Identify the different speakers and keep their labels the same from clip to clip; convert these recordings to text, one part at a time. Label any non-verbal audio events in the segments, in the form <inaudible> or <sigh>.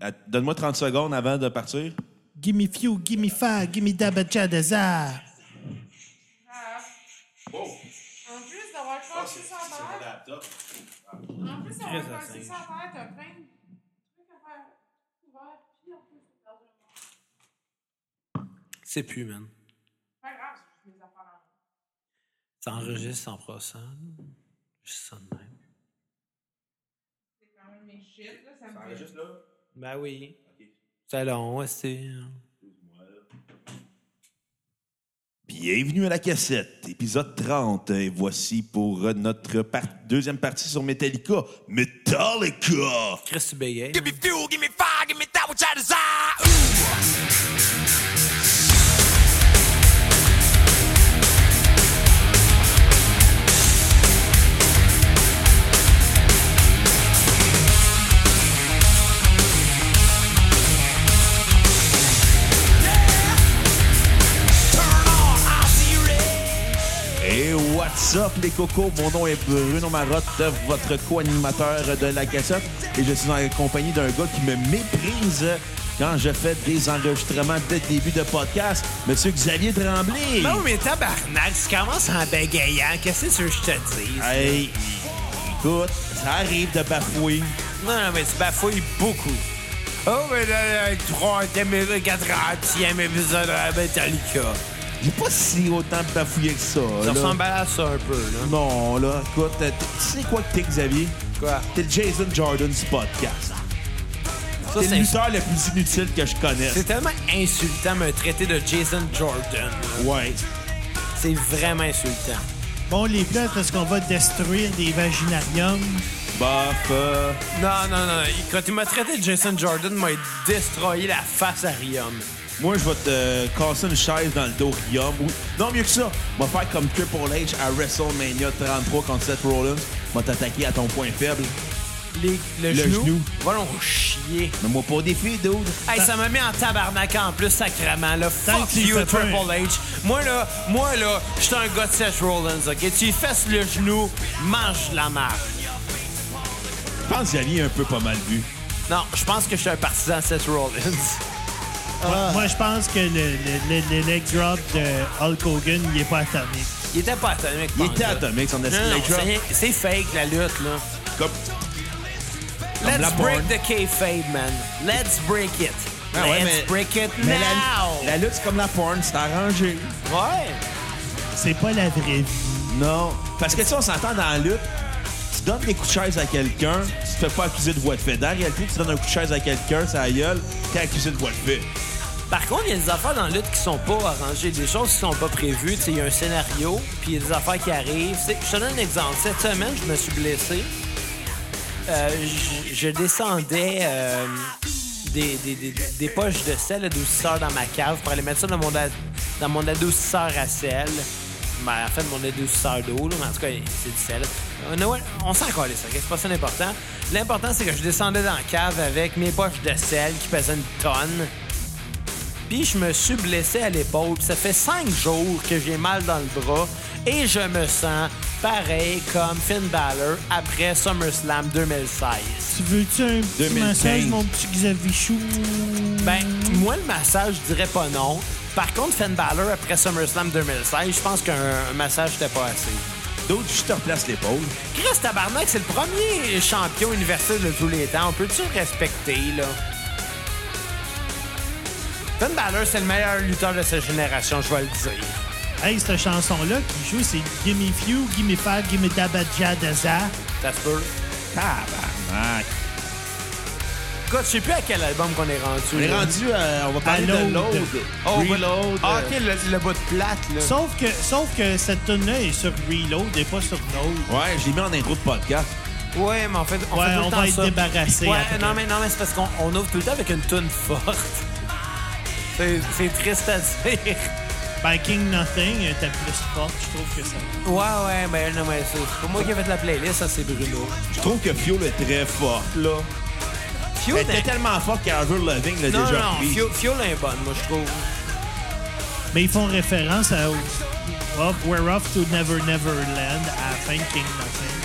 Speaker 1: à- Donne-moi 30 secondes avant de partir.
Speaker 2: Gimme few, gimme fa, gimme dabachadaza.
Speaker 3: En plus d'avoir cassé sa terre, en plus d'avoir cassé sa terre, t'as plein de trucs à faire. ouvert, puis en plus, t'es dans un monde.
Speaker 4: C'est plus, man.
Speaker 3: Pas grave, je fais mes affaires en
Speaker 4: Mm-hmm. T'enregistres en passant. Juste ça de même.
Speaker 3: C'est quand même mes shit, là, ça me fait.
Speaker 1: Juste là.
Speaker 4: Ben oui. Salon, c'est. euh,
Speaker 1: Bienvenue à la cassette, épisode 30. Et voici pour euh, notre par- deuxième partie sur Metallica. Metallica!
Speaker 4: Chris, tu bégayes.
Speaker 5: Give me fuel, give me fire, give me that which I desire.
Speaker 1: Et what's up les cocos? Mon nom est Bruno Marotte, votre co-animateur de la cassette. Et je suis en compagnie d'un gars qui me méprise quand je fais des enregistrements dès le début de podcast, Monsieur Xavier Tremblay.
Speaker 4: Non, mais tabarnak, tu commences en bégayant. Qu'est-ce que tu veux que je te dise?
Speaker 1: Hey, écoute, ça arrive de bafouer.
Speaker 4: Non, mais tu bafouilles beaucoup. Oh, mais là, le troisième et quatrième épisode de Metallica.
Speaker 1: J'ai pas si autant bafouillé que ça.
Speaker 4: Ça
Speaker 1: là.
Speaker 4: ressemble à ça un peu, là.
Speaker 1: Non, là, écoute, t- tu sais quoi que t'es, Xavier?
Speaker 4: Quoi?
Speaker 1: T'es le Jason Jordan du podcast. T'es
Speaker 4: Ça,
Speaker 1: le
Speaker 4: c'est
Speaker 1: lutteur le plus inutile que je connaisse.
Speaker 4: c'est tellement insultant me traiter de Jason Jordan. là.
Speaker 1: Ouais.
Speaker 4: C'est vraiment insultant.
Speaker 2: Bon, les places, parce qu'on va détruire des vaginariums.
Speaker 1: Bof, euh,
Speaker 4: Non, non, non. Quand il m'a traité de Jason Jordan, il m'a destroyé la face à Rium.
Speaker 1: moi, je vais te euh, casser une chaise dans le dos, Rium. Ou... Non, mieux que ça, je vais faire comme Triple H à WrestleMania 33 contre Seth Rollins. Je vais t'attaquer à ton point faible.
Speaker 4: Les- le,
Speaker 1: genou.
Speaker 4: Va l'on chier.
Speaker 1: Mais moi, pas des filles, dude.
Speaker 4: Hey, ça m'a mis en tabarnak en plus, sacrement, là.
Speaker 2: Tant
Speaker 4: Fuck
Speaker 2: qu'il
Speaker 4: you,
Speaker 2: fait peur.
Speaker 4: Triple H. Moi, là, moi, là, j'étais un gars de Seth Rollins, OK? Tu lui fesses le genou, mange la marque.
Speaker 1: Je pense que Xavier est un peu pas mal vu.
Speaker 4: Non, je pense que je suis un partisan de Seth Rollins. <laughs>
Speaker 2: Moi, moi, je pense que le, le- le- le leg drop de Hulk Hogan, il est pas atomique.
Speaker 4: Il était pas atomique,
Speaker 1: Il
Speaker 4: par
Speaker 1: était
Speaker 4: contre.
Speaker 1: atomique, son
Speaker 4: Non, non,
Speaker 1: escalade.
Speaker 4: c'est- c'est fake, la lutte, là.
Speaker 1: Comme...
Speaker 4: Let's
Speaker 1: la
Speaker 4: break
Speaker 1: porn.
Speaker 4: the kayfabe, man. Let's break it.
Speaker 1: Ah ouais,
Speaker 4: Let's
Speaker 1: mais-
Speaker 4: break it
Speaker 1: Mais
Speaker 4: now.
Speaker 1: la, la lutte, c'est comme la porn, c'est arrangé.
Speaker 4: Ouais.
Speaker 2: C'est pas la vraie vie.
Speaker 1: Non. Parce que si on s'entend dans la lutte, tu donnes des coups de chaise à quelqu'un, tu te fais pas accuser de voie de fait. Dans la réalité, tu donnes un coup de chaise à quelqu'un, ça gueule, t'es accusé de voie de fait.
Speaker 4: Par contre, il y a des affaires dans la lutte qui sont pas arrangées, des choses qui sont pas prévues. Tu sais, Il y a un scénario, puis il y a des affaires qui arrivent. Tu sais, Je te donne un exemple. Cette semaine, je me suis blessé. Euh, je- je descendais euh, des, des- des- des poches de sel adoucisseur dans ma cave pour aller mettre ça dans mon, a- dans mon adoucisseur à sel. Ben, en fait, mon adoucisseur d'eau, là, mais en tout cas, c'est du sel. Euh, Noël, on s'en collait ça, ok? c'est pas ça l'important. L'important, c'est que je descendais dans la cave avec mes poches de sel qui pesaient une tonne. Puis je me suis blessé à l'épaule. Puis Ça fait cinq jours que j'ai mal dans le bras et je me sens pareil comme Finn Balor après SummerSlam 2016.
Speaker 2: Tu veux-tu un petit
Speaker 1: 2015?
Speaker 2: massage, mon petit Xavier Chou?
Speaker 4: Ben, moi, le massage, je dirais pas non. Par contre, Finn Balor après SummerSlam 2016, je pense qu'un un massage, c'était pas assez.
Speaker 1: D'autres, je te replace l'épaule.
Speaker 4: Chris Tabarnak, c'est le premier champion universel de tous les temps. On peut-tu le respecter, là? Finn Balor, c'est le meilleur lutteur de sa génération, je vais le dire.
Speaker 2: Hey, cette chanson-là qui joue, c'est Gimme Few, Gimme Fa, Gimme Dabachadaza.
Speaker 4: Ça se peut.
Speaker 1: Tabarnak.
Speaker 4: Écoute, je sais plus à quel album qu'on est rendu.
Speaker 1: On est
Speaker 4: là.
Speaker 1: rendu, à- on va parler
Speaker 2: À
Speaker 1: de
Speaker 2: load.
Speaker 1: load.
Speaker 4: Oh,
Speaker 1: Reload.
Speaker 4: Ah,
Speaker 1: euh,
Speaker 4: ok, le, le bout de plate, là.
Speaker 2: Sauf que, sauf que cette tune-là est sur Reload et pas sur Node.
Speaker 1: Ouais, je l'ai mis en intro de podcast.
Speaker 4: Ouais, mais en fait, on
Speaker 2: Ouais,
Speaker 4: fait tout le
Speaker 2: on
Speaker 4: temps
Speaker 2: va être
Speaker 4: ça.
Speaker 2: débarrassé
Speaker 4: Ouais,
Speaker 2: après.
Speaker 4: non, mais, non, mais c'est parce qu'on on ouvre tout le temps avec une toune forte. C'est c'est triste à dire.
Speaker 2: By King Nothing était plus forte, je trouve que ça.
Speaker 4: Ouais, ouais, mais non, mais c'est c'est pas moi qui ai fait la playlist, ça, c'est Bruno.
Speaker 1: Je trouve que Fio est très fort, là.
Speaker 4: Fuel
Speaker 1: Elle était tellement forte qu'Avril Loving l'a
Speaker 4: Non,
Speaker 1: déjà
Speaker 4: non,
Speaker 1: pris.
Speaker 4: Fuel, Fuel est bonne, moi, je trouve.
Speaker 2: Mais ils font référence à Up, We're Off to Never Neverland à la fin de King Nothing.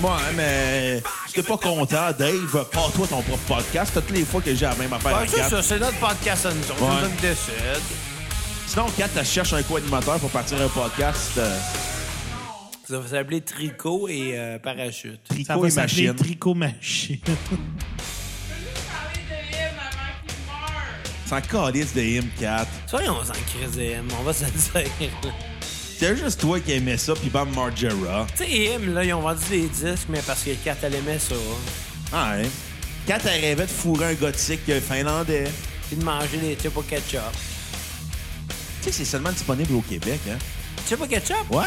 Speaker 1: Ouais, mais t'es pas content, Dave, pars-toi ton propre podcast. Toutes les fois que j'ai la même affaire à
Speaker 4: Bon, c'est
Speaker 1: Kat.
Speaker 4: ça, c'est notre podcast à nous autres.
Speaker 1: Ah, Ouais.
Speaker 4: Nous, on décide.
Speaker 1: Sinon, Kat, elle cherche un co-animateur pour partir un podcast. euh,
Speaker 4: Ça va s'appeler Tricot et euh, Parachute.
Speaker 2: Ça
Speaker 1: tricot
Speaker 2: va
Speaker 1: et
Speaker 2: s'appeler
Speaker 1: machine.
Speaker 2: Tricot Machine.
Speaker 3: Peux-tu parler de him avant qu'il meure?
Speaker 1: Sans calice de him, Kat.
Speaker 4: Soyons en crise M, on va se le dire.
Speaker 1: C'est juste toi qui aimais ça, puis Bam Margera.
Speaker 4: tu sais, M, là, ils ont vendu des disques, mais parce que Kat, elle aimait ça.
Speaker 1: Ah, hein. Kat, elle rêvait de fourrer un gothique euh, finlandais.
Speaker 4: Puis de manger des chips au ketchup.
Speaker 1: Tu sais, c'est seulement disponible au Québec, hein?
Speaker 4: Chips au ketchup?
Speaker 1: Ouais?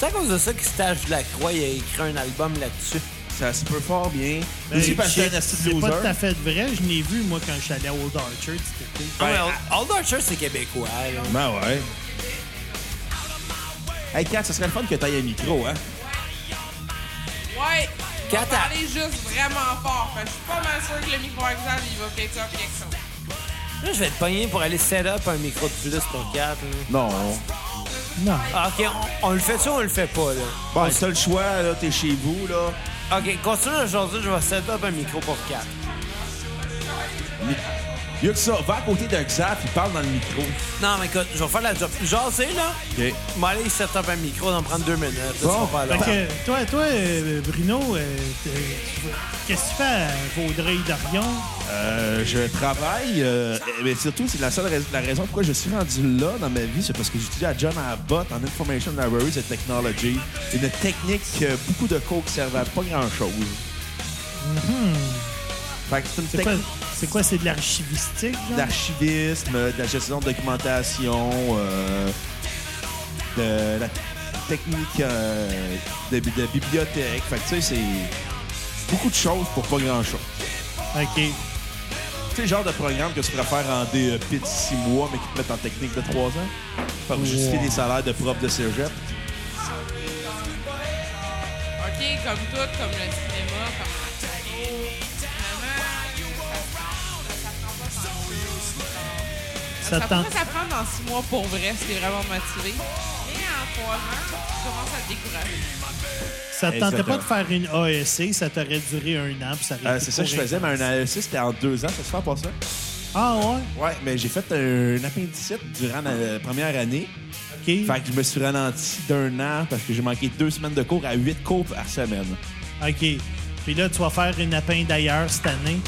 Speaker 4: C'est à cause de ça que Stage de la Croix il a écrit un album là-dessus.
Speaker 1: Ça se peut fort bien.
Speaker 2: Ben,
Speaker 1: Aussi parce que
Speaker 2: c'est-
Speaker 1: t'es un esti de
Speaker 2: C'est pas
Speaker 1: loser.
Speaker 2: tout à fait vrai. Je l'ai vu, moi, quand je suis allé à Old Archer cet été.
Speaker 1: Ben,
Speaker 4: Ah, mais Old Archer, c'est québécois, là.
Speaker 1: Ben ouais. Hey Kat, ça serait le fun que t'ailles un micro, hein?
Speaker 3: Ouais.
Speaker 4: Quatre
Speaker 3: Quatre.
Speaker 4: à-
Speaker 3: Parler juste vraiment fort. Fait que je suis pas mal sûr que le micro exemple il va quelque chose, quelque chose.
Speaker 4: Là, je vais te pogner pour aller set up un micro de plus pour Kat. là.
Speaker 1: Non.
Speaker 2: Non.
Speaker 4: Ah, OK, on, on le fait ça ou on le fait pas, là?
Speaker 1: Bon, le seul choix, là, t'es chez vous, là.
Speaker 4: OK, continue aujourd'hui, je vais set up un micro pour Kat.
Speaker 1: Mieux que ça, va à côté d'un Xaf, il parle dans le micro.
Speaker 4: Non, mais écoute, je vais faire la job. Jaser, là.
Speaker 1: OK.
Speaker 4: Je vais aller set up un micro, d'en prendre deux minutes. là, tu
Speaker 1: Bon.
Speaker 4: vas
Speaker 2: Fait
Speaker 4: pas long.
Speaker 2: que, toi, toi, euh, Bruno, euh, t'es- tu vas- qu'est-ce que tu fais à Vaudreuil-Dorion?
Speaker 1: Euh, je travaille, euh, mais surtout, c'est la seule rais- la raison pourquoi je suis rendu là dans ma vie, c'est parce que j'étudie à John Abbott en Information Libraries and Technology. Une technique que beaucoup de cours qui servent à pas grand-chose. Fait que c'est une
Speaker 2: Mm-hmm. C'est quoi,
Speaker 1: technique...
Speaker 2: c'est quoi, c'est de l'archivistique, genre?
Speaker 1: d'archivisme, euh, de la gestion de documentation, euh, de la technique euh, de, de bibliothèque. Fait que tu sais, c'est beaucoup de choses pour pas grand-chose.
Speaker 2: OK.
Speaker 1: C'est le genre de programme que tu pourrais faire en DEP de 6 mois, mais qui te mettent en technique de 3 ans pour justifier
Speaker 2: Wow.
Speaker 1: des salaires de profs de cégep.
Speaker 3: OK, comme tout, comme le cinéma, comme la radio. Finalement, ça- ça prend pas tant de choses.
Speaker 2: Ça
Speaker 3: Ça
Speaker 2: te tente-
Speaker 3: pourrait s'apprendre dans six mois pour vrai si t'es vraiment motivé. Mais en trois ans, tu commences à te décourager.
Speaker 2: Ça te tentait
Speaker 1: Exactement.
Speaker 2: pas de faire une ASC, ça t'aurait duré un an, puis ça aurait
Speaker 1: Euh,
Speaker 2: été
Speaker 1: c'est ça que je
Speaker 2: pour
Speaker 1: faisais, mais
Speaker 2: rien.
Speaker 1: un AEC, c'était en 2 ans. Ça se fait pas ça?
Speaker 2: Ah
Speaker 1: Ouais, mais j'ai fait un appendicite durant la première année.
Speaker 2: ouais? OK.
Speaker 1: Fait que je me suis ralenti d'un an parce que j'ai manqué deux semaines de cours à huit cours par semaine.
Speaker 2: OK. Puis là, tu vas faire une appin d'ailleurs cette année.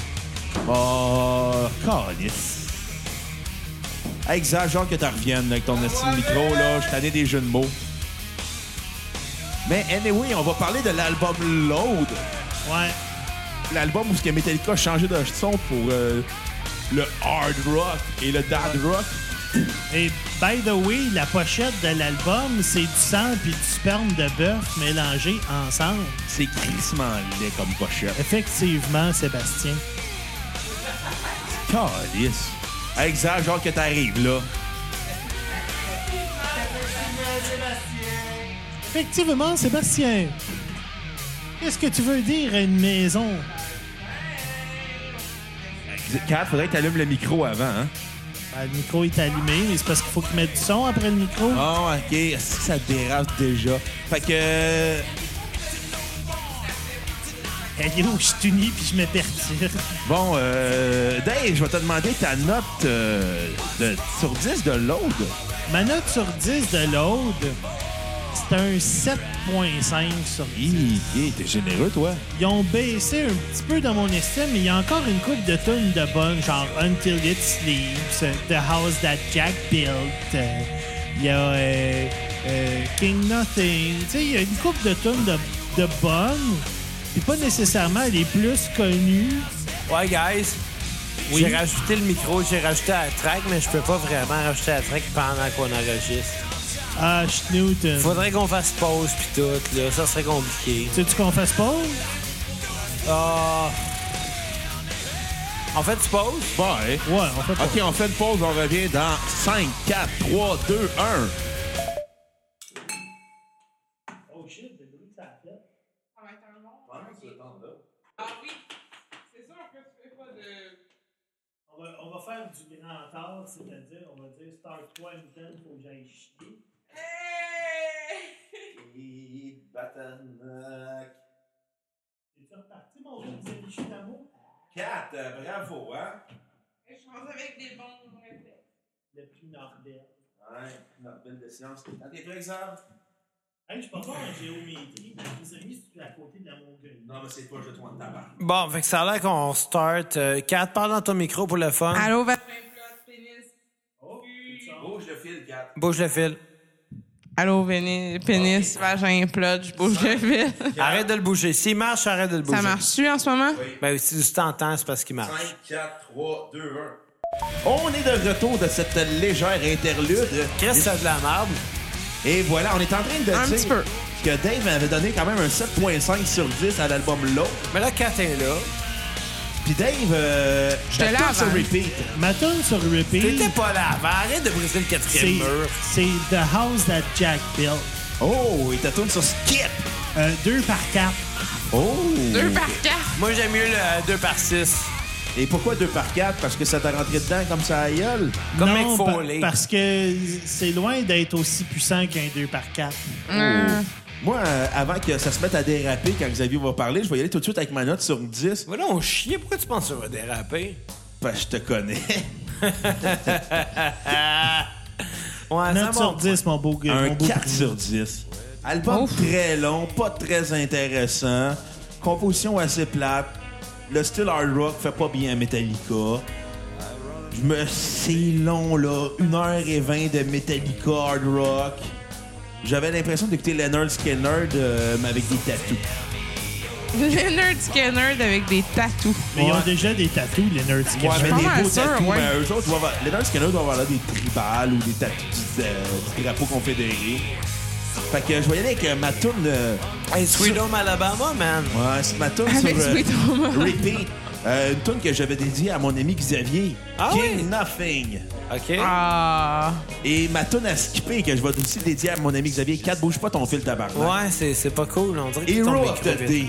Speaker 1: Oh, calice. Hey, Xav, genre que t'en reviennes là, avec ton esti de micro, là. Je t'annais des jeux de mots. Mais anyway, on va parler de l'album Load.
Speaker 2: Ouais.
Speaker 1: L'album où ce que Metallica a changé de son pour euh, le hard rock et le dad rock.
Speaker 2: Et by the way, la pochette de l'album, c'est du sang puis du sperme de bœuf mélangé ensemble.
Speaker 1: C'est crissement laid comme pochette.
Speaker 2: Effectivement, Sébastien.
Speaker 1: Calice. Hey, Xav, genre que t'arrives, là.
Speaker 2: Effectivement, Sébastien. Qu'est-ce que tu veux dire à une maison?
Speaker 1: Kat, faudrait que t'allumes le micro avant, hein.
Speaker 2: Ben, le micro est allumé, mais c'est parce qu'il faut qu'il mette du son après le micro.
Speaker 1: Oh, OK. Est-ce que ça dérape déjà? Fait que...
Speaker 2: Elle est où oh, je suis uni puis je me perturbe.
Speaker 1: Bon, euh, Dave, je vais te demander ta note euh, de, sur 10 de l'aude.
Speaker 2: Ma note sur 10 de l'aude, c'est un 7.5 sur 10.
Speaker 1: Hi, hi, t'es généreux, toi.
Speaker 2: Ils ont baissé un petit peu dans mon estime, mais il y a encore une coupe de tonnes de bonnes, genre Until It Sleeps, euh, The House That Jack Built, euh, il y a euh, euh, King Nothing. Tu sais, il y a une coupe de tonnes de, de bonnes, puis pas nécessairement les plus connues.
Speaker 4: Ouais, guys.
Speaker 2: Oui.
Speaker 4: J'ai rajouté le micro, j'ai rajouté la track, mais je peux pas vraiment rajouter la track pendant qu'on enregistre.
Speaker 2: Ah, Newton.
Speaker 4: Faudrait qu'on fasse pause pis tout, là. Ça serait compliqué.
Speaker 2: Tu veux qu'on fasse pause?
Speaker 4: Ah. En fait, tu pauses?
Speaker 1: Ouais.
Speaker 2: Ouais, on fait pause.
Speaker 1: OK, on fait une pause, on revient dans 5, 4, 3, 2, 1.
Speaker 2: Oh,
Speaker 3: Ça va être un long. Ah oui, c'est sûr que tu fais pas de.
Speaker 2: On va, on va faire du grand tard, c'est-à-dire, on va dire, start toi, Newton, faut que j'aille chier.
Speaker 3: Hey!
Speaker 2: Et C'est reparti, mon vieux petit bichou d'amour.
Speaker 6: 4, bravo, hein?
Speaker 3: Et je pense avec des bons réflexes.
Speaker 2: Le plus Nordel.
Speaker 6: Ouais, notre belle de science. T'as des vrais exemples?
Speaker 2: Hey, je suis pas bon en géométrie. Mes amis, c'est à côté de la Mongolie.
Speaker 6: Non, mais c'est pas jeton de tabac.
Speaker 4: Bon, fait que ça a l'air qu'on start. Euh, Kat, parle dans ton micro pour le
Speaker 2: Ah.
Speaker 4: fun.
Speaker 3: Allô, Valérie Plot, pénis.
Speaker 6: Oh, bouge le fil, 4.
Speaker 4: Bouge le fil.
Speaker 3: Allô, véni- pénis, vagin, plot, je bouge le fil.
Speaker 4: Arrête de le bouger. S'il marche, arrête de le bouger.
Speaker 3: Ça marche-tu en ce moment?
Speaker 4: Ben, si tu t'entends, c'est parce qu'il marche.
Speaker 6: 5, 4, 3, 2, 1.
Speaker 1: On est de retour de cette légère interlude.
Speaker 4: Chris, ça a de la merde.
Speaker 1: Et voilà, on est en train de
Speaker 3: Un
Speaker 1: dire
Speaker 3: petit peu.
Speaker 1: que Dave avait donné quand même un 7.5 sur 10 à l'album Low.
Speaker 4: Mais là, Kat est là.
Speaker 1: Puis Dave, euh,
Speaker 3: J'étais
Speaker 1: la
Speaker 3: là
Speaker 1: tourne sur
Speaker 3: avant.
Speaker 1: repeat.
Speaker 2: Ma tune sur
Speaker 4: T'étais
Speaker 2: repeat,
Speaker 4: pas là avant. Arrête de briser le
Speaker 2: c'est
Speaker 4: quatrième mur.
Speaker 2: c'est The House That Jack Built.
Speaker 1: Oh, il te tourne sur Skip.
Speaker 2: Euh, deux par quatre.
Speaker 1: Oh.
Speaker 3: Deux par quatre.
Speaker 4: Moi, j'aime mieux le 2 par 6.
Speaker 1: Et pourquoi 2 par 4 Parce que ça t'a rentré dedans comme ça à gueule.
Speaker 4: Comme
Speaker 2: non,
Speaker 4: Mick
Speaker 2: pa-
Speaker 4: Foley.
Speaker 2: parce que c'est loin d'être aussi puissant qu'un deux par quatre.
Speaker 3: Euh,
Speaker 1: Moi, euh, avant que ça se mette à déraper quand Xavier va parler, je vais y aller tout de suite avec ma note sur 10.
Speaker 4: Voilà, on chier. Pourquoi tu penses que ça va déraper?
Speaker 1: Parce que je te connais. <laughs>
Speaker 4: Ouais,
Speaker 2: Note
Speaker 4: c'est
Speaker 2: sur
Speaker 4: bon.
Speaker 2: 10, mon beau gars.
Speaker 1: Un
Speaker 2: mon beau
Speaker 1: 4 sur 10. Album très long, pas très intéressant. Composition assez plate. Le style hard rock fait pas bien à Metallica. Je me... C'est long, là. 1h20 de Metallica hard rock. J'avais l'impression d'écouter Leonard Skinner de- euh, mais avec des tattoos.
Speaker 3: <laughs> Leonard Skinner avec des tatous.
Speaker 2: Mais ils ont
Speaker 1: Ouais.
Speaker 2: déjà des tatous, les nerds. qui
Speaker 1: Ouais, mais
Speaker 3: pas
Speaker 1: des
Speaker 3: mal
Speaker 1: beaux
Speaker 3: sûre,
Speaker 1: tattoos,
Speaker 3: ouais.
Speaker 1: mais eux autres doivent avoir... Leonard Skinner doit avoir là des tribales ou des tattoos du, euh, du drapeau confédéré. Fait que je voyais avec euh, ma tourne...
Speaker 4: Hey, Sweet Home Alabama, man.
Speaker 1: Ouais, c'est ma tune sur
Speaker 3: Avec
Speaker 1: euh,
Speaker 3: Sweet Home.
Speaker 1: Repeat. Euh, une tune que j'avais dédiée à mon ami Xavier.
Speaker 4: Ah
Speaker 1: King
Speaker 4: oui?
Speaker 1: Nothing.
Speaker 4: OK.
Speaker 3: Ah.
Speaker 1: Et ma tune à skipper que je vais aussi dédier à mon ami Xavier. 4 bouge pas ton fil tabarnak.
Speaker 4: Ouais, c'est c'est pas cool. On dirait que tu
Speaker 1: Hero
Speaker 4: tombes
Speaker 1: of
Speaker 4: trop
Speaker 1: the
Speaker 4: vite.
Speaker 1: Day.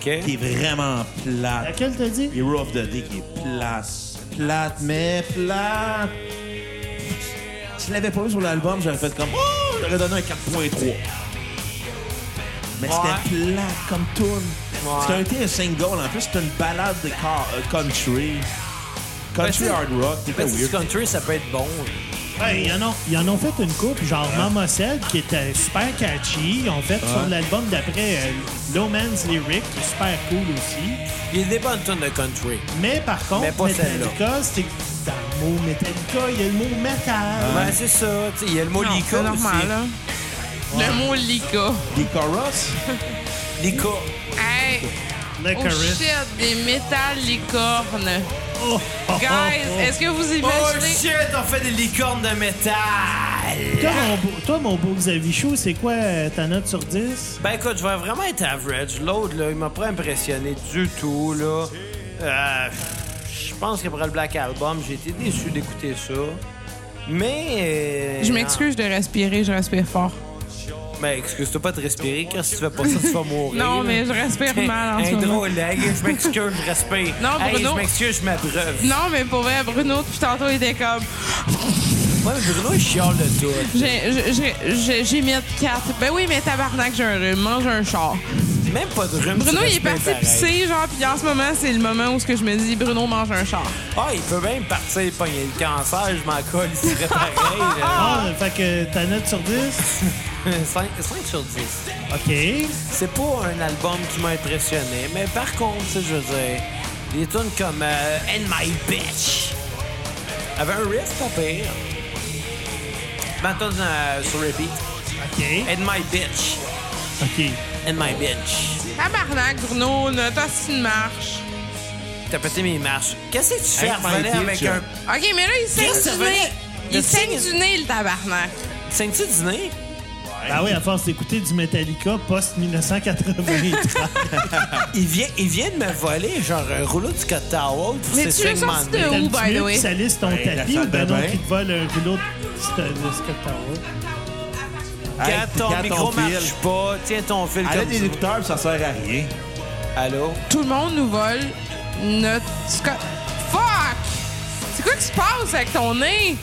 Speaker 1: Qui
Speaker 4: OK.
Speaker 1: est vraiment plate.
Speaker 2: Laquelle t'as dit?
Speaker 1: Hero of the Day qui est plate. Plate, mais plate. Si je l'avais pas eu sur l'album, j'aurais fait comme. Oh! J'aurais donné un 4.3. Mais c'était plate comme tune. C'était un thé, un single. En plus, c'était une balade de car- euh, country. Country
Speaker 4: Ben, c'est-
Speaker 1: hard rock. C'était
Speaker 4: Ben, si
Speaker 1: weird.
Speaker 4: c'est country, ça peut être bon.
Speaker 2: Ouais, ils, en ont, ils en ont fait une coupe, genre Mama Said, qui était super catchy. Ils ont fait sur l'album d'après euh, No Man's Lyric, qui est super cool aussi.
Speaker 4: Il y a des bonnes tunes de country.
Speaker 2: Mais par contre,
Speaker 4: Mais pas
Speaker 2: Metallica, c'est dans le mot Metallica, il y a le mot metal.
Speaker 4: Ben, c'est ça. tu sais, Il y a le mot
Speaker 3: Non,
Speaker 4: lica
Speaker 3: c'est normal,
Speaker 4: aussi.
Speaker 3: là. Le mot Lika.
Speaker 1: Des chorus.
Speaker 4: Lica.
Speaker 3: Hey,
Speaker 2: Le
Speaker 3: oh
Speaker 2: chorus.
Speaker 3: shit, des métal licornes.
Speaker 2: Oh, oh,
Speaker 3: Guys,
Speaker 2: oh, oh.
Speaker 3: est-ce que vous
Speaker 4: Oh
Speaker 3: imaginez...
Speaker 4: shit, on fait des licornes de métal.
Speaker 2: Toi, mon beau, toi, mon beau Xavier Chou, c'est quoi euh, ta note sur 10?
Speaker 4: Ben écoute, je vais vraiment être average. L'autre, là, il m'a pas impressionné du tout, là. Euh, je pense qu'après le Black Album, j'ai été déçu d'écouter ça. Mais... euh,
Speaker 3: Je m'excuse de respirer, je respire fort.
Speaker 4: non. Ben excuse-toi pas de respirer, car si tu fais pas ça, tu vas mourir.
Speaker 3: Non,
Speaker 4: là.
Speaker 3: mais je
Speaker 4: <laughs>
Speaker 3: respire
Speaker 4: T'es
Speaker 3: mal en ce
Speaker 4: un
Speaker 3: moment.
Speaker 4: Eh drôle, là. je m'excuse, je respire.
Speaker 3: Non,
Speaker 4: Hey,
Speaker 3: Bruno.
Speaker 4: je m'excuse, je m'abreuve.
Speaker 3: Non, mais pour vrai, Bruno, depuis tantôt, il était comme...
Speaker 4: Moi, Bruno, il chiale de tout.
Speaker 3: J'ai- j'ai- j'ai- j'ai- J'ai mis de 4. Ben oui, mais tabarnak, j'ai un rhume. Mange un char.
Speaker 4: Même pas de rhume.
Speaker 3: Bruno,
Speaker 4: tu
Speaker 3: il est
Speaker 4: respires
Speaker 3: parti
Speaker 4: pareil.
Speaker 3: pisser, genre, puis en ce moment, c'est le moment où ce que je me dis, Bruno, mange un char.
Speaker 4: Ah, il peut même partir pogner le cancer, je m'en colle, il serait pareil. là.
Speaker 3: <laughs>
Speaker 2: Ah, fait que ta note sur 10?
Speaker 4: 5, 5 sur 10.
Speaker 2: OK.
Speaker 4: C'est pas un album qui m'a impressionné, mais par contre, tu sais, je veux dire, des tunes comme euh, And My Bitch avait un riff pas pire. Ma tune euh, sur repeat,
Speaker 2: OK.
Speaker 4: And My Bitch,
Speaker 2: OK.
Speaker 4: And My Bitch.
Speaker 3: Tabarnak, Bruno, notre aussi de marche.
Speaker 4: T'as pété mes marches. Qu'est-ce que tu fais
Speaker 1: And My
Speaker 4: revenir avec
Speaker 1: Bitch.
Speaker 4: un...
Speaker 3: OK, mais là, il
Speaker 4: Qu'est-ce
Speaker 3: saigne du
Speaker 4: que
Speaker 3: nez.
Speaker 4: ça veut-
Speaker 3: Il
Speaker 4: Le
Speaker 3: saigne
Speaker 4: signe-
Speaker 3: du nez, le tabarnak.
Speaker 4: Saint-tu dîner?
Speaker 2: Ah oui, à force d'écouter du Metallica
Speaker 3: <laughs>
Speaker 2: post-1983.
Speaker 4: Il vient, il vient de me voler genre un rouleau du Code Towel pour
Speaker 3: Mais
Speaker 4: ses
Speaker 3: tu l'as
Speaker 4: segments
Speaker 3: sorti
Speaker 4: de nez.
Speaker 3: de où, by the
Speaker 2: mieux
Speaker 3: way?
Speaker 2: que ça lisse ton
Speaker 1: Ben, la
Speaker 2: tapis
Speaker 1: salle
Speaker 2: ou ben
Speaker 1: de
Speaker 2: non
Speaker 1: bain.
Speaker 2: qui te vole un rouleau de st- de scotch
Speaker 1: Hey,
Speaker 4: Quand ton
Speaker 1: garde
Speaker 4: micro
Speaker 1: ton fil.
Speaker 4: marche pas, tiens ton fil
Speaker 1: Elle a
Speaker 4: comme
Speaker 1: des
Speaker 4: ça.
Speaker 1: écouteurs, puis ça sert à rien.
Speaker 4: Allô?
Speaker 3: Tout le monde nous vole notre... sco- Fuck! C'est quoi qui se passe avec ton nez?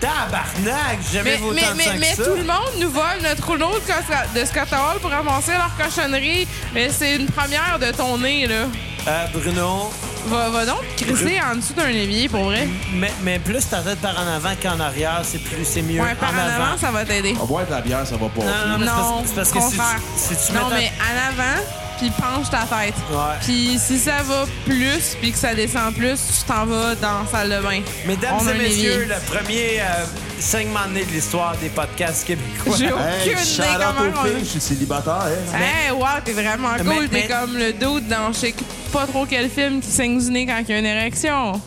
Speaker 4: Tabarnak, j'ai jamais
Speaker 3: Mais,
Speaker 4: vu autant
Speaker 3: mais,
Speaker 4: de
Speaker 3: mais,
Speaker 4: sang
Speaker 3: mais
Speaker 4: que ça.
Speaker 3: tout le monde nous vole notre rouleau de Scott- de Scott Hall pour ramasser leur cochonnerie. Mais c'est une première de ton nez, là.
Speaker 4: Euh, Bruno,
Speaker 3: Va, va donc te crisser en dessous d'un évier, pour vrai.
Speaker 4: mais, mais plus ta tête par en avant qu'en arrière, c'est plus c'est mieux.
Speaker 3: Ouais, par en avant, ça va t'aider.
Speaker 1: On va boire de la bière, ça va pas.
Speaker 4: Non, non, mais c'est
Speaker 3: Non,
Speaker 4: parce- c'est parce que si
Speaker 3: contraire.
Speaker 4: tu, si tu mets
Speaker 3: Non,
Speaker 4: ta-
Speaker 3: mais en avant, puis penche ta tête.
Speaker 4: Ouais.
Speaker 3: Puis si ça va plus, puis que ça descend plus, tu t'en vas dans la salle de bain.
Speaker 4: Mesdames
Speaker 3: On a
Speaker 4: et
Speaker 3: un
Speaker 4: messieurs,
Speaker 3: évier.
Speaker 4: le premier euh, segment de nez de l'histoire des podcasts québécois.
Speaker 3: <laughs> J'ai aucune
Speaker 1: Hey,
Speaker 3: idée
Speaker 1: shout-out
Speaker 3: comment
Speaker 1: aux
Speaker 3: on-
Speaker 1: filles, je suis célibataire. hein.
Speaker 3: Hey, wow, t'es vraiment
Speaker 4: Mais-
Speaker 3: cool. T'es
Speaker 4: mais-
Speaker 3: comme le dude dans je sais pas trop quel film qui saigne du nez quand il y a une érection.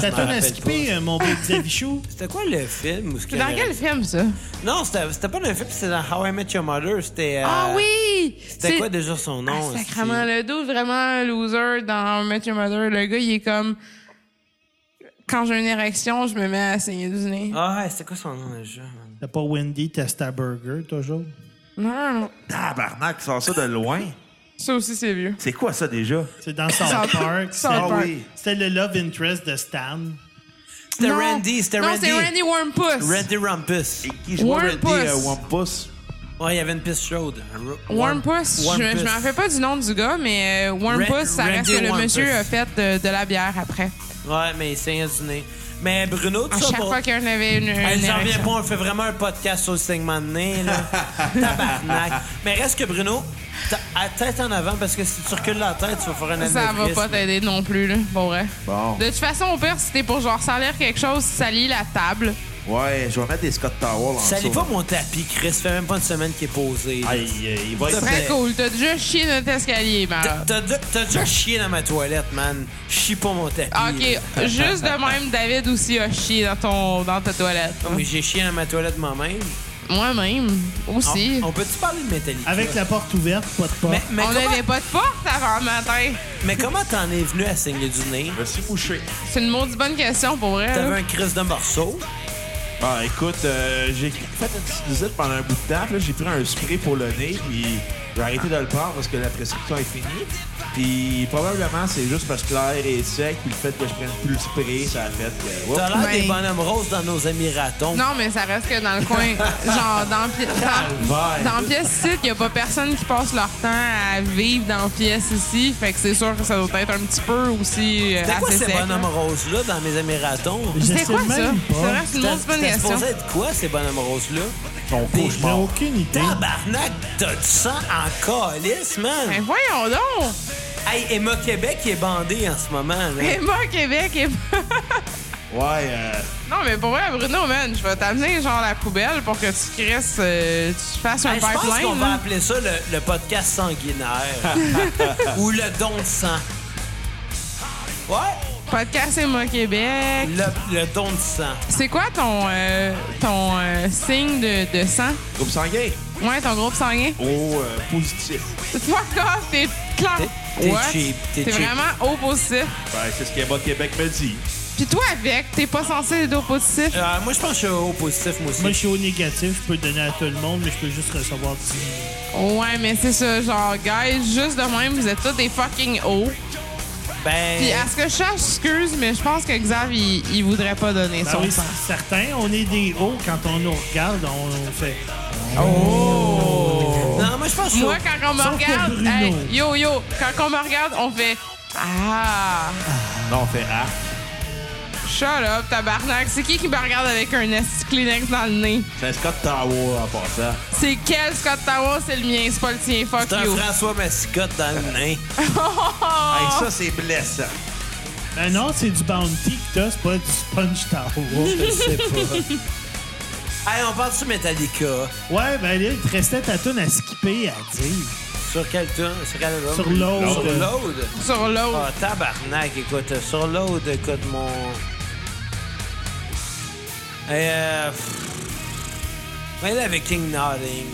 Speaker 2: Ça tourne à skipper, euh, mon beau Xavier Chou.
Speaker 4: C'était quoi le film? où ce que-
Speaker 3: C'est dans quel film,
Speaker 4: Euh,
Speaker 3: ça?
Speaker 4: Non, c'était c'était pas dans un film, c'était dans How I Met Your Mother. C'était. euh,
Speaker 3: Ah oui!
Speaker 4: C'était quoi déjà son
Speaker 3: Ah,
Speaker 4: nom?
Speaker 3: sacrément,
Speaker 4: aussi?
Speaker 3: le dude vraiment loser dans Met Your Mother. Le gars, il est comme... Quand j'ai une érection, je me mets à saigner du nez.
Speaker 4: Ah, ouais, c'était quoi son nom déjà? man?
Speaker 2: T'as pas Wendy Testaburger, toujours?
Speaker 3: Non, non, non.
Speaker 1: Tabarnak, sors ça de loin.
Speaker 3: Ça aussi, c'est vieux.
Speaker 1: C'est quoi ça déjà?
Speaker 2: C'est dans South Park.
Speaker 3: South
Speaker 2: C'est-
Speaker 1: Ah
Speaker 3: Park.
Speaker 1: oui.
Speaker 2: C'était le love interest de Stan.
Speaker 4: C'était
Speaker 3: Non.
Speaker 4: Randy, c'était
Speaker 3: Non,
Speaker 4: Randy.
Speaker 3: c'est Randy Wormpus.
Speaker 4: Randy Rumpus.
Speaker 1: Et qui joue Randy
Speaker 3: Wampus.
Speaker 1: euh, Wampus?
Speaker 4: Ouais, il y avait une piste chaude. Ru-
Speaker 3: Wormpus, je,
Speaker 4: Wormpus.
Speaker 3: je m'en fais pas du nom du gars, mais euh, Wormpus,
Speaker 4: Ra-
Speaker 3: ça reste
Speaker 4: Randy
Speaker 3: que le
Speaker 4: Wormpus.
Speaker 3: monsieur a fait de, de la bière après.
Speaker 4: Ouais, mais il saignait du nez. Mais Bruno, tout
Speaker 3: À
Speaker 4: ça
Speaker 3: chaque
Speaker 4: pour...
Speaker 3: fois qu'il y en avait une, une
Speaker 4: Hey, J'en reviens
Speaker 3: érection.
Speaker 4: pas, on fait vraiment un podcast sur le segment de nez,
Speaker 3: <laughs>
Speaker 4: là. Tabarnak. Mais reste que Bruno, ta- à tête en avant, parce que si tu recules la tête, tu vas faire un
Speaker 3: Ça va
Speaker 4: anévrisme.
Speaker 3: pas t'aider non plus, là, pour vrai.
Speaker 1: Bon.
Speaker 3: De toute façon, au pire, si t'es pour genre salir quelque chose, salis la table.
Speaker 1: Ouais, je vais mettre des Scott Towel en
Speaker 4: Salis
Speaker 1: dessous.
Speaker 4: pas mon tapis, Chris. Ça fait même pas une semaine qu'il est posé. là.
Speaker 1: Aïe, aïe, il va être...
Speaker 3: Très
Speaker 4: Mais-
Speaker 3: cool. T'as déjà chié notre escalier,
Speaker 4: T'as-
Speaker 3: malade.
Speaker 4: T'as déjà- t'as déjà chié dans ma toilette, man. Chie pas mon tapis. <laughs> là.
Speaker 3: Ah. OK. Juste de même, David aussi a chié dans, ton, dans ta toilette.
Speaker 4: Non, mais j'ai chié dans ma toilette moi-même.
Speaker 3: Moi-même
Speaker 4: On-
Speaker 3: aussi.
Speaker 4: On, peut-tu parler de Metallica?
Speaker 2: Avec la porte ouverte, pas de porte.
Speaker 4: Mais, mais
Speaker 3: on
Speaker 4: comment,
Speaker 3: n'avait pas de porte avant le matin.
Speaker 4: mais comment t'en es venu à saigner du nez?
Speaker 1: Je me suis mouché.
Speaker 3: C'est une maudite bonne question pour vrai. là.
Speaker 4: T'avais un crise de morceau.
Speaker 1: Ah, écoute, euh, j'ai fait une petite visite pendant un bout de temps. puis là, j'ai pris un spray pour le nez, puis j'ai arrêté de le prendre parce que la prescription est finie. Puis probablement, c'est juste parce que l'air est sec, puis le fait que je prenne plus le spray, ça a fait que... oups.
Speaker 4: T'as l'air des
Speaker 3: Ben-
Speaker 4: bonhommes roses dans nos amis ratons.
Speaker 3: Non, mais ça reste que dans le
Speaker 4: <laughs>
Speaker 3: coin. genre, dans, pi-
Speaker 1: Calvaire.
Speaker 3: dans, dans pièce ici, il n'y a pas personne qui passe leur temps à vivre dans pièce ici. Fait que c'est sûr que ça doit être un petit peu aussi euh,
Speaker 4: C'était quoi
Speaker 3: assez
Speaker 4: ces
Speaker 3: sec. là.
Speaker 4: bonhommes roses-là dans mes amis ratons?
Speaker 2: Je
Speaker 3: C'était
Speaker 2: sais
Speaker 3: quoi ça? C'est
Speaker 2: même
Speaker 3: vrai,
Speaker 2: pas.
Speaker 3: c'est une grosse bonne
Speaker 4: C'était
Speaker 3: question.
Speaker 4: supposé être quoi ces bonhommes roses-là?
Speaker 1: Ton
Speaker 4: Des-
Speaker 2: J'ai aucune idée.
Speaker 4: Tabarnak, t'as du sang en calice, man!
Speaker 3: Ben voyons donc!
Speaker 4: Hey, Emma Québec est bandé en ce moment, là.
Speaker 3: Emma Québec, Emma... <laughs>
Speaker 1: Ouais, euh,
Speaker 3: Non, mais pour vrai, Bruno, man, je vais t'amener genre la poubelle pour que tu crisses, euh, tu fasses un
Speaker 4: Hey, je pense qu'on
Speaker 3: pipeline.
Speaker 4: va
Speaker 3: là.
Speaker 4: appeler ça le, le podcast sanguinaire. Ou le don de sang. Ouais,
Speaker 3: Podcast Emma Québec.
Speaker 4: le, le don de sang.
Speaker 3: C'est quoi ton euh, ton euh, signe de, de sang?
Speaker 1: groupe sanguin.
Speaker 3: Ouais, ton groupe sanguin? <laughs>
Speaker 1: Oh, euh, positif.
Speaker 3: Fuck off, t'es clair.
Speaker 4: T'es- t'es
Speaker 3: What?
Speaker 4: cheap, t'es cheap.
Speaker 3: vraiment haut positif.
Speaker 1: Ben, c'est ce qu'Emma Québec me dit.
Speaker 3: Puis toi, avec, t'es pas censé être haut positif.
Speaker 4: Euh, moi, je pense que je suis au positif, moi aussi.
Speaker 2: Moi, je suis au négatif. Je peux le donner à tout le monde, mais je peux juste recevoir du...
Speaker 3: Ouais, mais c'est ça, genre, guys, juste de même, vous êtes tous des fucking hauts.
Speaker 4: ben,
Speaker 3: Puis à ce que je sache, excuse, mais je pense que Xav, il, il voudrait pas donner
Speaker 2: Ben
Speaker 3: son
Speaker 2: oui,
Speaker 3: sang.
Speaker 2: c'est certain. On est des hauts. Quand on nous regarde, on, on fait...
Speaker 4: non, moi, je pense que je suis
Speaker 3: euh,
Speaker 4: au-
Speaker 3: Moi, quand on me
Speaker 2: Sauf
Speaker 3: regarde,
Speaker 2: pour Bruno.
Speaker 3: hey, yo, yo, quand on me regarde, on fait Ah,
Speaker 1: Non, on fait ah.
Speaker 3: shut up, tabarnak. C'est qui qui me regarde avec un esti Kleenex dans le nez?
Speaker 1: C'est un Scott Tower en passant.
Speaker 3: C'est quel Scott Tower? C'est le mien, c'est pas le tien, fuck
Speaker 4: C'est un
Speaker 3: you. <laughs>
Speaker 4: François Mascotte dans le nez.
Speaker 1: Hey, ça, c'est blessant.
Speaker 2: Ben non, c'est du Bounty que t'as, c'est pas du Sponge
Speaker 4: <laughs>
Speaker 2: Tower.
Speaker 4: Je sais pas. hey, on parle sur Metallica.
Speaker 2: ouais, ben là, il te restait ta toune à skipper, à dire.
Speaker 4: Sur quel tune? Sur quel album?
Speaker 2: Sur Load.
Speaker 4: Sur Load?
Speaker 3: Sur l'autre.
Speaker 4: Ah, tabarnak, écoute. Sur Load, écoute, mon... Hey, euh... pff. Ouais, là, avec King Nodding.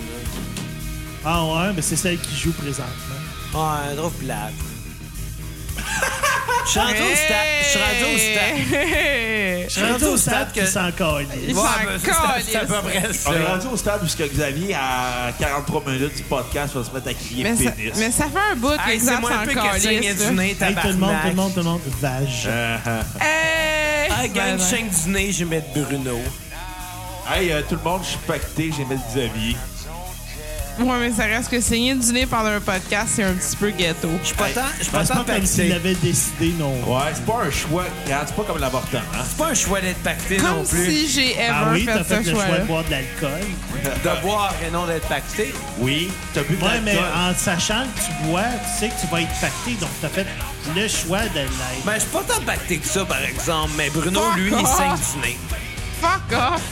Speaker 2: Ah ouais, ben c'est celle qui joue présentement.
Speaker 4: Ah, un drôle plate. Je suis rendu au stade. Je suis rendu au stade.
Speaker 3: Hey!
Speaker 4: Je suis rendu au stade que...
Speaker 2: qui s'en calisse.
Speaker 3: Il s'en
Speaker 4: ben, c'est à- c'est à peu près
Speaker 1: On est
Speaker 4: ça.
Speaker 1: rendu au stade où ce que Xavier, à 43 minutes du podcast, va se mettre à crier
Speaker 3: <laughs> Mais ça,
Speaker 1: pénis.
Speaker 3: mais ça fait un bout que
Speaker 4: Hey, c'est
Speaker 3: Xav
Speaker 4: moi un peu
Speaker 3: s'en
Speaker 4: que saigner
Speaker 3: calisse.
Speaker 4: du
Speaker 3: là.
Speaker 4: nez,
Speaker 2: Hey,
Speaker 4: tabarnak.
Speaker 2: tout le monde, tout le monde, tout le monde, vage.
Speaker 1: Euh, euh.
Speaker 3: Hey!
Speaker 4: Ah, gagne 5 du nez, je vais mettre Bruno.
Speaker 1: Hey, euh, tout le monde, je suis pacté, j'ai mes Xavier.
Speaker 3: Ouais, mais ça reste que saigner du nez pendant un podcast, c'est un petit peu ghetto.
Speaker 4: Je suis pas tant, je suis pas
Speaker 2: Bah, C'est
Speaker 4: tant
Speaker 2: pas comme
Speaker 4: pacté.
Speaker 2: s'il l'avait décidé, non.
Speaker 1: Ouais, c'est pas un choix, Kat, c'est pas comme l'avortement. hein.
Speaker 4: C'est pas un choix d'être pacté non
Speaker 3: Comme
Speaker 4: plus.
Speaker 3: si j'ai ever
Speaker 2: Ah oui,
Speaker 3: fait,
Speaker 2: t'as fait
Speaker 3: ce
Speaker 2: le choix
Speaker 3: choix-là.
Speaker 2: de boire de l'alcool.
Speaker 4: De boire et non d'être pacté.
Speaker 1: Oui, t'as bu de
Speaker 2: Ouais, mais
Speaker 1: l'alcool.
Speaker 2: en sachant que tu bois, tu sais que tu vas être pacté, donc t'as fait le choix de l'être.
Speaker 4: Ben, je suis pas tant pacté que ça, par exemple, mais Bruno, lui, il saigne du nez.
Speaker 3: Fuck off!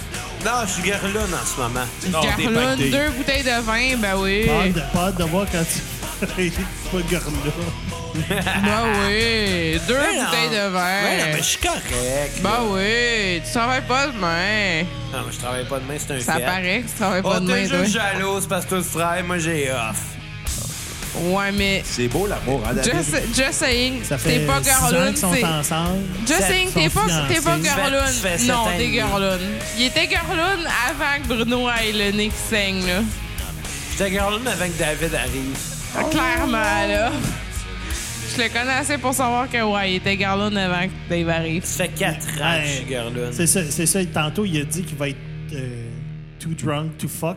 Speaker 4: Non, je suis garlonne en ce moment.
Speaker 1: Non, t'es
Speaker 3: Carlone,
Speaker 1: pacté.
Speaker 3: deux bouteilles de vin, ben oui.
Speaker 2: Pas hâte de, pas hâte de voir quand tu. <laughs> pas garde-là.
Speaker 3: Ben oui. Deux
Speaker 4: Ben non.
Speaker 3: bouteilles de vin.
Speaker 4: Ben non, mais je suis correct.
Speaker 3: Ben oui, tu travailles pas demain.
Speaker 4: Non, mais je travaille pas demain, c'est un
Speaker 3: Ça
Speaker 4: fait.
Speaker 3: paraît que tu travailles pas
Speaker 4: On Oh, t'es
Speaker 3: demain,
Speaker 4: juste
Speaker 3: toi.
Speaker 4: jalouse parce que tu travailles, moi j'ai off.
Speaker 3: Ouais, mais
Speaker 1: C'est beau l'amour, hein, David?
Speaker 3: just, just saying,
Speaker 2: Ça fait
Speaker 3: t'es pas
Speaker 2: six ans
Speaker 3: garlone,
Speaker 2: qu'ils sont
Speaker 3: c'est...
Speaker 2: ensemble.
Speaker 3: Just saying,
Speaker 2: sont
Speaker 3: t'es pas,
Speaker 2: fiancés.
Speaker 3: t'es pas
Speaker 4: Ça fait- ça
Speaker 3: garlone.
Speaker 4: fait sept
Speaker 3: Non,
Speaker 4: ans et
Speaker 3: t'es
Speaker 4: demi.
Speaker 3: garlone. Il était garlone avant que Bruno aille le nez qui saigne, là.
Speaker 4: J'étais garlonne avant que David arrive.
Speaker 2: Oh!
Speaker 3: Clairement, là. Je le connaissais pour savoir que, ouais, il était garlone avant que Dave arrive.
Speaker 4: Ça fait 4
Speaker 1: Ah,
Speaker 4: ans que je suis
Speaker 2: Ouais.
Speaker 4: garlonne.
Speaker 2: C'est ça, c'est ça. Tantôt, il a dit qu'il va être euh, too drunk to fuck.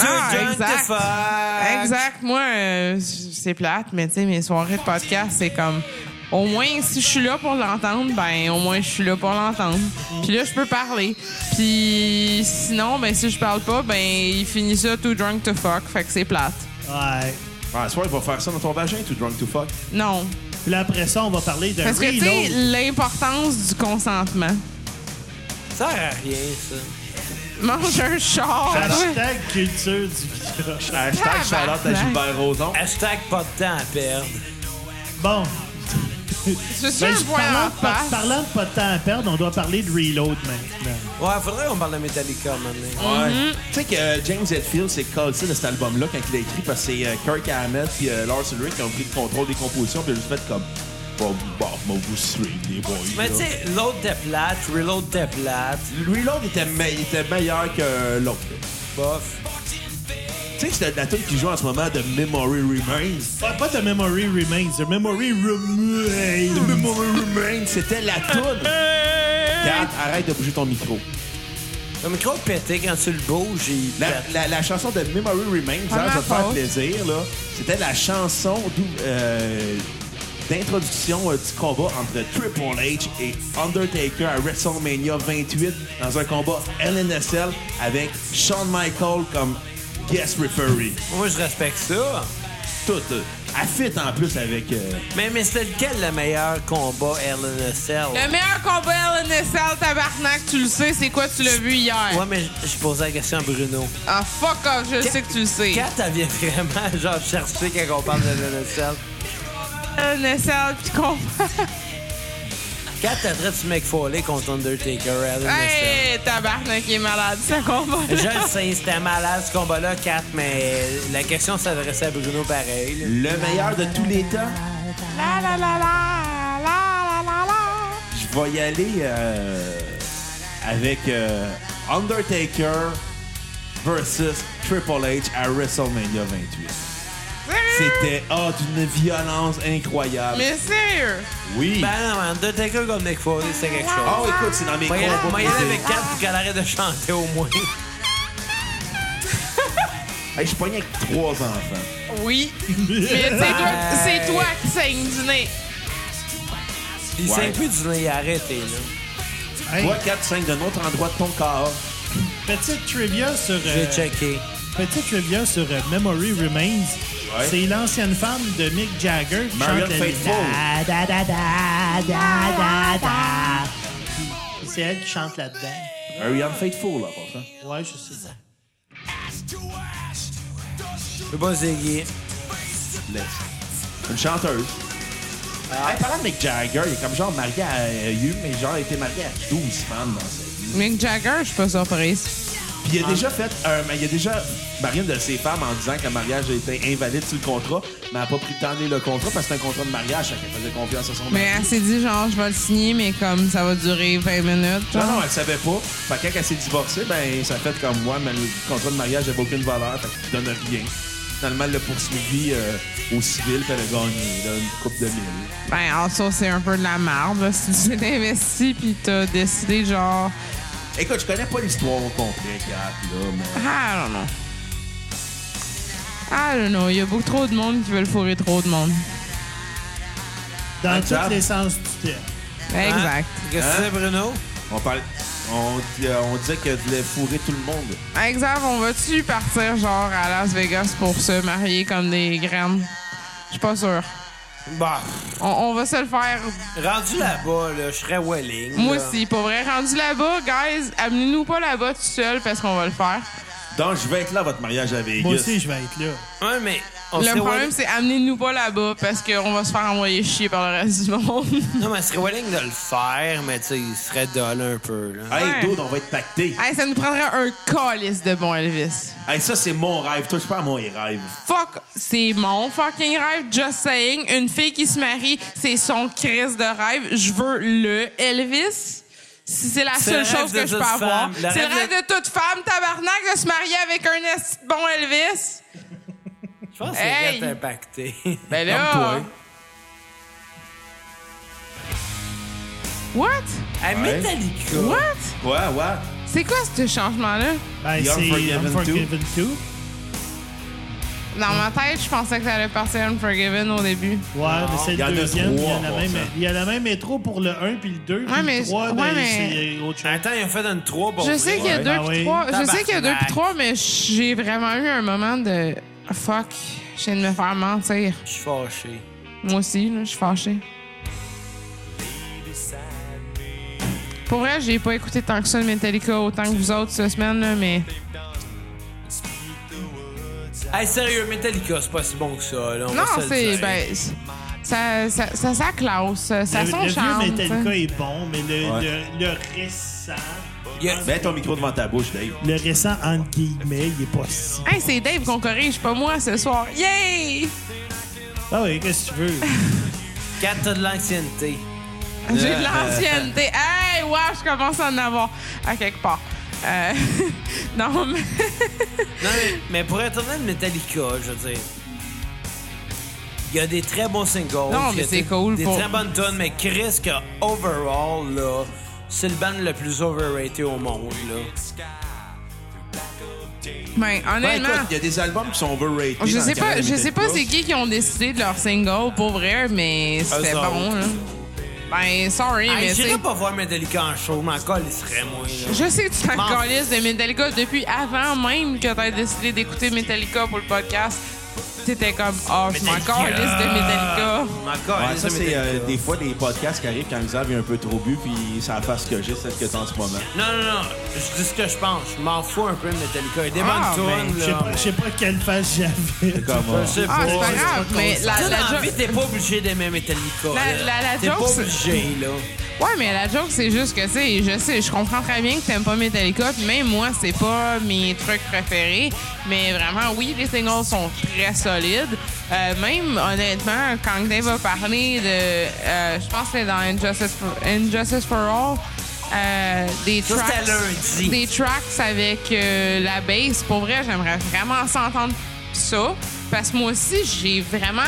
Speaker 3: Ah,
Speaker 4: Too drunk to
Speaker 3: exact.
Speaker 4: fuck.
Speaker 3: Exact. Moi, euh, c'est plate, mais tu sais, mes soirées de podcast, c'est comme. Au moins, si je suis là pour l'entendre, ben, au moins, je suis là pour l'entendre. Puis là, je peux parler. Puis sinon, ben, si je parle pas, ben, il finit ça tout drunk to fuck. Fait que c'est plate.
Speaker 2: Ouais.
Speaker 1: Ah, ce soir, il va faire ça dans ton vagin, tout drunk to fuck.
Speaker 3: Non.
Speaker 2: Puis là, après ça, on va parler de
Speaker 3: Parce que, tu sais,
Speaker 2: reload.
Speaker 3: l'importance du consentement.
Speaker 4: Ça sert à rien, ça.
Speaker 3: Mange un char. toi.
Speaker 2: Hashtag culture du viol.
Speaker 1: Hashtag Charlotte à
Speaker 3: Tabarnak.
Speaker 1: Gilbert Rozon.
Speaker 4: Hashtag pas de temps à perdre.
Speaker 2: Bon.
Speaker 3: C'est sûr,
Speaker 2: Ben,
Speaker 3: je vois
Speaker 2: parlant,
Speaker 3: la
Speaker 2: de pas,
Speaker 3: face.
Speaker 2: parlant de pas de temps à perdre, on doit parler de reload maintenant.
Speaker 4: Ouais, faudrait qu'on parle de Metallica maintenant.
Speaker 3: Mm-hmm.
Speaker 1: Ouais. Tu sais que euh, James Hetfield s'est cassé de cet album-là quand il l'a écrit parce que c'est euh, Kirk Hammett puis euh, Lars Ulrich qui ont pris le contrôle des compositions puis ils ont juste fait comme bon, bon, bon vous suivez les boys. là.
Speaker 4: Mais tu sais, l'autre était plate, reload était plate,
Speaker 1: lui l'autre était, me- il était meilleur que euh, l'autre.
Speaker 4: bof.
Speaker 1: Tu sais que c'est la tune qui joue en ce moment de Memory Remains.
Speaker 2: Ouais, Ah, pas de Memory Remains, de Memory
Speaker 3: Hmm.
Speaker 2: Remains.
Speaker 1: Memory Remains, c'était la tune. Kat, arrête de bouger ton micro.
Speaker 4: Le micro pété quand tu le bouges, il
Speaker 1: La,
Speaker 4: pète.
Speaker 1: la- la chanson de Memory Remains, hein, ça
Speaker 3: Pas
Speaker 1: va te
Speaker 3: ma
Speaker 1: faire
Speaker 3: faute.
Speaker 1: plaisir, là. C'était la chanson d'ou- euh, d'introduction euh, du combat entre Triple H et Undertaker à WrestleMania 28 dans un combat LNSL avec Shawn Michaels comme guest referee.
Speaker 4: Moi, je respecte ça.
Speaker 1: Tout. euh, à fit en plus avec. euh,
Speaker 4: Mais, mais c'était lequel le meilleur combat LNSL?
Speaker 3: Le meilleur combat LNSL, tabarnak, tu le sais, c'est quoi, tu l'as vu hier?
Speaker 4: Ouais, mais je posais la question à Bruno.
Speaker 3: Ah, fuck off, je le sais que tu le sais.
Speaker 4: Quand elle vient vraiment, <laughs> genre, chercher quand on parle de LNSL?
Speaker 3: LNSL, pis combat.
Speaker 4: Quand t'as traité du mec Foley contre Undertaker, LNSL?
Speaker 3: Hey, tabarnak, il est malade, ce combat.
Speaker 4: Je le sais, c'était malade ce combat-là, 4, mais la question s'adressait à Bruno pareil. là.
Speaker 1: le meilleur de tous les temps.
Speaker 3: La la la la, la la la la.
Speaker 1: Je vais y aller euh, avec euh, Undertaker versus Triple H à WrestleMania 28.
Speaker 3: Sérieux?
Speaker 1: C'était ah, d'une violence incroyable.
Speaker 3: Mais sérieux?
Speaker 1: Oui.
Speaker 4: Ben non, mais Undertaker contre Mick Foley, c'est quelque chose.
Speaker 1: Oh, écoute, c'est dans mes
Speaker 4: Moi, il y
Speaker 1: combats
Speaker 4: aller
Speaker 1: préférés.
Speaker 4: avec 4 pour qu'elle arrête de chanter au moins.
Speaker 1: Hey, je suis pogné avec trois enfants.
Speaker 3: Oui. Mais c'est toi, c'est toi qui saigne du nez.
Speaker 4: Il
Speaker 1: Ouais.
Speaker 4: sait plus du nez, il a arrêté, là.
Speaker 2: Hey,
Speaker 1: Trois, quatre, cinq d'un autre endroit de ton corps.
Speaker 2: petite trivia sur.
Speaker 4: J'ai
Speaker 2: euh,
Speaker 4: checké.
Speaker 2: Petite trivia sur euh, Memory Remains.
Speaker 1: Ouais.
Speaker 2: C'est l'ancienne femme de Mick Jagger qui
Speaker 1: Marion
Speaker 2: chante le-
Speaker 1: Faithfull.
Speaker 2: Da, da, da, da, da, da, da. Puis C'est elle qui chante là-dedans.
Speaker 1: Marianne Faithful, là, pour ça.
Speaker 2: Ouais, je sais ça.
Speaker 4: Le boss est gay.
Speaker 1: Laisse. Une chanteuse. Hey, parlant de Mick Jagger, il est comme genre marié à euh, Hugh, mais genre, il a été marié à 12 femmes dans sa vie.
Speaker 3: Mick Jagger, je suis pas surprise.
Speaker 1: Puis il a déjà fait, euh, mais il a déjà marié une de ses femmes en disant que le mariage était invalide sur le contrat, mais elle n'a pas pris le temps de lire le contrat parce que c'est un contrat de mariage, chacun faisait confiance à son mari.
Speaker 3: Mais elle s'est dit, genre, je vais le signer, mais comme ça va durer 20 minutes.
Speaker 1: Non,
Speaker 3: genre.
Speaker 1: non, elle savait pas. Fait que quand elle s'est divorcée, ben, ça a fait comme moi, mais le contrat de mariage n'avait aucune valeur, fait que tu donnes rien. Finalement, elle l'a poursuivi euh, au civil, puis elle a gagné là, une coupe de mille.
Speaker 3: Ben, en soi, c'est un peu de la marde. là. Si tu t'es investi puis t'as décidé, genre,
Speaker 1: Écoute, je connais pas l'histoire au complet, Kat, là, mais...
Speaker 3: Ah, I don't know. I don't know. Il y a beaucoup trop de monde qui veulent fourrer trop de monde.
Speaker 2: Dans
Speaker 1: Exact.
Speaker 2: tous les sens du terme.
Speaker 4: Hein?
Speaker 3: Exact.
Speaker 4: Qu'est-ce que c'est, Bruno?
Speaker 1: On parle... On, euh, on disait qu'elle voulait fourrer tout le monde.
Speaker 3: Exemple, on va-tu partir genre à Las Vegas pour se marier comme des graines? Je suis pas sûre.
Speaker 4: Bah,
Speaker 3: On, on va se le faire.
Speaker 4: rendu là-bas, là, je serais willing.
Speaker 3: Moi
Speaker 4: là.
Speaker 3: aussi, pour vrai. Rendu là-bas, guys, amenez-nous pas là-bas tout seul parce qu'on va le faire.
Speaker 1: Donc, je vais être là à votre mariage à Vegas.
Speaker 2: Moi aussi, je vais être là.
Speaker 4: Ouais, mais on
Speaker 3: le
Speaker 4: serait
Speaker 3: problème,
Speaker 4: willing.
Speaker 3: c'est amenez-nous pas là-bas parce qu'on va se faire envoyer chier par le reste du monde. <laughs>
Speaker 4: Non, mais je serais willing de le faire, mais tu sais, il serait dol un peu, là.
Speaker 1: Hey,
Speaker 3: Ouais.
Speaker 1: Dude, on va être pacté.
Speaker 3: hey, ça nous prendrait un calice de bon Elvis.
Speaker 1: Hey, ça, c'est mon rêve. Touche pas à mon rêve.
Speaker 3: Fuck, c'est mon fucking rêve. Just saying, une fille qui se marie, c'est son crise de rêve. Je veux le Elvis. Si c'est la
Speaker 4: C'est
Speaker 3: seule
Speaker 4: le rêve
Speaker 3: chose
Speaker 4: de
Speaker 3: que je
Speaker 4: toute
Speaker 3: peux avoir.
Speaker 4: femme. Le
Speaker 3: C'est le
Speaker 4: rêve
Speaker 3: rêve
Speaker 4: de-
Speaker 3: de toute femme, tabarnak, de se marier avec un esti de bon Elvis.
Speaker 4: Je pense que
Speaker 3: Hey!
Speaker 4: c'est impacté.
Speaker 3: <laughs> Ben là.
Speaker 4: Comme toi.
Speaker 3: What?
Speaker 4: Hey, Metallica.
Speaker 3: What?
Speaker 1: Ouais, ouais.
Speaker 3: C'est quoi ce changement-là?
Speaker 2: Ben,
Speaker 1: The
Speaker 2: c'est
Speaker 1: Unforgiven
Speaker 2: Unforgiven 2.
Speaker 3: Dans ma tête, je pensais que ça allait passer Unforgiven au début.
Speaker 2: Ouais, mais
Speaker 1: Ah,
Speaker 2: c'est
Speaker 1: il y en
Speaker 2: le
Speaker 1: a
Speaker 2: deuxième. Il y,
Speaker 1: trois,
Speaker 2: en a
Speaker 1: bon
Speaker 2: même,
Speaker 1: sang.
Speaker 2: il y en a même métro pour le 1 puis le 2. puis
Speaker 3: mais-
Speaker 2: le 3,
Speaker 3: ouais,
Speaker 2: ben,
Speaker 3: mais-
Speaker 2: c'est autre chose.
Speaker 4: Attends, ils ont fait une 3 pour
Speaker 3: Je sais qu'il y
Speaker 4: vrai.
Speaker 3: a
Speaker 2: Ouais.
Speaker 3: deux
Speaker 2: Ben
Speaker 3: puis
Speaker 2: oui.
Speaker 3: trois. Je sais qu'il y a deux puis
Speaker 4: Tabarnak.
Speaker 3: trois, mais j'ai vraiment eu un moment de fuck. Je viens de me faire mentir.
Speaker 4: Je suis fâché.
Speaker 3: Moi aussi, là, je suis fâchée. Pour vrai, j'ai pas écouté tant que ça de Metallica autant que vous autres cette semaine, là, mais
Speaker 4: Hey, sérieux, Metallica, c'est pas si bon que ça, là. on va
Speaker 3: non,
Speaker 4: se le
Speaker 3: c'est
Speaker 4: dire.
Speaker 3: ben c'est- ça ça ça, ça classe, ça
Speaker 2: le,
Speaker 3: ça son
Speaker 2: le
Speaker 3: charme.
Speaker 2: vieux
Speaker 3: t'sais.
Speaker 2: Metallica est bon, mais le,
Speaker 1: Ouais.
Speaker 2: le, le récent,
Speaker 4: Il y a-
Speaker 1: Mets ton micro devant ta bouche, Dave.
Speaker 2: le récent entre guillemets, il est pas si.
Speaker 3: Hey, c'est Dave qu'on corrige, pas moi ce soir. Yay!
Speaker 2: Ah oui, qu'est-ce que tu veux?
Speaker 4: Quand t'as de l'ancienneté.
Speaker 3: Ah, J'ai de l'ancienneté. Hey, wow, je commence à en avoir à quelque part. Euh, <laughs> non, mais
Speaker 4: Non, mais, mais pour être honnête, Metallica, je veux dire. Il y a des très bons singles.
Speaker 3: Non,
Speaker 4: il y
Speaker 3: mais
Speaker 4: a
Speaker 3: c'est
Speaker 4: des-
Speaker 3: cool
Speaker 4: Des
Speaker 3: pour-
Speaker 4: très bonnes tonnes, mais Chris, que overall, là, c'est le band le plus overrated au monde, là.
Speaker 3: ben,
Speaker 1: Ben,
Speaker 3: honnêtement,
Speaker 1: écoute, il y a des albums qui sont overrated.
Speaker 3: je
Speaker 1: dans
Speaker 3: sais
Speaker 1: le
Speaker 3: pas,
Speaker 1: Canada
Speaker 3: je sais pas
Speaker 1: Metallica.
Speaker 3: c'est qui qui ont décidé de leur single pour vrai, mais c'était
Speaker 4: Eux
Speaker 3: bon.
Speaker 4: autres.
Speaker 3: Là. Ben, sorry,
Speaker 4: Hey,
Speaker 3: mais
Speaker 4: J'irais
Speaker 3: c'est.
Speaker 4: pas voir Metallica en show, mais encore, il serait moins, là.
Speaker 3: Je sais que tu t'en
Speaker 4: M'en-
Speaker 3: calisses de Metallica depuis avant même que t'aies décidé d'écouter Metallica pour le podcast. T'étais comme, ah, je m'en
Speaker 4: Metallica.
Speaker 3: calisse de Metallica.
Speaker 4: Encore,
Speaker 1: Ouais, ça, c'est euh,
Speaker 4: Metallica.
Speaker 1: des fois des podcasts qui arrivent quand Xav est un peu trop bu, puis ça fait ce que j'ai, celle que t'as en ce moment.
Speaker 4: Non, non, non. Je dis ce que je pense. Je m'en fous un peu de Metallica. Il y a des
Speaker 3: Ah,
Speaker 4: bonnes tunes,
Speaker 2: Je
Speaker 4: là.
Speaker 2: sais pas- je sais pas quelle face j'avais.
Speaker 1: C'est comme, euh,
Speaker 4: Je sais
Speaker 3: Ah,
Speaker 4: pas.
Speaker 3: c'est pas grave, mais la,
Speaker 4: Tu sais,
Speaker 3: la
Speaker 4: dans la vie,
Speaker 3: joke-
Speaker 4: t'es pas obligé d'aimer Metallica.
Speaker 3: La-
Speaker 4: là.
Speaker 3: la- la
Speaker 4: T'es pas
Speaker 3: joke, c'est-
Speaker 4: obligé, là.
Speaker 3: Ouais, mais la joke, c'est juste que, tu sais, je sais, je comprends très bien que t'aimes pas Metallica, puis même moi, c'est pas mes trucs préférés, mais vraiment, oui, les singles sont très solides. Euh, même, honnêtement, quand Dave a parlé de, euh, je pense que c'est dans Injustice for, Injustice for All, euh, des
Speaker 4: Ça,
Speaker 3: tracks,
Speaker 4: c'était lundi.
Speaker 3: des tracks avec euh, la bass, pour vrai, j'aimerais vraiment s'entendre ça, parce que moi aussi, j'ai vraiment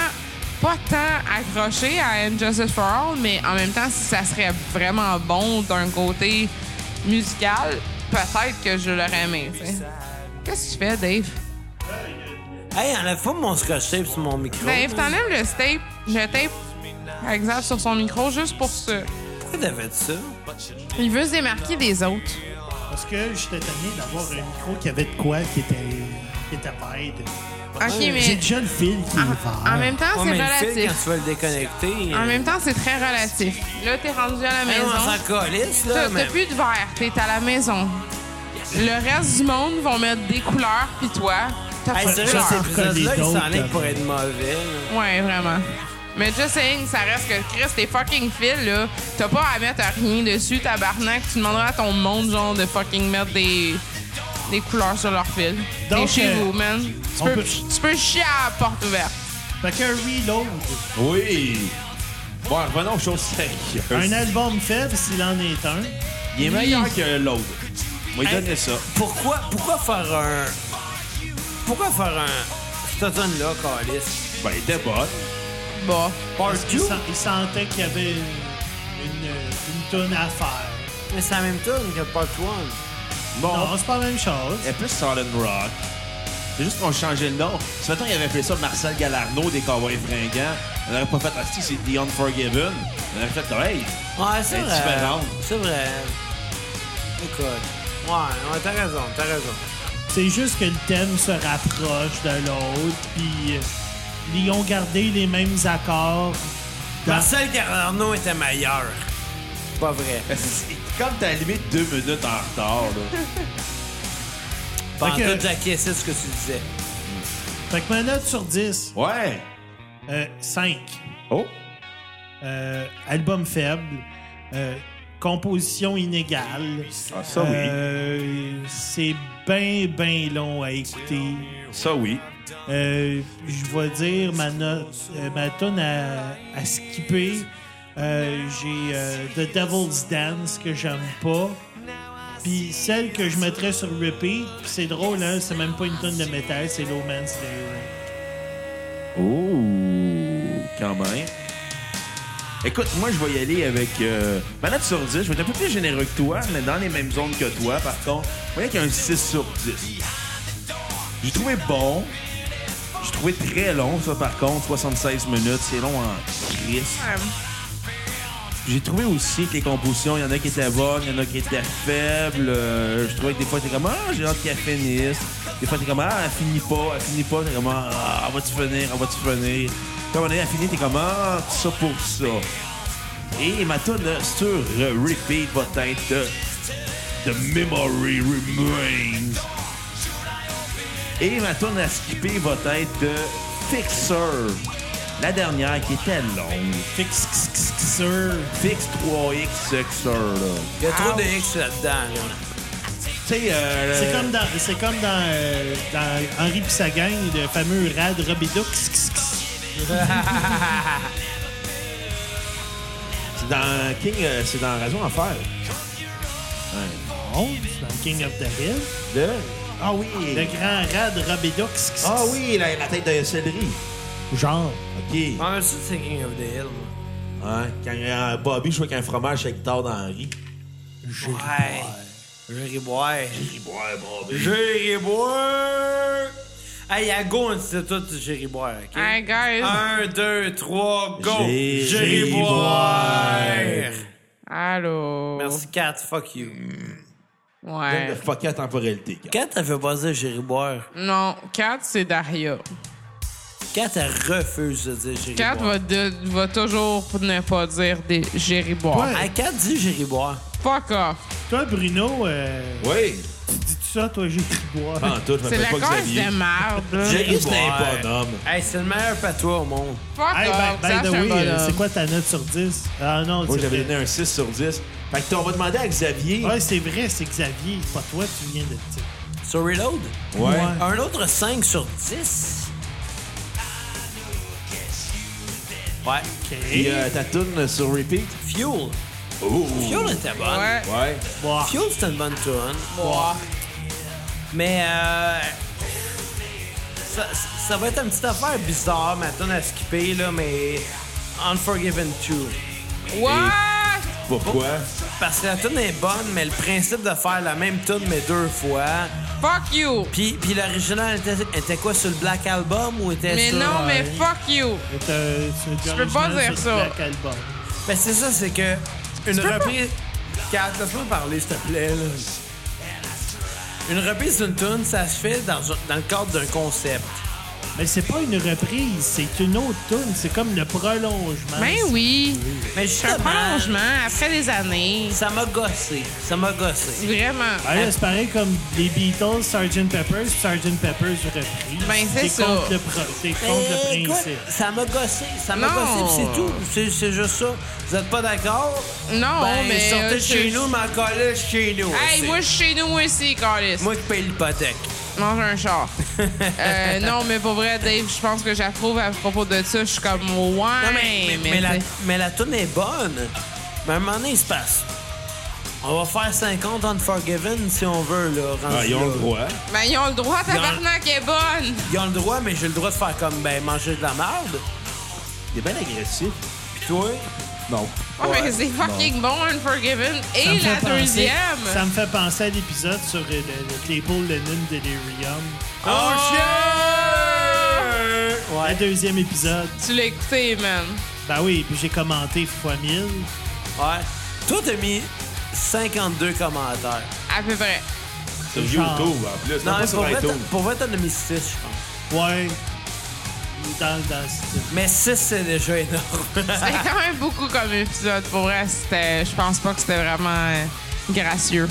Speaker 3: pas tant accroché à Injustice for All, mais en même temps, si ça serait vraiment bon d'un côté musical, peut-être que je l'aurais aimé. tu sais. Qu'est-ce que tu fais, Dave?
Speaker 4: Hey, enlève pas mon scotch tape sur mon micro.
Speaker 3: Dave, Ben, t'enlèves le tape, le tape, exemple, sur son micro juste pour ça.
Speaker 4: Pourquoi t'as fait ça?
Speaker 3: Ah, Il veut se démarquer des autres.
Speaker 2: Parce que j'étais tanné d'avoir un micro qui avait de quoi qui était, qui était vide.
Speaker 3: OK,
Speaker 2: J'ai
Speaker 3: mais
Speaker 2: déjà le fil qui est
Speaker 3: en, en
Speaker 2: vert.
Speaker 3: même temps,
Speaker 4: Ouais,
Speaker 3: c'est
Speaker 4: mais le fil,
Speaker 3: relatif.
Speaker 4: quand tu vas le déconnecter.
Speaker 3: En
Speaker 4: euh,
Speaker 3: même temps, c'est très relatif. Là, t'es rendu à la
Speaker 4: hey,
Speaker 3: maison.
Speaker 4: on s'en calisse,
Speaker 3: T'as
Speaker 4: là.
Speaker 3: t'as
Speaker 4: mais-
Speaker 3: plus de verre, t'es à la maison. Le reste du monde vont mettre des couleurs, puis toi, t'as
Speaker 4: Hey,
Speaker 3: pas de
Speaker 4: sérieux,
Speaker 3: couleurs.
Speaker 4: cet
Speaker 2: c'est-
Speaker 4: épisode-là, il
Speaker 2: Reconnaît
Speaker 4: s'en est
Speaker 2: d'autres,
Speaker 4: pour
Speaker 2: là.
Speaker 4: être mauvais. là.
Speaker 3: Ouais, vraiment. Mais just saying, ça reste que Chris, t'es fucking fil, là. T'as pas à mettre rien dessus, tabarnak. Tu demanderas à ton monde, genre, de fucking mettre des, des couleurs sur leur fil. T'es
Speaker 2: Donc,
Speaker 3: chez
Speaker 2: euh,
Speaker 3: vous, man. Tu
Speaker 2: on
Speaker 3: peux,
Speaker 2: peut-
Speaker 3: tu peux chier à la porte ouverte.
Speaker 2: Fait qu'un reload,
Speaker 1: Oui! Bon, revenons aux choses sérieuses.
Speaker 2: un album faible s'il en est un.
Speaker 1: Il est meilleur que l'autre. Moi,
Speaker 4: Hey.
Speaker 1: il donnait ça.
Speaker 4: Pourquoi, pourquoi faire un. Pourquoi faire un. Cette zone-là, calisse?
Speaker 1: Ben, il était bon.
Speaker 3: Bon.
Speaker 4: Part
Speaker 2: Parce qu'il
Speaker 4: 2?
Speaker 2: sent- il sentait qu'il y avait une, une, une toune à faire.
Speaker 4: Mais c'est la même tune que Part 1.
Speaker 1: Bon,
Speaker 2: Non, c'est pas la même chose.
Speaker 1: elle est plus Solid Rock. C'est juste qu'on changeait le nom. Ce matin, il avait appelé ça Marcel Galarno des Cowboys fringants. On n'aurait pas fait Ah, si, c'est The Unforgiven. On aurait fait Hey, <laughs>
Speaker 4: Ouais, c'est
Speaker 1: Elle est
Speaker 4: vrai.
Speaker 1: différente.
Speaker 4: C'est vrai. Écoute. Ouais, ouais, t'as raison, t'as raison.
Speaker 2: C'est juste que le thème se rapproche de l'autre, puis euh, ils ont gardé les mêmes accords. dans-
Speaker 1: Bah.
Speaker 4: Marcel Carnot était meilleur. C'est Pas vrai.
Speaker 1: c'est comme t'as limite deux minutes en retard. Là.
Speaker 4: Pendant
Speaker 2: Fait que-
Speaker 4: toute la caisse, c'est ce que tu disais.
Speaker 2: Fait que ma note sur euh, 10,
Speaker 1: Ouais.
Speaker 2: 5.
Speaker 1: Oh.
Speaker 2: euh, album faible, euh, composition inégale.
Speaker 1: Ah, ça, oui.
Speaker 2: Euh, C'est bien, bien long à écouter.
Speaker 1: Ça, oui.
Speaker 2: Euh, je vais dire ma note, euh, ma tonne à, à skipper. Euh, J'ai euh, The Devil's Dance que j'aime pas. Puis celle que je mettrais sur repeat, puis c'est drôle, hein, c'est même pas une tonne de métal, c'est Low Man's Lair.
Speaker 1: Oh, quand même. Écoute, moi, je vais y aller avec euh, ma note sur 10. Je vais être un peu plus généreux que toi, mais dans les mêmes zones que toi, par contre. Vous voyez qu'il y a un 6 sur 10. J'ai trouvé bon. J'ai trouvé très long, ça, par contre. 76 minutes, c'est long en crise. J'ai trouvé aussi que les compositions, il y en a qui étaient bonnes, il y en a qui étaient faibles. Euh, je trouvais que des fois, t'es comme Ah, j'ai hâte qu'elle finisse. Des fois, t'es comme Ah, elle finit pas, elle finit pas. T'es comme Ah, elle va-tu finir, elle va-tu finir. Quand on est à finir, t'es comme Ah, tout ça pour ça. Et ma tune sur euh, repeat va être euh, The Memory Remains. Et ma tune à skipper va être euh, Fixer. La dernière qui était longue.
Speaker 2: Fix, x, x, x, sir.
Speaker 1: Fix 3X Sexer, là.
Speaker 4: Il y a
Speaker 3: Ah,
Speaker 4: trop de X là-dedans. là.
Speaker 1: Tu sais, euh,
Speaker 2: C'est comme dans, c'est comme dans, euh, dans Henri pis sa gang, le fameux Rad Robidoux.
Speaker 1: c'est dans King, euh, c'est dans Raison Enfer.
Speaker 2: Non, Oh, c'est dans King of the Hill.
Speaker 1: De... Ah oui.
Speaker 2: Le grand Rad Robidoux.
Speaker 1: Ah oui, la, la tête de céleri.
Speaker 2: Genre.
Speaker 1: OK. Ouais.
Speaker 4: En même temps, c'est King of the Hill. moi.
Speaker 1: Quand euh, Bobby joue avec un fromage à guitare dans Henri.
Speaker 4: Ouais. Jerry Boy.
Speaker 1: Ouais, Bobby.
Speaker 4: Jerry Boy. Hey, à go, on disait tout Jerry Boy, OK?
Speaker 3: Hey, guys.
Speaker 4: Un, deux, trois, go!
Speaker 1: Jerry
Speaker 4: Jerry
Speaker 1: Boy.
Speaker 4: Boy!
Speaker 3: Allô.
Speaker 4: Merci, Kat. Fuck you.
Speaker 1: Le
Speaker 3: Ouais.
Speaker 1: fuck à temporalité. gars.
Speaker 4: Kat, elle veut pas dire Jerry Boy.
Speaker 3: Non, 4, c'est Daria.
Speaker 4: Kat, elle refuse de dire Jerry
Speaker 3: 4
Speaker 4: Boy.
Speaker 3: va, de- va toujours ne pas dire des géribois.
Speaker 2: Ouais.
Speaker 4: Hey, Kat dit Jerry Boy.
Speaker 3: Fuck off.
Speaker 2: Toi, Bruno, euh,
Speaker 1: Oui.
Speaker 2: tu dis tout ça, toi, j'ai pris boire.
Speaker 1: Pas en tout, je
Speaker 3: C'est
Speaker 1: m'appelle
Speaker 3: la
Speaker 1: pas
Speaker 3: cause
Speaker 1: Xavier.
Speaker 3: de merde. là.
Speaker 1: Jerry, c'est
Speaker 4: Boy.
Speaker 1: un bonhomme.
Speaker 4: Hey, c'est le meilleur patois au monde.
Speaker 3: Fuck
Speaker 2: Hey,
Speaker 3: off.
Speaker 2: by, by
Speaker 3: Zach,
Speaker 2: the
Speaker 3: Ah, c'est un
Speaker 2: way, euh,
Speaker 3: bonhomme.
Speaker 2: c'est quoi ta note sur 10? Ah non,
Speaker 1: Moi,
Speaker 2: c'est
Speaker 1: j'avais
Speaker 2: vrai.
Speaker 1: donné un 6 sur 10. Fait que on va demander à Xavier.
Speaker 2: Ouais, c'est vrai, c'est Xavier. C'est pas toi, tu viens de dire.
Speaker 4: Sur Reload?
Speaker 1: Ouais.
Speaker 4: Un autre 5 sur 10? Ouais.
Speaker 1: Et euh, ta tune sur repeat.
Speaker 4: Fuel.
Speaker 1: Oh.
Speaker 4: Fuel était bonne.
Speaker 3: Ouais.
Speaker 1: Ouais.
Speaker 2: Boire.
Speaker 4: Fuel, c'était une bonne tune.
Speaker 3: Boire.
Speaker 4: Mais euh, ça, ça va être une petite affaire bizarre, ma tune à skipper, là, mais Unforgiven 2.
Speaker 3: What?
Speaker 1: Pourquoi?
Speaker 4: Parce que la tune est bonne, mais le principe de faire la même tune, mais deux fois.
Speaker 3: Fuck you.
Speaker 4: Puis, puis l'original était, était quoi, sur le Black Album ou était
Speaker 3: Mais
Speaker 4: sur,
Speaker 3: non,
Speaker 4: euh,
Speaker 3: mais fuck you.
Speaker 2: C'est, euh, c'est
Speaker 3: Je peux pas
Speaker 2: original
Speaker 3: dire
Speaker 2: sur
Speaker 3: ça.
Speaker 2: Black Album.
Speaker 4: Ben, c'est ça, c'est que une
Speaker 3: peux
Speaker 4: reprise. Kat, laisse-moi parler, s'il te plaît. là. Une reprise d'une tune, ça se fait dans, dans le cadre d'un concept.
Speaker 2: Mais c'est pas une reprise, c'est une autre tune. C'est comme le prolongement.
Speaker 3: Ben oui.
Speaker 4: Mais
Speaker 3: C'est un
Speaker 4: justement,
Speaker 3: prolongement après des années.
Speaker 4: ça m'a gossé. Ça m'a gossé.
Speaker 3: Vraiment.
Speaker 2: Ah, là, c'est pareil comme les Beatles, Sgt. Peppers, Sgt. Peppers reprise.
Speaker 3: Ben, c'est ça. Ben,
Speaker 2: Contre le pro- c'est contre
Speaker 4: Eh,
Speaker 2: le
Speaker 4: écoute,
Speaker 2: principe.
Speaker 4: ça m'a gossé, ça m'a
Speaker 3: Non.
Speaker 4: gossé, pis c'est tout. C'est, c'est juste ça. Vous êtes pas d'accord?
Speaker 3: Non,
Speaker 4: ben,
Speaker 3: mais.
Speaker 4: sortez
Speaker 3: euh,
Speaker 4: de chez
Speaker 3: je-
Speaker 4: nous, mais encore là, chez nous.
Speaker 3: Hey,
Speaker 4: aussi.
Speaker 3: moi, je suis chez nous, moi aussi, Carlis.
Speaker 4: Moi qui paye l'hypothèque.
Speaker 3: mange un char. Euh, non, mais pour vrai, Dave, je pense que j'approuve à propos de ça. Je suis comme, ouais,
Speaker 4: Non,
Speaker 3: Hein, mais,
Speaker 4: mais, mais, mais la, mais la toune est bonne. Mais à un moment donné, il se passe. On va faire 50 Unforgiven si on veut, là. rendu
Speaker 1: Ah, ils ont
Speaker 4: là.
Speaker 1: le droit.
Speaker 3: mais Ben, ils ont le droit, tabarnak, elle est bonne.
Speaker 4: Ils ont le droit, mais j'ai le droit de faire comme, ben, manger de la merde.
Speaker 1: T'es bien agressif.
Speaker 4: Pis toi,
Speaker 1: Non.
Speaker 3: Ouais, Oh, mais c'est fucking bon, Unforgiven.
Speaker 2: Ça me
Speaker 3: Et
Speaker 2: fait
Speaker 3: la
Speaker 2: penser-
Speaker 3: deuxième.
Speaker 2: Ça me fait penser à l'épisode sur euh, le, le Claypool Lennon Delirium.
Speaker 4: Oh, chien!
Speaker 2: Le
Speaker 4: Ouais.
Speaker 2: deuxième épisode.
Speaker 3: Tu l'as écouté, man.
Speaker 2: Ben oui, puis j'ai commenté fois 1000.
Speaker 4: Ouais. Toi, t'as mis 52 commentaires.
Speaker 3: À peu près.
Speaker 1: Sur YouTube,
Speaker 2: Genre.
Speaker 1: en plus. Non, pas
Speaker 4: pour
Speaker 1: sur
Speaker 4: vrai,
Speaker 1: iTunes.
Speaker 4: t'as- pour vrai, t'en as mis 6, je pense.
Speaker 2: Ouais. Dans, dans ce
Speaker 4: Mais 6, c'est
Speaker 1: <laughs>
Speaker 4: déjà énorme.
Speaker 3: C'était quand même beaucoup comme épisode. Pour vrai, c'était. Je pense pas que c'était vraiment euh, gracieux.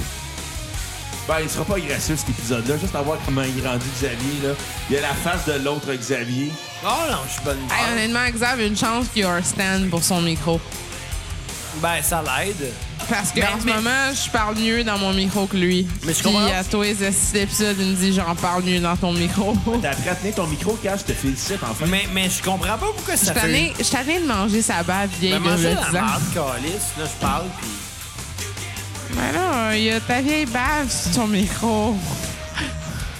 Speaker 1: Ben, il sera pas gracieux cet épisode-là, juste à voir comment il grandit Xavier. Là. Il y a la face de l'autre Xavier.
Speaker 4: <laughs> oh non, je suis bonne.
Speaker 3: Hey, honnêtement, Xav a une chance qu'il y a un stand pour son micro.
Speaker 4: Ben, ça l'aide.
Speaker 3: Parce que
Speaker 4: Ben,
Speaker 3: en ce
Speaker 4: mais-
Speaker 3: moment, je parle mieux dans mon micro que lui.
Speaker 4: Mais je
Speaker 3: Puis
Speaker 4: comprends.
Speaker 3: à tous les six épisodes, il me dit j'en parle mieux dans ton micro.
Speaker 1: T'as appris à tenir ton micro, Cash, je te félicite, enfin.
Speaker 4: Mais, mais je comprends pas pourquoi
Speaker 3: Je
Speaker 4: ça
Speaker 3: suis
Speaker 4: fait...
Speaker 3: tannée- je suis tannée de manger sa bave vieille
Speaker 4: Mais
Speaker 3: de
Speaker 4: manger la
Speaker 3: 10 ans.
Speaker 4: marde, calice. Là, je parle, puis...
Speaker 3: Ben là, il y a ta vieille bave sur ton micro.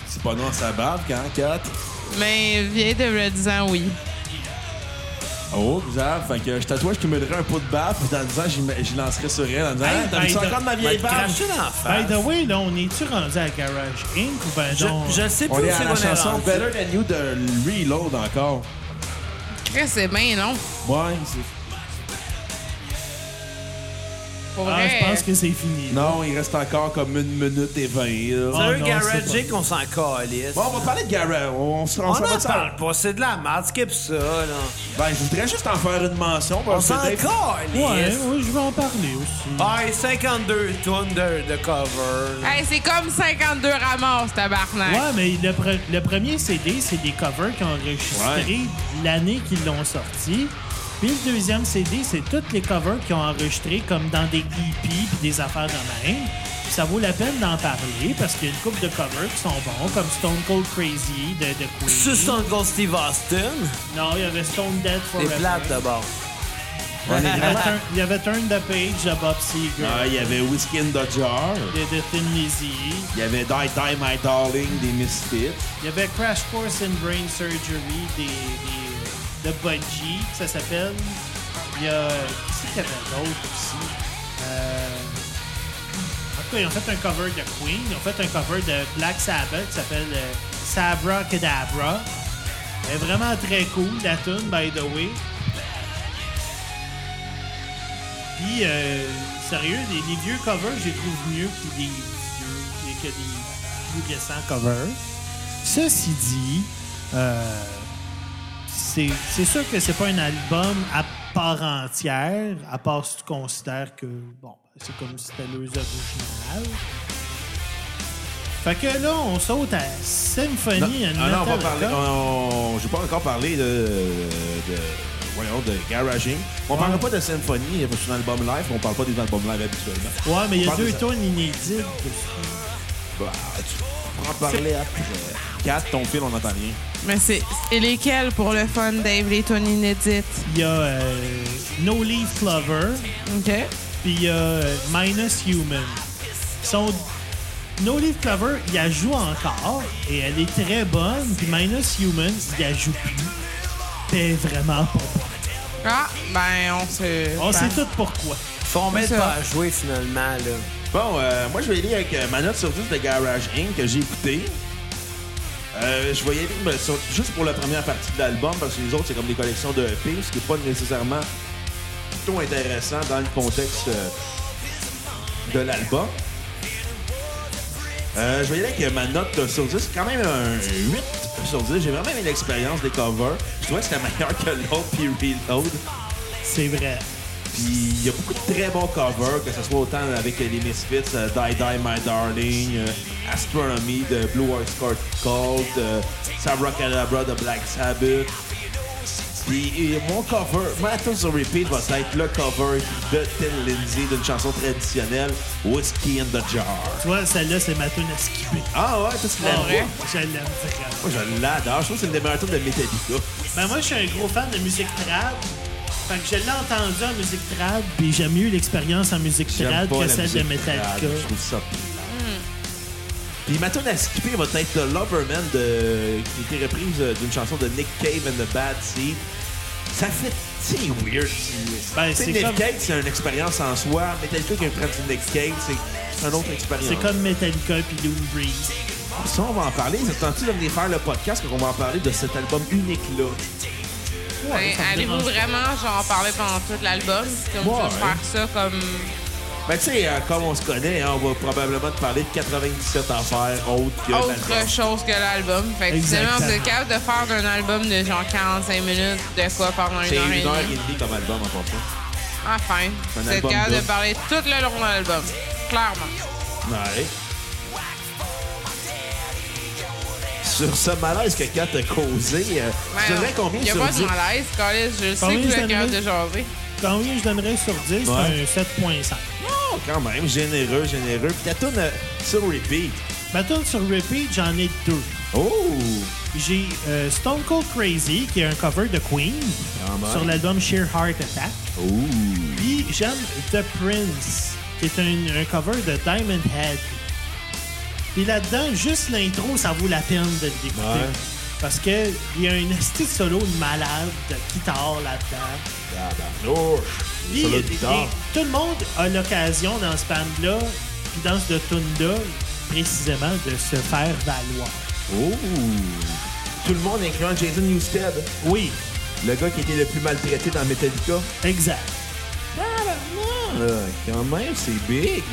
Speaker 1: C'est pas non sa barbe, quand, Kat?
Speaker 3: Mais vieille Ben, de 10 ans, oui.
Speaker 1: Oh, bizarre. Fait que je tatouage, je te mettrais un pot de barbe, puis dans 10 ans, j'y mets- j'y lancerai sur elle en disant
Speaker 2: Hey,
Speaker 1: Hey, t'as mis
Speaker 2: ben,
Speaker 1: encore de ma
Speaker 4: Va
Speaker 1: vieille
Speaker 4: te
Speaker 1: barbe?
Speaker 4: cracher dans la face.
Speaker 2: By the way, là, on est-tu rendu à Garage Inc. ou ben non?
Speaker 4: Bah, Je, je sais plus
Speaker 1: On
Speaker 4: où
Speaker 1: est
Speaker 4: c'est hein.
Speaker 1: à
Speaker 4: qu'on
Speaker 1: la
Speaker 4: est
Speaker 1: chanson
Speaker 4: rendu.
Speaker 1: Better Than You de Reload encore.
Speaker 3: Chris, c'est bien long.
Speaker 1: Ouais, Ah, c'est-
Speaker 3: Pour
Speaker 2: Ah,
Speaker 3: vrai.
Speaker 2: je pense que c'est fini.
Speaker 1: Non, il reste encore comme une minute et vingt. là.
Speaker 4: Sérieux,
Speaker 2: non,
Speaker 4: Garage
Speaker 2: c'est pas-
Speaker 4: Jake, on s'en calisse.
Speaker 1: Bon, on va parler de Garrett. On, on, s'en
Speaker 4: On
Speaker 1: s'en va
Speaker 4: n'en
Speaker 1: de ça.
Speaker 4: parle pas, c'est de la merde, skip ça, là.
Speaker 1: Ben, je voudrais juste en faire une mention.
Speaker 4: On
Speaker 1: parce que
Speaker 4: s'en
Speaker 1: Dave-
Speaker 2: Ouais,
Speaker 4: calisse.
Speaker 2: oui, je vais en parler aussi.
Speaker 4: Hey, 52 tonnes de, de cover. là.
Speaker 3: Hey, c'est comme 52 ramasses, tabarnak.
Speaker 2: Ouais, mais le, pre- le premier CD, c'est des covers qu'ils ont enregistrés l'année qu'ils l'ont sorti. Puis le deuxième CD, c'est toutes les covers qu'ils ont enregistrés comme dans des EP puis des affaires de même. Puis ça vaut la peine d'en parler parce qu'il y a une couple de covers qui sont bons, comme Stone Cold Crazy de, de Queen.
Speaker 4: C'est son goal Steve Austin.
Speaker 2: Non, il y avait Stone Dead
Speaker 4: T'es
Speaker 2: Forever.
Speaker 4: plate d'abord.
Speaker 1: On
Speaker 2: Il
Speaker 1: est
Speaker 2: y avait
Speaker 1: vraiment-
Speaker 2: Turn- Il y avait Turn the Page de Bob Seger,
Speaker 1: Ah, il y avait Whiskey in the Jar.
Speaker 2: de, de Thin Lizzy.
Speaker 1: Il y avait Die Die My Darling des Misfits.
Speaker 2: Il y avait Crash Course in Brain Surgery des, des, de Budgie, que ça s'appelle. Il y a. Qu'est-ce qu'il y avait d'autre aussi Euh, En tout cas, ils ont fait un cover de Queen, ils ont fait un cover de Black Sabbath qui s'appelle euh, Sabra Kedabra. Elle est vraiment très cool, la tune, by the way. Puis, euh, sérieux, les, les vieux covers, je les trouve mieux que des vieux, que des plus récents covers. Ceci dit, euh, c'est c'est sûr que c'est pas un album à part entière, à part si tu considères que, bon, ben, c'est comme si c'était leurs originales. Fait que là, on saute à
Speaker 1: Non,
Speaker 2: Symphony and
Speaker 1: ah non, on va
Speaker 2: Metallica.
Speaker 1: parler. on- J'ai pas encore parlé de. de voyons, de Garaging.
Speaker 2: Ah.
Speaker 1: On parlera pas de Symphonie, parce que c'est un album live, on parle pas des albums live habituellement.
Speaker 2: Ouais, mais il y
Speaker 1: On
Speaker 2: a
Speaker 1: parle
Speaker 2: deux
Speaker 1: de-
Speaker 2: tonnes inédites.
Speaker 1: Bah, tu pourras en parler après. 4, ton fil, on n'entend rien.
Speaker 3: Mais c'est. Et lesquels pour le fun, Dave? Les tunes inédites.
Speaker 2: Il y a euh, No Leaf Lover,
Speaker 3: OK?
Speaker 2: puis il y a euh, Minus Human. Ils Sont... No Leaf Clover, il la joue encore et elle est très bonne. Puis Minus Human, il la joue plus. C'est vraiment pas bon.
Speaker 3: Ah, ben, on se.
Speaker 2: On
Speaker 3: ben,
Speaker 2: sait Ah, tout pourquoi.
Speaker 4: Faut mettre
Speaker 3: ça.
Speaker 4: pas à jouer finalement, là.
Speaker 1: Bon, euh, moi, je vais y aller avec euh, ma note sur 10 de Garage Inc. que j'ai écouté. Euh, je vais y aller ben, sur- juste pour la première partie de l'album, parce que les autres, c'est comme des collections de EP, ce qui n'est pas nécessairement plutôt intéressant dans le contexte euh, de l'album. Euh, je vais y aller avec ma note sur 10, quand même un 8 sur 10. J'ai vraiment aimé l'expérience des covers. Je trouvais que c'était <laughs> meilleur que l'autre, puis Reload.
Speaker 2: C'est vrai.
Speaker 1: Puis il y a beaucoup de très bons covers, que ce soit autant avec euh, les Misfits, euh, Die Die My Darling, euh, Astronomy de Blue Oyster Cult, euh, Cadabra de Black Sabbath. Puis et mon cover, ma tune sur repeat va être le cover de Tin Lindsay d'une chanson traditionnelle, Whiskey in the Jar.
Speaker 2: Tu vois, celle-là, c'est ma tune à skipper.
Speaker 1: Ah ouais, toi tu l'aimes
Speaker 2: Pour vrai,
Speaker 1: pas?
Speaker 2: Je l'aime vraiment.
Speaker 1: Moi je l'adore, je trouve que c'est une des meilleures tunes de Metallica.
Speaker 2: Ben moi, je suis un gros fan de musique trad. Fait que je l'ai entendu en musique trad, puis j'aime mieux l'expérience en musique trad
Speaker 1: pas
Speaker 2: que
Speaker 1: la
Speaker 2: celle de
Speaker 1: musique
Speaker 2: Metallica. Hmm.
Speaker 1: trad, Je trouve ça plate. Puis ma tune à skipper va être The Loverman de... qui a été reprise euh, d'une chanson de Nick Cave and the Bad Seed. Ça fait C'est weird. c'est-
Speaker 2: Ben,
Speaker 1: c'est
Speaker 2: c'est
Speaker 1: Nick
Speaker 2: comme-
Speaker 1: Cage, c'est une expérience en soi. Metallica qui prend du Nick Cage, c'est c'est une autre expérience.
Speaker 2: C'est comme Metallica puis Lou Reed.
Speaker 1: Ça, on va en parler. Vous attendez de venir faire le podcast quand on va en parler de cet album unique-là.
Speaker 2: ça
Speaker 3: Ben,
Speaker 2: me
Speaker 3: Allez-vous
Speaker 2: dérange pas.
Speaker 3: vraiment genre parler pendant tout l'album? Comme
Speaker 1: Ouais,
Speaker 3: juste
Speaker 1: hein.
Speaker 3: faire ça comme.
Speaker 1: Ben, tu sais, euh, comme on se connaît, hein, on va probablement te parler de 97 affaires autres que l'album.
Speaker 3: Autre chose que l'album. Fait que finalement, vous êtes
Speaker 2: Exactement.
Speaker 3: capable de faire d'un album de genre 45 minutes de quoi pendant une
Speaker 1: C'est
Speaker 3: heure
Speaker 1: une
Speaker 3: et
Speaker 1: heure et
Speaker 3: demie.
Speaker 1: demie comme album en passant.
Speaker 3: Enfin,
Speaker 1: C'est un
Speaker 3: vous êtes
Speaker 1: album
Speaker 3: capable de
Speaker 1: double.
Speaker 3: parler tout le long de l'album. Clairement.
Speaker 1: Ouais. Sur ce malaise que Kat a causé, euh, tu donnerais combien
Speaker 3: Il n'y a
Speaker 1: sur
Speaker 3: pas
Speaker 1: 10?
Speaker 3: de malaise, Carlis. Je sais
Speaker 2: Combien
Speaker 3: que vous
Speaker 2: vous
Speaker 3: êtes capable
Speaker 2: donnez?
Speaker 3: de jaser.
Speaker 2: Combien je donnerais sur 10?
Speaker 1: Ouais.
Speaker 2: C'est Un 7.5.
Speaker 1: Oh, quand même, généreux, généreux. Puis ta tourne sur repeat.
Speaker 2: Ma tune sur repeat, j'en ai deux.
Speaker 1: Oh!
Speaker 2: J'ai euh, Stone Cold Crazy, qui est un cover de Queen
Speaker 1: Quand même.
Speaker 2: sur l'album Sheer Heart Attack. Puis j'aime The Prince, qui est un, un cover de Diamond Head. Puis là-dedans, juste l'intro, ça vaut la peine de l'écouter.
Speaker 1: Ouais.
Speaker 2: Parce que il y a un esti de solo de malade de guitare là-dedans.
Speaker 1: Ça
Speaker 2: Puis,
Speaker 1: doit
Speaker 2: il y a
Speaker 1: être
Speaker 2: des-
Speaker 1: tard.
Speaker 2: des- tout le monde a l'occasion dans ce band-là, puis dans ce tune-là, précisément, de se faire valoir.
Speaker 1: Oh! Tout le monde, incluant Jason Newsted,
Speaker 2: Oui,
Speaker 1: le gars qui était le plus maltraité dans Metallica.
Speaker 2: exact.
Speaker 1: Là, quand même, c'est big.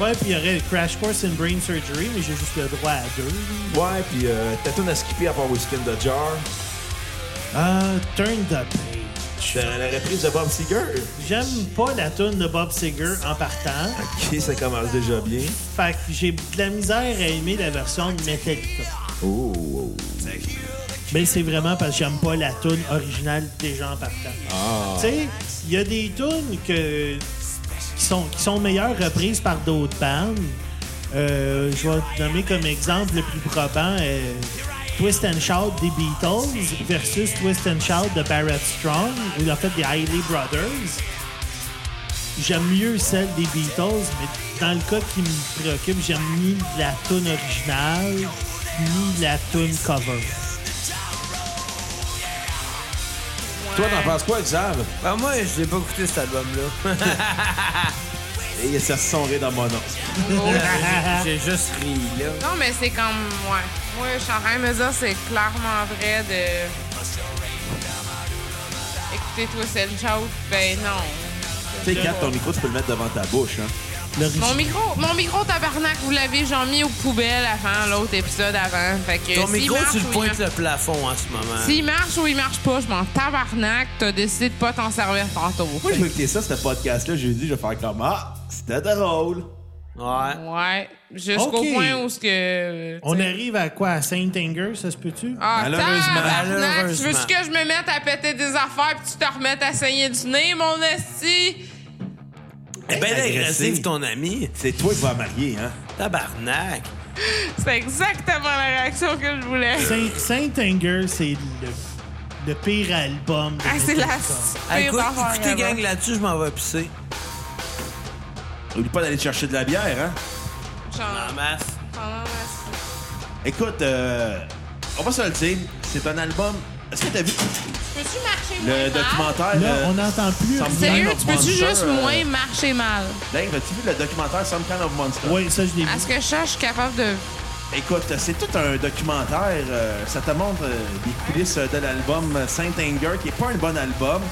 Speaker 2: Ouais, puis il y aurait Crash Course in Brain Surgery, mais j'ai juste le droit à deux.
Speaker 1: Ouais, puis euh, t'as tout à skipper à part Whiskin the Jar.
Speaker 2: Ah, Turn the Page.
Speaker 1: Dans la reprise de Bob Seger.
Speaker 2: J'aime pas la tune de Bob Seger en partant.
Speaker 1: Ok, ça commence déjà bien.
Speaker 2: Fait que j'ai de la misère à aimer la version de Metallica.
Speaker 1: Oh! oh.
Speaker 2: Mais Ben, c'est vraiment parce que j'aime pas la tune originale déjà en partant. Tu sais, il y a des tunes que, qui, sont, qui sont meilleures reprises par d'autres bandes. Euh, je vais te nommer comme exemple le plus probant euh, Twist and Shout des Beatles versus Twist and Shout de Barrett Strong ou en fait des Hailey Brothers. J'aime mieux celle des Beatles, mais dans le cas qui me préoccupe, j'aime ni la tune originale ni la tune cover.
Speaker 1: Toi, t'en penses quoi, Xav?
Speaker 4: Ben, moi, je l'ai pas écouté
Speaker 1: <laughs>
Speaker 4: cet album-là.
Speaker 1: Et ça se sonnerait dans mon nom.
Speaker 3: Oh.
Speaker 4: J'ai juste ri, là.
Speaker 3: Non, mais c'est comme. Ouais. Moi, je suis en train de me dire c'est clairement vrai de. Écoutez-toi, c'est une chose. Ben non.
Speaker 1: Tu sais, Kat, ton micro, tu peux le mettre devant ta bouche. Hein.
Speaker 2: L'origi-
Speaker 3: Mon micro, mon micro tabarnak, vous l'avez genre mis aux poubelles avant l'autre épisode avant. Fait que
Speaker 4: Ton
Speaker 3: s'il
Speaker 4: micro,
Speaker 3: marche
Speaker 4: tu le
Speaker 3: ou il
Speaker 4: pointes
Speaker 3: marche-
Speaker 4: le plafond en ce moment.
Speaker 3: S'il marche ou il marche pas, je m'en tabarnak, t'as décidé de pas t'en servir tantôt.
Speaker 1: Moi, j'ai écouté ça, ce podcast-là. J'ai dit, je vais faire comme Ah, c'était drôle.
Speaker 4: Ouais.
Speaker 3: Ouais. Jusqu'au
Speaker 2: Ok.
Speaker 3: point où ce que.
Speaker 2: On arrive à quoi? À Saint Anger, ça se peut-tu?
Speaker 3: Ah,
Speaker 1: Malheureusement.
Speaker 3: Malheureusement. Tu
Speaker 4: Malheureusement.
Speaker 3: veux que je me mette à péter des affaires puis tu te remettes à saigner du nez, mon esti?
Speaker 4: Ben agressif, ton ami.
Speaker 1: C'est toi qui vas marier, hein?
Speaker 4: Tabarnak.
Speaker 3: C'est exactement la réaction que je voulais.
Speaker 2: Saint, Saint Anger, c'est le, le pire album. de
Speaker 3: Ah, c'est la
Speaker 2: Metallica.
Speaker 4: Hey,
Speaker 3: pire
Speaker 4: Écoute,
Speaker 3: affaire
Speaker 4: écoutez,
Speaker 3: ever.
Speaker 4: gang, là-dessus, je m'en vais pisser.
Speaker 1: Oublie pas d'aller te chercher de la bière, hein?
Speaker 4: En
Speaker 3: J'en-
Speaker 4: masse.
Speaker 3: j'en- j'en-
Speaker 1: Écoute, euh, on va se le dire, c'est un album. Est-ce que t'as vu
Speaker 3: Peux-tu marcher moins
Speaker 1: le
Speaker 3: mal?
Speaker 1: documentaire?
Speaker 2: Là,
Speaker 1: euh,
Speaker 2: on n'entend plus.
Speaker 1: Sans-
Speaker 3: Sérieux,
Speaker 1: Night of
Speaker 3: tu peux-tu
Speaker 1: Monster,
Speaker 3: juste
Speaker 1: euh,
Speaker 3: moins marcher mal?
Speaker 1: Dave, as-tu vu le documentaire Some Kind of Monster?
Speaker 2: Oui, ça, je l'ai vu.
Speaker 3: À ce que je sache, je suis capable de.
Speaker 1: Écoute, c'est tout un documentaire. euh, ça te montre euh, les coulisses de l'album Saint Anger, qui est pas un bon album.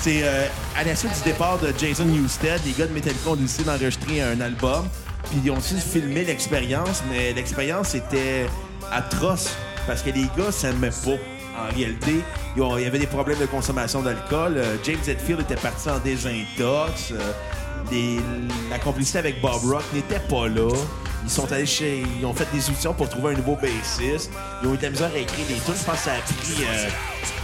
Speaker 1: C'est euh, à la suite du départ de Jason Newsted, les gars de Metallica ont décidé d'enregistrer un album. Puis ils ont aussi filmé l'expérience, mais l'expérience était atroce parce que les gars s'aimaient pas. En réalité, Ils ont- il y avait des problèmes de consommation d'alcool. Euh, James Hetfield était parti en désintox. Euh, les- la complicité avec Bob Rock n'était pas là. Ils sont allés chez. Ils ont fait des auditions pour trouver un nouveau bassiste. Ils ont eu de la misère à écrire des tunes. Je pense que ça a pris. euh,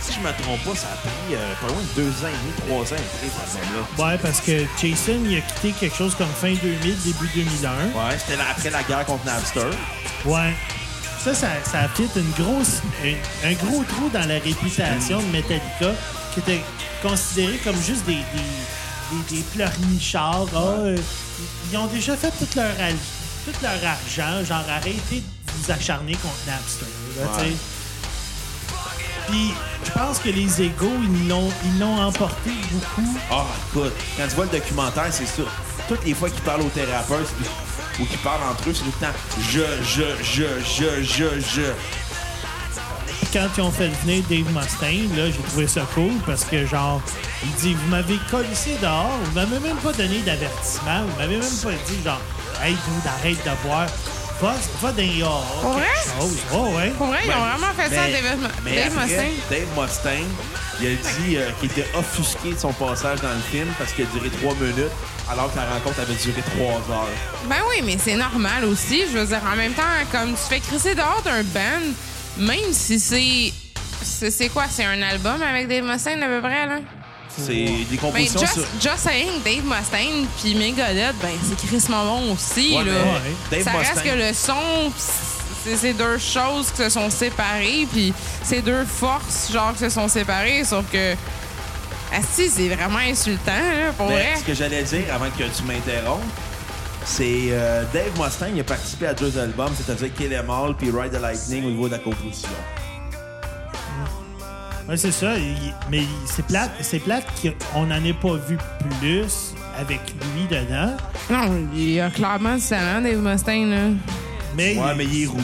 Speaker 1: si je me trompe pas, ça a pris euh, pas loin de deux ans et demi, trois ans après cet album-là.
Speaker 2: Ouais, parce que Jason, il a quitté quelque chose comme fin 2000, début 2001.
Speaker 1: Ouais, c'était la- après la guerre contre Napster.
Speaker 2: Ouais. Ça, ça, ça a fait une grosse, un- un gros trou dans la réputation de Metallica, qui était considéré comme juste des, des, des, des pleurnichards. Ah, euh, ils ont déjà fait tout leur, al- tout leur argent, genre arrêtez de vous acharner contre Napster. là, tu sais. Puis, je pense que les égaux, ils l'ont, ils l'ont emporté beaucoup.
Speaker 1: Ah, écoute, quand tu vois le documentaire, c'est ça. Toutes les fois qu'ils parlent aux thérapeutes ou qu'ils parlent entre eux, c'est tout le temps je, je, je, je, je, je.
Speaker 2: Puis quand ils ont fait venir Dave Mustaine, là, j'ai trouvé ça cool parce que, genre, il dit Vous m'avez colissé dehors, vous m'avez même pas donné d'avertissement, vous m'avez même pas dit, genre, Hey, dude, arrête de boire, va, va dans les hors,
Speaker 3: Pour vrai?
Speaker 2: quelque chose. Oh, ouais.
Speaker 3: Pour vrai, ils ont vraiment fait ça à Dave,
Speaker 1: mais
Speaker 3: Dave
Speaker 1: après,
Speaker 3: Mustaine.
Speaker 1: Dave Mustaine, il a dit euh, qu'il était offusqué de son passage dans le film parce qu'il a duré trois minutes, alors que la rencontre avait duré trois heures.
Speaker 3: Ben oui, mais c'est normal aussi. Je veux dire, en même temps, comme tu fais crisser dehors d'un band, même si c'est. C'est c'est quoi? C'est un album avec Dave Mustaine à peu près, là?
Speaker 1: C'est des
Speaker 3: Ben,
Speaker 1: compositions
Speaker 3: Just,
Speaker 1: sur.
Speaker 3: Just Saying, Dave Mustaine, puis Megadeth, ben, c'est crissement bon aussi,
Speaker 1: Ouais,
Speaker 3: là.
Speaker 1: mais Dave
Speaker 3: Ça reste
Speaker 1: Mustaine-
Speaker 3: que le son, pis c'est c'est deux choses qui se sont séparées, puis c'est deux forces, genre, qui se sont séparées, sauf que. Ah si, c'est vraiment insultant, là, pour
Speaker 1: Ben,
Speaker 3: vrai.
Speaker 1: ce que j'allais dire avant que tu m'interrompes, c'est euh, Dave Mustaine il a participé à deux albums, c'est-à-dire Kill Em All puis Ride the Lightning au niveau de la composition.
Speaker 2: Ouais, c'est ça. il- mais il- c'est plate, c'est plate qu'on n'en ait pas vu plus avec lui dedans.
Speaker 3: Non, il a clairement du talent, Dave Mustaine, là.
Speaker 2: Mais,
Speaker 1: Ouais, mais il est roux.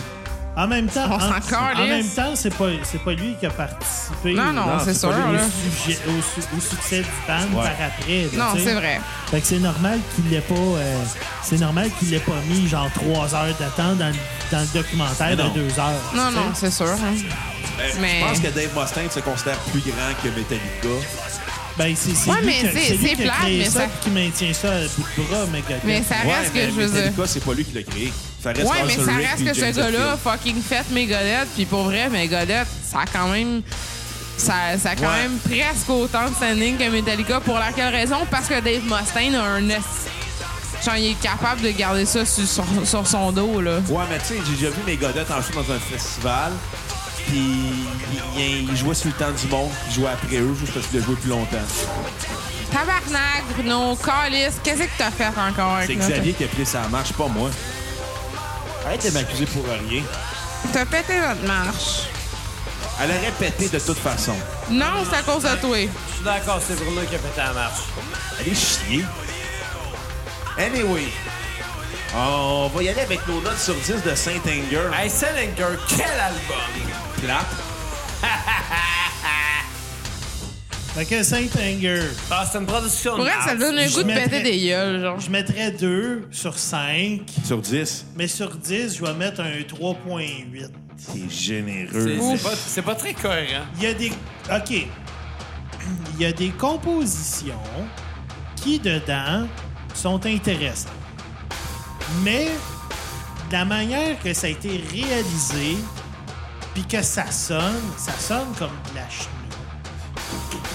Speaker 2: en même temps,
Speaker 3: On
Speaker 2: en,
Speaker 3: s'en calisse.
Speaker 2: en même temps, c'est pas, c'est pas lui qui a participé.
Speaker 3: Non, non,
Speaker 1: Non,
Speaker 3: c'est
Speaker 1: c'est
Speaker 3: sûr,
Speaker 1: pas
Speaker 3: là.
Speaker 2: au, sujet- au su- au succès du band
Speaker 1: Ouais.
Speaker 2: par après. là,
Speaker 3: Non,
Speaker 2: tu sais.
Speaker 3: c'est vrai.
Speaker 2: Fait que c'est normal qu'il l'ait pas. euh, c'est normal qu'il l'ait pas mis genre trois heures d'attente dans, le- dans le documentaire
Speaker 1: Mais
Speaker 2: de
Speaker 1: non.
Speaker 2: deux heures.
Speaker 3: Non,
Speaker 2: tu sais.
Speaker 3: non, c'est sûr. hein.
Speaker 1: Ben,
Speaker 3: Mais-
Speaker 1: Je pense que Dave Mustaine se considère plus grand que Metallica.
Speaker 2: Ben, c'est c'est
Speaker 3: Ouais,
Speaker 2: lui
Speaker 3: mais
Speaker 2: qui a-
Speaker 3: c'est-
Speaker 2: c'est lui
Speaker 3: c'est
Speaker 2: qui a
Speaker 3: plate,
Speaker 2: créé
Speaker 3: mais
Speaker 2: ça,
Speaker 3: ça-
Speaker 2: puis qui maintient ça à bout de bras, mais
Speaker 3: Mais ça
Speaker 1: Ouais,
Speaker 3: reste
Speaker 1: mais
Speaker 3: que je veux dire.
Speaker 1: Metallica, c'est pas lui qui l'a créé. Ça reste
Speaker 3: Ouais, mais
Speaker 1: Russell
Speaker 3: ça
Speaker 1: Rick
Speaker 3: reste
Speaker 1: puis
Speaker 3: que
Speaker 1: James
Speaker 3: ce gars-là a
Speaker 1: Hetfield.
Speaker 3: fucking fait Megadeth, puis pour vrai, Megadeth, ça a quand même. Ça, ça a quand
Speaker 1: Ouais.
Speaker 3: même presque autant de standing que Metallica. Pour laquelle raison? Parce que Dave Mustaine a un. esti- Genre, il est capable de garder ça sur, sur- sur son dos, là.
Speaker 1: Ouais, mais tu sais, j'ai déjà vu Megadeth en show dans un festival. Puis il- il, il jouait sur le temps du monde, il jouait après eux juste parce qu'il a joué plus longtemps.
Speaker 3: Tabarnak, Bruno, Calis, qu'est-ce que t'as fait encore
Speaker 1: C'est
Speaker 3: avec notre-
Speaker 1: Xavier qui a pris sa marche, pas moi. Arrête de m'accuser pour rien.
Speaker 3: T'as pété notre marche.
Speaker 1: Elle aurait pété de toute façon.
Speaker 3: Non, c'est à cause de toi.
Speaker 4: Je suis d'accord, c'est Bruno qui a pété la marche.
Speaker 1: Elle est chier. Anyway, on va y aller avec nos notes sur 10 de Saint-Anger.
Speaker 4: Hey, Sellinger, quel album!
Speaker 1: plate.
Speaker 2: Fait que Saint-Anger.
Speaker 4: Ah, c'est une production de
Speaker 3: Pour vrai, ça
Speaker 1: Ah,
Speaker 4: marde.
Speaker 3: donne un
Speaker 2: Je
Speaker 3: goût de
Speaker 2: mettrais-
Speaker 3: péter des gueules, genre.
Speaker 2: Je mettrais 2 sur 5,
Speaker 1: Sur 10,
Speaker 2: mais sur 10, je vais mettre un 3.8.
Speaker 1: t'es
Speaker 4: C'est-
Speaker 1: généreux.
Speaker 4: c'est pas- C'est pas très cohérent.
Speaker 2: Il y a des. OK. Il y a des compositions qui, dedans, sont intéressantes. Mais la manière que ça a été réalisé, puis que ça sonne, ça sonne comme de la chenille.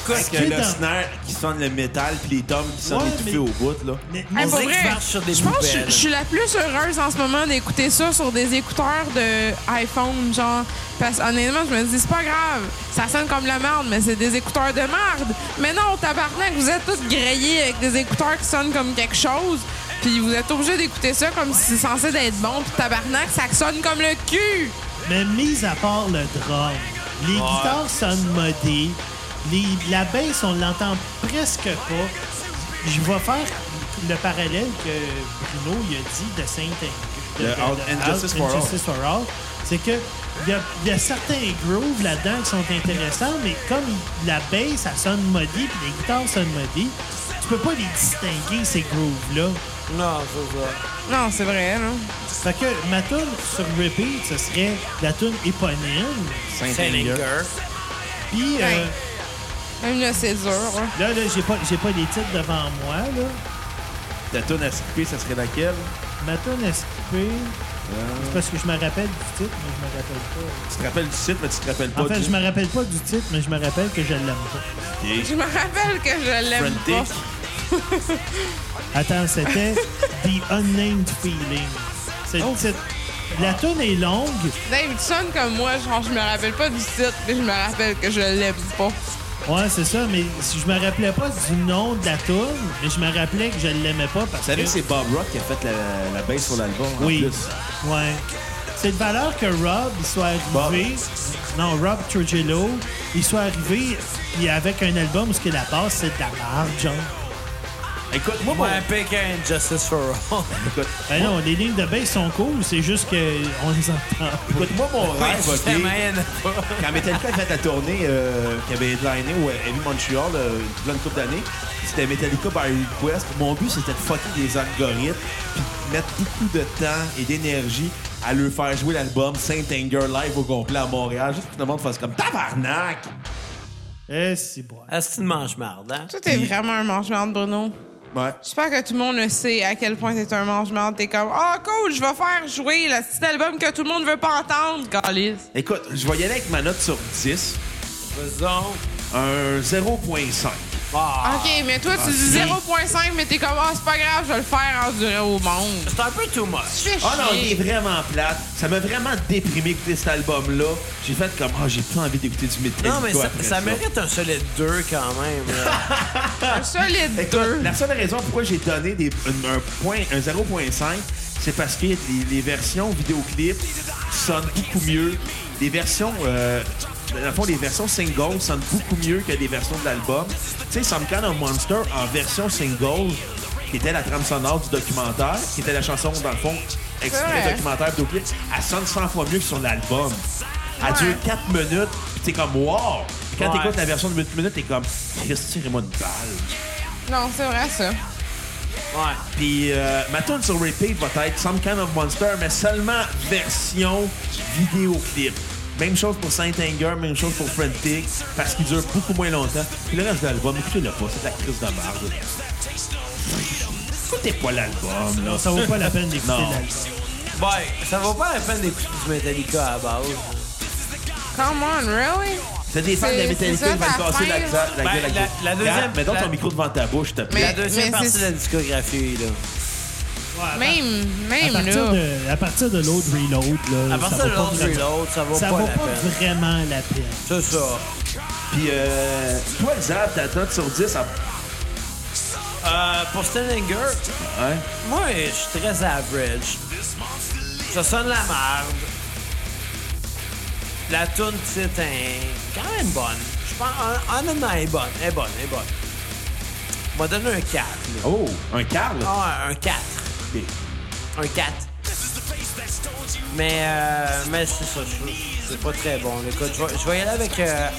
Speaker 1: Parce que
Speaker 2: Qui est
Speaker 1: le
Speaker 2: dans-
Speaker 1: snare qui sonne le métal, puis les tomes qui sonnent
Speaker 2: Ouais,
Speaker 1: étouffés
Speaker 2: mais-
Speaker 1: au bout, là.
Speaker 2: Mais-
Speaker 3: Hey,
Speaker 4: On
Speaker 3: pour
Speaker 4: dirait que
Speaker 3: vrai,
Speaker 4: je marche sur des
Speaker 3: je pense que je-
Speaker 4: poubelles.
Speaker 3: je suis la plus heureuse en ce moment d'écouter ça sur des écouteurs de iPhone, genre. Parce honnêtement, je me dis, c'est pas grave, ça sonne comme la merde, mais c'est des écouteurs de merde. Mais non, tabarnak, vous êtes tous grillés avec des écouteurs qui sonnent comme quelque chose, puis vous êtes obligés d'écouter ça comme si c'est censé d'être bon, puis tabarnak, ça sonne comme le cul!
Speaker 2: Mais mis à part le drum, les guitares sonnent modées, les, la basse, on l'entend presque pas. Je vais faire le parallèle que Bruno il a dit de saint de,
Speaker 1: Le
Speaker 2: de-
Speaker 1: Out-
Speaker 2: de
Speaker 1: Injustice
Speaker 2: Out-
Speaker 1: for All.
Speaker 2: Injustice for All. C'est que il y, a- il y a certains grooves là-dedans qui sont intéressants, mais comme il- la basse, ça sonne modée, puis les guitares sonnent modées, tu peux pas les distinguer, ces grooves-là.
Speaker 4: Non, c'est ça.
Speaker 3: Non, c'est vrai, là.
Speaker 2: Fait que ma tune sur repeat, ce serait la tune éponyme,
Speaker 4: Sellinger.
Speaker 2: puis... euh,
Speaker 3: Ouais. Même là, c'est dur, là.
Speaker 2: Là, là, j'ai pas, j'ai pas les titres devant moi, là.
Speaker 1: Ta toune à skipper, ça serait laquelle? Euh.
Speaker 2: Ma tune à skipper, c'est parce que je me rappelle du titre, mais je me rappelle
Speaker 1: Tu te rappelles du site, mais tu te rappelles
Speaker 2: pas.
Speaker 1: pas
Speaker 2: En fait,
Speaker 1: du...
Speaker 2: je me rappelle pas du titre, mais je me rappelle que je l'aime pas.
Speaker 3: Je me rappelle que je l'aime pas.
Speaker 1: Frantic. <laughs>
Speaker 2: Attends, c'était The Unnamed Feeling. C'est
Speaker 1: Oh.
Speaker 2: le titre.
Speaker 1: Ah.
Speaker 2: La tune est longue.
Speaker 3: Dave, tu sonnes comme moi, genre, je me rappelle pas du titre, mais je me rappelle que je l'aime pas.
Speaker 2: Ouais, c'est ça, mais si je me rappelais pas du nom de la tune, mais je me rappelais que je l'aimais pas parce
Speaker 1: Vous savez,
Speaker 2: que...
Speaker 1: c'est Bob Rock qui a fait la, la baisse sur l'album. en
Speaker 2: Oui.
Speaker 1: plus.
Speaker 2: Ouais. C'est de valeur que Rob il soit arrivé. Non, Rob Turgello, il soit arrivé puis avec un album où ce que la base, c'est de la marge, genre.
Speaker 1: Écoute, moi, mon-
Speaker 4: Ouais, Pékin, Justice for All.
Speaker 1: écoute,
Speaker 2: Ben non, les lignes de bass sont cool, c'est juste <laughs> qu'on les entend. pas.
Speaker 1: écoute, moi, mon rêve,
Speaker 4: Ouais,
Speaker 1: OK,
Speaker 4: justement, il y en a pas.
Speaker 1: quand Metallica a fait la tournée euh, qui avait headliné au Heavy Montreal euh, il y a une couple d'années, c'était Metallica by Request. Mon but, c'était de fucker des algorithmes puis de mettre beaucoup de temps et d'énergie à leur faire jouer l'album Saint Anger live au complet à Montréal, juste pour que tout le monde fasse comme tabarnak!
Speaker 2: Eh, c'est bon.
Speaker 4: Est-ce que tu manges marde, hein?
Speaker 3: Toi, t'es vraiment un mange-marde, Bruno.
Speaker 1: Ouais.
Speaker 3: J'espère que tout le monde le sait à quel point t'es un mange-marde. T'es comme, ah, cool, je vais faire jouer le petit album que tout le monde veut pas entendre, Galis.
Speaker 1: Écoute, je vais y aller avec ma note sur 10,
Speaker 4: Faisons.
Speaker 1: un 0.5.
Speaker 4: Ah.
Speaker 3: OK, mais toi, tu dis 0.5, mais t'es comme, ah, c'est pas grave, je vais le faire endurer au monde.
Speaker 4: C'est un peu too much.
Speaker 3: Tu fais
Speaker 1: Ah non, il est
Speaker 3: chier.
Speaker 1: vraiment plate. Ça m'a vraiment déprimé écouter cet album-là. J'ai fait comme, ah, j'ai plus envie d'écouter du Metallica.
Speaker 4: Non, mais ça,
Speaker 1: après
Speaker 4: ça mérite un solide 2 quand même. là.
Speaker 3: Un solide
Speaker 1: Écoute,
Speaker 3: deux.
Speaker 1: la seule raison pourquoi j'ai donné des- un, un point, un 0.5, c'est parce que les, les versions vidéoclips sonnent beaucoup mieux. Les versions, euh, dans le fond, les versions singles sonnent beaucoup mieux que les versions de l'album. Tu sais, Some Kind of Monster en version single, qui était la trame sonore du documentaire, qui était la chanson, dans le fond, extrait
Speaker 3: vrai.
Speaker 1: documentaire vidéoclip, elle sonne 100 fois mieux que sur l'album. Elle dure 4 minutes, pis t'es comme, wow! Quand
Speaker 4: Ouais.
Speaker 1: t'écoutes la version de 8 minutes, t'es comme, Christ, tirez-moi une balle.
Speaker 3: Non, c'est vrai, ça.
Speaker 4: <laughs> Ouais.
Speaker 1: Puis euh, ma tune sur repeat va être Some Kind of Monster, mais seulement version vidéoclip. Même chose pour Saint Anger, même chose pour Frantic, parce qu'il dure beaucoup moins longtemps. Puis le reste de l'album, écoutez-le pas, c'est de la crise de merde. Écoutez pas l'album, là.
Speaker 2: Non, ça vaut pas la peine d'écouter
Speaker 1: Non.
Speaker 2: l'album.
Speaker 4: Ouais, ça vaut pas la peine d'écouter du Metallica à la base.
Speaker 3: Come on, really?
Speaker 1: C'est des fans de la
Speaker 3: C'est-
Speaker 1: Metallica
Speaker 3: c'est
Speaker 1: qui
Speaker 3: ça,
Speaker 1: veulent
Speaker 3: ta
Speaker 1: casser la,
Speaker 3: fin,
Speaker 1: la, la
Speaker 4: Ben,
Speaker 1: gueule à
Speaker 4: la-
Speaker 1: Chris.
Speaker 4: la deuxième-
Speaker 1: Regarde, mets donc
Speaker 4: la-
Speaker 1: ton micro devant ta bouche, s'il te plaît.
Speaker 3: Mais-
Speaker 4: La deuxième
Speaker 3: mais
Speaker 4: partie
Speaker 3: c'est-
Speaker 4: de la discographie, là.
Speaker 3: Même,
Speaker 2: À
Speaker 3: même,
Speaker 2: partir,
Speaker 3: là.
Speaker 2: de, à partir de l'autre reload, là,
Speaker 4: À partir
Speaker 2: ça
Speaker 4: de
Speaker 2: vaut pas
Speaker 4: l'autre
Speaker 2: vraiment-
Speaker 4: reload, ça vaut
Speaker 2: ça
Speaker 4: pas
Speaker 2: vaut
Speaker 4: la
Speaker 2: pas
Speaker 4: peine.
Speaker 2: vraiment la peine.
Speaker 4: C'est ça.
Speaker 1: Puis euh, toi, Zab, ta note sur 10, ça-
Speaker 4: Euh, pour Stellinger,
Speaker 1: hein?
Speaker 4: moi, je suis très average. Ça sonne la merde. La toune, c'est un... quand même bonne. Je pense, hon- honnêtement, elle est bonne. Elle est bonne, elle est bonne. On m'a donné un 4. là.
Speaker 1: Oh, un quart, là.
Speaker 4: Ah, un 4.
Speaker 1: Ok.
Speaker 4: Un 4. Mais, euh, mais c'est ça, je- c'est pas très bon. Écoute, je vais- je vais y aller avec euh,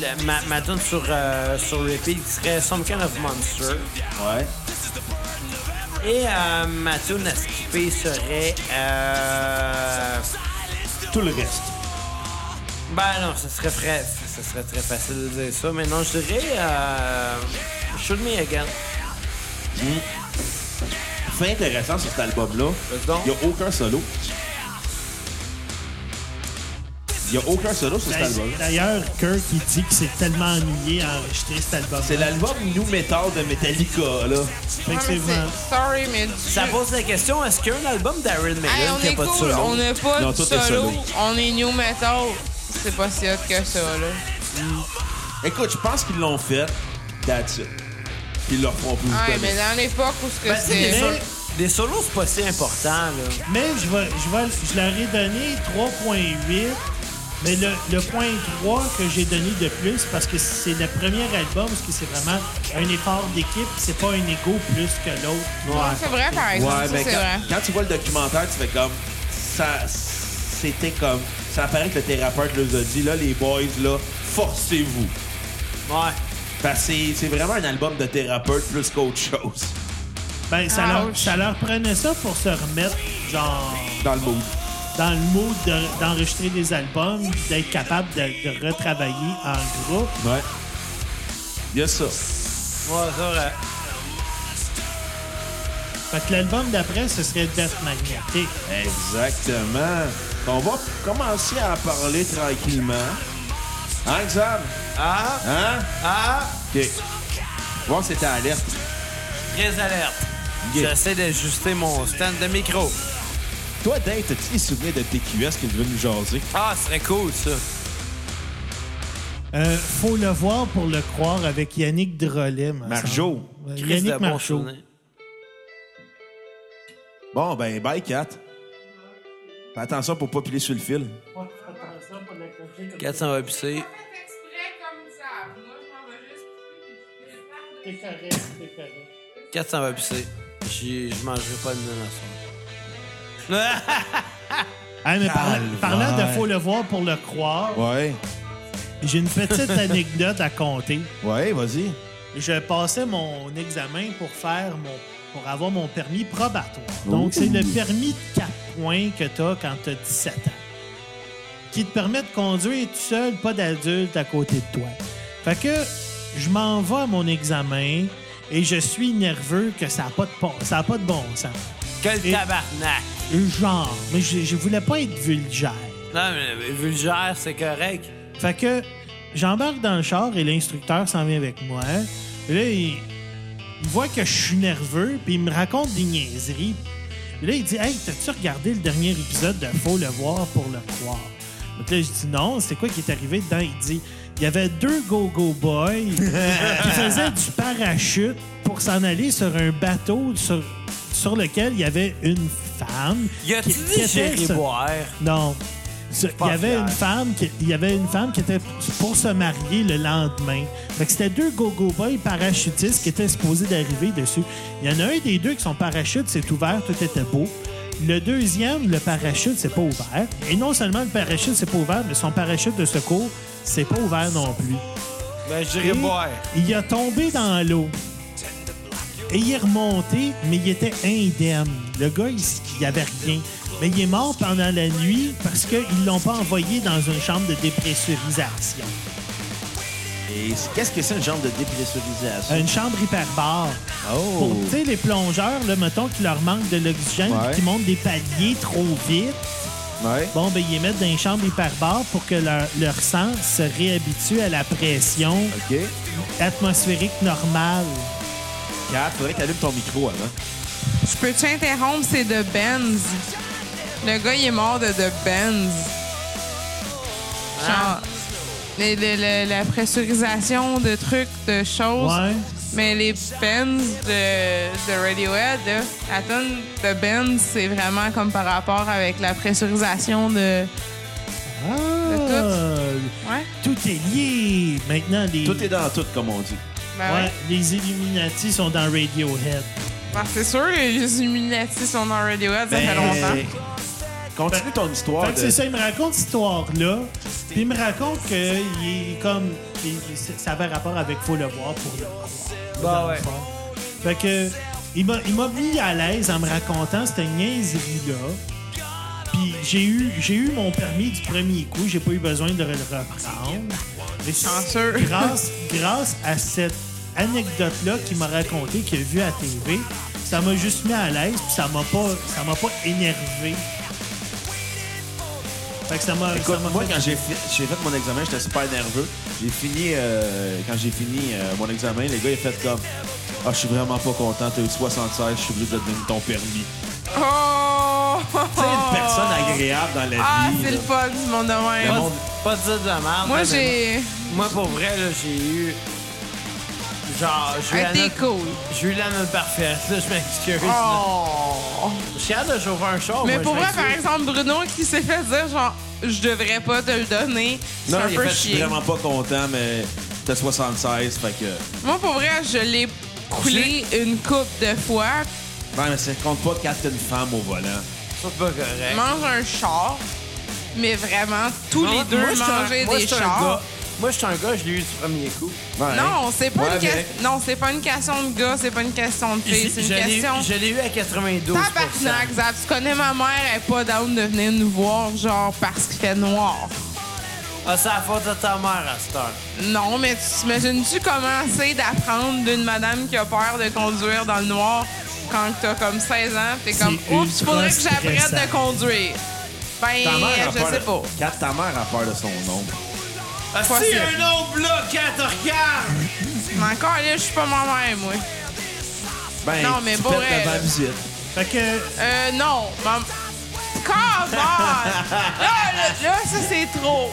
Speaker 4: le- ma, ma tune sur, euh, sur repeat qui serait Some Kind of Monster.
Speaker 1: Ouais.
Speaker 4: Et euh, ma tune à skipper serait... Euh,
Speaker 1: Tout le reste.
Speaker 4: ben non, ce serait, fra- ce serait très facile de dire ça, mais non, je dirais... Euh, Shoot Me Again.
Speaker 1: fait intéressant sur cet album-là,
Speaker 4: Vas-y donc.
Speaker 1: il n'y a aucun solo. Il n'y a aucun solo sur cet album.
Speaker 2: Ben, D'ailleurs, Kirk, il dit qu'il s'est tellement ennuyé à enregistrer cet album.
Speaker 1: C'est l'album New Metal de Metallica, là.
Speaker 2: Fait
Speaker 3: Ouais,
Speaker 2: que
Speaker 3: mais
Speaker 2: c'est vraiment-
Speaker 3: c'est- Sorry, mais du-
Speaker 4: Ça pose la question, est-ce qu'il y a un album d'Aaron Maiden
Speaker 3: Hey, on
Speaker 4: qui a
Speaker 3: est
Speaker 4: pas de
Speaker 3: cool,
Speaker 4: solo?
Speaker 3: on n'a pas
Speaker 1: Non,
Speaker 3: de
Speaker 1: tout est solo.
Speaker 3: solo. On est new metal. C'est pas si hot que ça, là.
Speaker 1: Écoute, je pense qu'ils l'ont fait. That's it. Puis ils le referont plus
Speaker 3: Ouais,
Speaker 1: jamais.
Speaker 3: mais dans l'époque où ce que
Speaker 4: Ben, tu sais, des,
Speaker 3: c'est.
Speaker 4: sol- des solos, c'est pas si important, là.
Speaker 2: Mais je vais, je vais, je leur ai donné 3.8. Mais le, le point 3 que j'ai donné de plus, parce que c'est le premier album, parce que c'est vraiment un effort d'équipe, c'est pas un ego plus que l'autre.
Speaker 3: Ouais, C'est vrai, par exemple.
Speaker 1: Ouais,
Speaker 3: ça,
Speaker 1: mais
Speaker 3: c'est
Speaker 1: quand,
Speaker 3: vrai.
Speaker 1: quand tu vois le documentaire, tu fais comme. Ça. C'était comme. Ça paraît que le thérapeute leur a dit, là, les boys, là, forcez-vous.
Speaker 4: Ouais.
Speaker 1: Parce que c'est- c'est vraiment un album de thérapeute plus qu'autre chose.
Speaker 2: Ben, ça, leur,
Speaker 3: Ouch.
Speaker 2: ça leur prenait ça pour se remettre, genre,
Speaker 1: Dans le mood.
Speaker 2: dans le mood de- d'enregistrer des albums, puis d'être capable de, de retravailler en groupe.
Speaker 1: Ouais. Il y a ça.
Speaker 4: Ouais, euh, c'est vrai.
Speaker 2: Fait que l'album d'après, ce serait Death Magnetic.
Speaker 1: Exactement. On va commencer à parler tranquillement. Hein, Xav?
Speaker 4: Ah,
Speaker 1: Hein?
Speaker 4: ah,
Speaker 1: OK. Bon, c'était alerte.
Speaker 4: très alerte.
Speaker 1: Yeah.
Speaker 4: J'essaie d'ajuster mon stand de micro.
Speaker 1: Toi, Dave, t'as-tu des souvenirs de TQS que tu veux nous jaser?
Speaker 4: Ah, ce serait cool, ça.
Speaker 2: Euh, faut le voir pour le croire avec Yannick Drolet. me
Speaker 1: Marjo.
Speaker 2: semble. Euh,
Speaker 4: Chris de
Speaker 2: Yannick
Speaker 4: bon
Speaker 2: Marjo.
Speaker 4: souvenir.
Speaker 1: Bon, ben, bye, Kat. Fais attention pour pas piler sur le fil.
Speaker 4: 400 va pisser.
Speaker 2: T'es correct, t'es correct.
Speaker 4: 400 va pisser. J'y- Je mangerai pas de nana
Speaker 2: Ah, mais parla-
Speaker 1: Calvaire.
Speaker 2: parlant de faut le voir pour le croire,
Speaker 1: Ouais.
Speaker 2: j'ai une
Speaker 1: <laughs>
Speaker 2: petite anecdote à compter.
Speaker 1: Ouais, vas-y.
Speaker 2: Je passais mon examen pour faire mon pour avoir mon permis probatoire.
Speaker 1: Ouh.
Speaker 2: Donc, c'est le permis de 4 points que tu as quand tu as 17 ans, qui te permet de conduire tout seul, pas d'adulte à côté de toi. Fait que je m'en vais à mon examen et je suis nerveux que ça n'a pas, de pon- ça a pas de bon sens.
Speaker 4: <laughs> Quel
Speaker 2: Et-
Speaker 4: tabarnak!
Speaker 2: Genre, mais je, je voulais pas être vulgaire.
Speaker 4: Non, mais mais vulgaire, c'est correct.
Speaker 2: Fait que j'embarque dans le char et l'instructeur s'en vient avec moi. Et Là, il, il voit que je suis nerveux, puis il me raconte des niaiseries. Et là, il dit Hey, t'as-tu regardé le dernier épisode de Faut le voir pour le croire Donc là, je dis Non, c'est quoi qui est arrivé dedans Il dit Il y avait deux go-go boys qui faisaient du parachute pour s'en aller sur un bateau sur, sur lequel il y avait une femme.
Speaker 4: Y a-tu
Speaker 2: qui- qui
Speaker 4: dit
Speaker 2: était
Speaker 4: gérer
Speaker 2: sur-
Speaker 4: boire?
Speaker 2: non. Ce-
Speaker 4: pas
Speaker 2: Il y, avait
Speaker 4: fier.
Speaker 2: une femme qui, il y avait une femme qui était pour se marier le lendemain. Fait que c'était deux go-go boys parachutistes qui étaient supposés d'arriver dessus. Il y en a un des deux qui son parachute s'est ouvert, tout était beau. Le deuxième, le parachute s'est pas ouvert. Et non seulement le parachute s'est pas ouvert, mais son parachute de secours s'est pas ouvert non plus.
Speaker 4: Ben, j'irai
Speaker 2: Et
Speaker 4: boire.
Speaker 2: il a tombé dans l'eau. Et il est remonté, mais il était indemne. Le gars, il n'y avait rien. Mais il est mort pendant la nuit parce qu'ils ne l'ont pas envoyé dans une chambre de dépressurisation.
Speaker 1: Et c- qu'est-ce que c'est une genre de dépressurisation?
Speaker 2: Euh, Une chambre hyperbare. Pour,
Speaker 1: Oh!
Speaker 2: tu sais, les plongeurs, là, mettons, qui leur manque de l'oxygène,
Speaker 1: Ouais.
Speaker 2: puis qui montent des paliers trop vite,
Speaker 1: Ouais.
Speaker 2: bon, ben, ils les mettent dans une chambre hyperbare pour que leur, leur sang se réhabitue à la pression
Speaker 1: OK.
Speaker 2: atmosphérique normale.
Speaker 1: Kat, faudrait que t'allumes ton micro avant.
Speaker 3: Je peux t'interrompre, c'est de Benz. Le gars, il est mort de The Benz. Genre, les- le- le- la pressurisation de trucs, de choses.
Speaker 2: Ouais.
Speaker 3: Mais les Benz de, de Radiohead, là, la tonne de Benz, c'est vraiment comme par rapport avec la pressurisation de.
Speaker 2: Ah,
Speaker 3: Ouais?
Speaker 2: tout est lié. Maintenant, les,
Speaker 1: Tout est dans tout, comme on dit.
Speaker 3: Ben ouais.
Speaker 2: ouais, les Illuminati sont dans Radiohead.
Speaker 3: Ben, c'est sûr, les Illuminati sont dans Radiohead, ça fait longtemps.
Speaker 1: Ben, Continue ton histoire.
Speaker 2: Fait que
Speaker 1: de-
Speaker 2: c'est ça, il me raconte cette histoire-là, puis il me raconte que il est comme. il- il- ça avait rapport avec Faut le voir pour le croire.
Speaker 4: Bah ouais.
Speaker 2: Fait que. Il m'a, il m'a mis à l'aise en me racontant cette niaiserie-là. Puis j'ai eu, j'ai eu mon permis du premier coup, j'ai pas eu besoin de le reprendre. Mais c'est
Speaker 3: Chanceux.
Speaker 2: <laughs> grâce, grâce à cette anecdote-là qu'il m'a raconté, qu'il a vu à TV, ça m'a juste mis à l'aise, puis ça m'a pas, ça m'a pas énervé. Fait que ça m'a.
Speaker 1: Écoute,
Speaker 2: ça m'a
Speaker 1: moi,
Speaker 2: fait-
Speaker 1: quand j'ai fait, j'ai fait mon examen, j'étais super nerveux. J'ai fini, euh, quand j'ai fini euh, mon examen, les gars, ils ont fait comme Ah, je suis vraiment pas content, t'as eu 76, je suis obligé de te donner ton permis.
Speaker 3: Oh!
Speaker 1: Tu sais, une personne agréable dans la
Speaker 3: Ah,
Speaker 1: vie.
Speaker 3: c'est le
Speaker 1: là.
Speaker 3: fun du monde de même.
Speaker 4: Pas,
Speaker 1: monde-
Speaker 4: pas de dire de la merde.
Speaker 3: Moi,
Speaker 4: hein, mais
Speaker 3: j'ai.
Speaker 4: Moi, pour vrai, là, j'ai eu. Genre, j'ai eu,
Speaker 3: Ah,
Speaker 4: la
Speaker 3: t'es
Speaker 4: note...
Speaker 3: cool.
Speaker 4: j'ai eu la note parfaite, là, je m'excuse. là.
Speaker 3: Oh!
Speaker 4: Je suis hâte de chauffer un show.
Speaker 3: Mais
Speaker 4: moi,
Speaker 3: pour
Speaker 4: je
Speaker 3: vrai, par
Speaker 4: m'excuse.
Speaker 3: exemple, Bruno qui s'est fait dire, genre, je devrais pas te le donner, c'est
Speaker 1: Non,
Speaker 3: un
Speaker 1: il a
Speaker 3: peu
Speaker 1: fait, je suis
Speaker 3: chier.
Speaker 1: vraiment pas content, mais t'as 76, fait que.
Speaker 3: Moi, pour vrai, je l'ai coulé une coupe de fois.
Speaker 1: Non, mais ça compte pas quand t'es une femme au volant.
Speaker 4: C'est pas correct.
Speaker 3: Mange un char, mais vraiment, tous les
Speaker 4: Moi,
Speaker 3: deux
Speaker 4: moi, je suis un-
Speaker 3: manger
Speaker 4: moi,
Speaker 3: des
Speaker 4: je suis un
Speaker 3: chars.
Speaker 4: gars- Moi, je suis un gars, je l'ai eu du premier coup.
Speaker 1: Ouais.
Speaker 3: Non, c'est pas,
Speaker 1: Ouais,
Speaker 3: une que-
Speaker 1: mais-
Speaker 3: non, c'est pas une question de gars, c'est pas une question de fille, c'est
Speaker 4: Je
Speaker 3: une
Speaker 4: l'ai eu-
Speaker 3: question...
Speaker 4: je l'ai eu à 92
Speaker 3: Tabarnak, Zab, tu connais ma mère, elle est pas down de venir nous voir, genre, parce qu'il fait noir.
Speaker 4: Ah, c'est la faute de ta mère à cette heure.
Speaker 3: Non, mais tu t'imagines-tu comment c'est d'apprendre d'une madame qui a peur de conduire dans le noir quand t'as comme 16 ans? T'es comme,
Speaker 2: C'est
Speaker 3: oups,
Speaker 2: ultra
Speaker 3: faudrait que j'apprenne
Speaker 2: stressant.
Speaker 3: de conduire. Ben,
Speaker 1: Ta mère a
Speaker 3: je
Speaker 1: peur
Speaker 3: sais
Speaker 1: de-
Speaker 3: pas.
Speaker 1: Quand ta mère a peur de son nom.
Speaker 4: Ah,
Speaker 3: Pas
Speaker 4: si,
Speaker 3: sûr.
Speaker 4: un autre bloc, hein, te regarde!
Speaker 3: Mais encore là, je suis pas ma mère, moi.
Speaker 1: Ben,
Speaker 3: Non, mais
Speaker 1: tu
Speaker 3: pour
Speaker 1: pètes
Speaker 3: vrai,
Speaker 1: devant
Speaker 3: là.
Speaker 1: la visite.
Speaker 2: Fait que.
Speaker 3: Euh, non. Ma... Quand come on! Là, là, là, ça, c'est trop.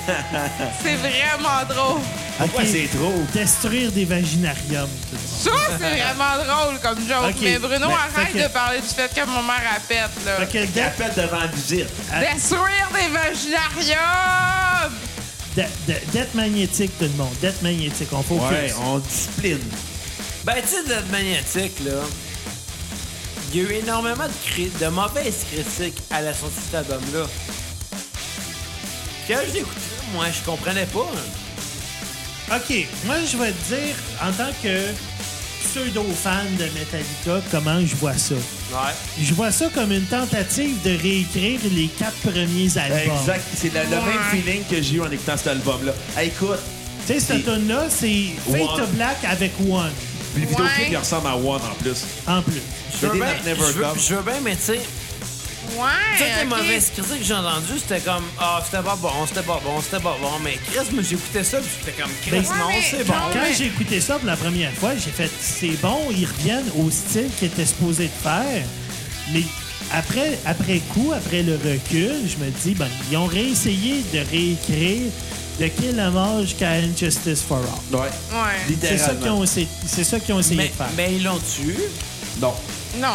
Speaker 3: C'est vraiment drôle.
Speaker 1: Pourquoi
Speaker 2: Ok.
Speaker 1: c'est trop?
Speaker 2: Détruire des vaginariums. tout ça.
Speaker 3: Ça, c'est vraiment drôle comme joke.
Speaker 2: Ok,
Speaker 3: Mais Bruno,
Speaker 2: mais-
Speaker 3: arrête
Speaker 2: fait que-
Speaker 3: de parler du fait que mon mère appelle, là.
Speaker 2: Fait que
Speaker 1: Qui
Speaker 2: da-
Speaker 1: appelle devant la visite.
Speaker 3: Détruire des vaginariums!
Speaker 2: da- da- dette magnétique, tout le monde. Dette magnétique, on focus.
Speaker 1: Ouais, on discipline.
Speaker 4: Ben, tu sais, d'être magnétique, là, il y a eu énormément de, cri- de mauvaises critiques à la sortie de cet album-là. Quand je l'écoutais, moi, je comprenais pas. hein.
Speaker 2: OK, moi, je vais te dire, en tant que pseudo-fan de Metallica, comment je vois ça.
Speaker 4: Ouais.
Speaker 2: Je vois ça comme une tentative de réécrire les quatre premiers albums.
Speaker 1: Exact. C'est la- le même feeling que j'ai eu en écoutant cet album-là. Hey, écoute,
Speaker 2: Tu sais, cette
Speaker 1: Et-
Speaker 2: tune-là, c'est Fate
Speaker 1: One.
Speaker 2: of Black avec One,
Speaker 1: les vidéos
Speaker 3: Ouais.
Speaker 1: qui ressemble à One en plus.
Speaker 2: en plus.
Speaker 4: Je veux
Speaker 1: They
Speaker 4: bien,
Speaker 1: Not
Speaker 4: je
Speaker 1: Never
Speaker 4: veux,
Speaker 1: Come.
Speaker 4: je veux bien, mais tu sais, toutes
Speaker 3: Ouais,
Speaker 4: les
Speaker 3: ok.
Speaker 4: mauvaises critiques que j'ai entendues, c'était comme Ah, c'était pas bon, c'était pas bon, c'était pas bon. Mais Chris, moi, j'écoutais ça, puis j'étais comme Chris,
Speaker 2: Ben,
Speaker 4: non,
Speaker 3: Ouais, mais
Speaker 4: c'est bon.
Speaker 3: non,
Speaker 2: Quand
Speaker 3: mais-
Speaker 2: j'ai écouté ça pour la première fois, j'ai fait c'est bon, ils reviennent au style qu'ils étaient supposés de faire. Mais après, après coup, après le recul, je me dis, ben, ils ont réessayé de réécrire de quel hommage jusqu'à Injustice for
Speaker 1: Ouais.
Speaker 2: All.
Speaker 3: Ouais.
Speaker 2: C'est ça qu'ils
Speaker 1: Littéralement.
Speaker 2: ont, essayé- c'est ça qu'ils ont essayé
Speaker 4: Mais,
Speaker 2: de faire.
Speaker 4: mais ils l'ont tué.
Speaker 1: Non.
Speaker 3: Non.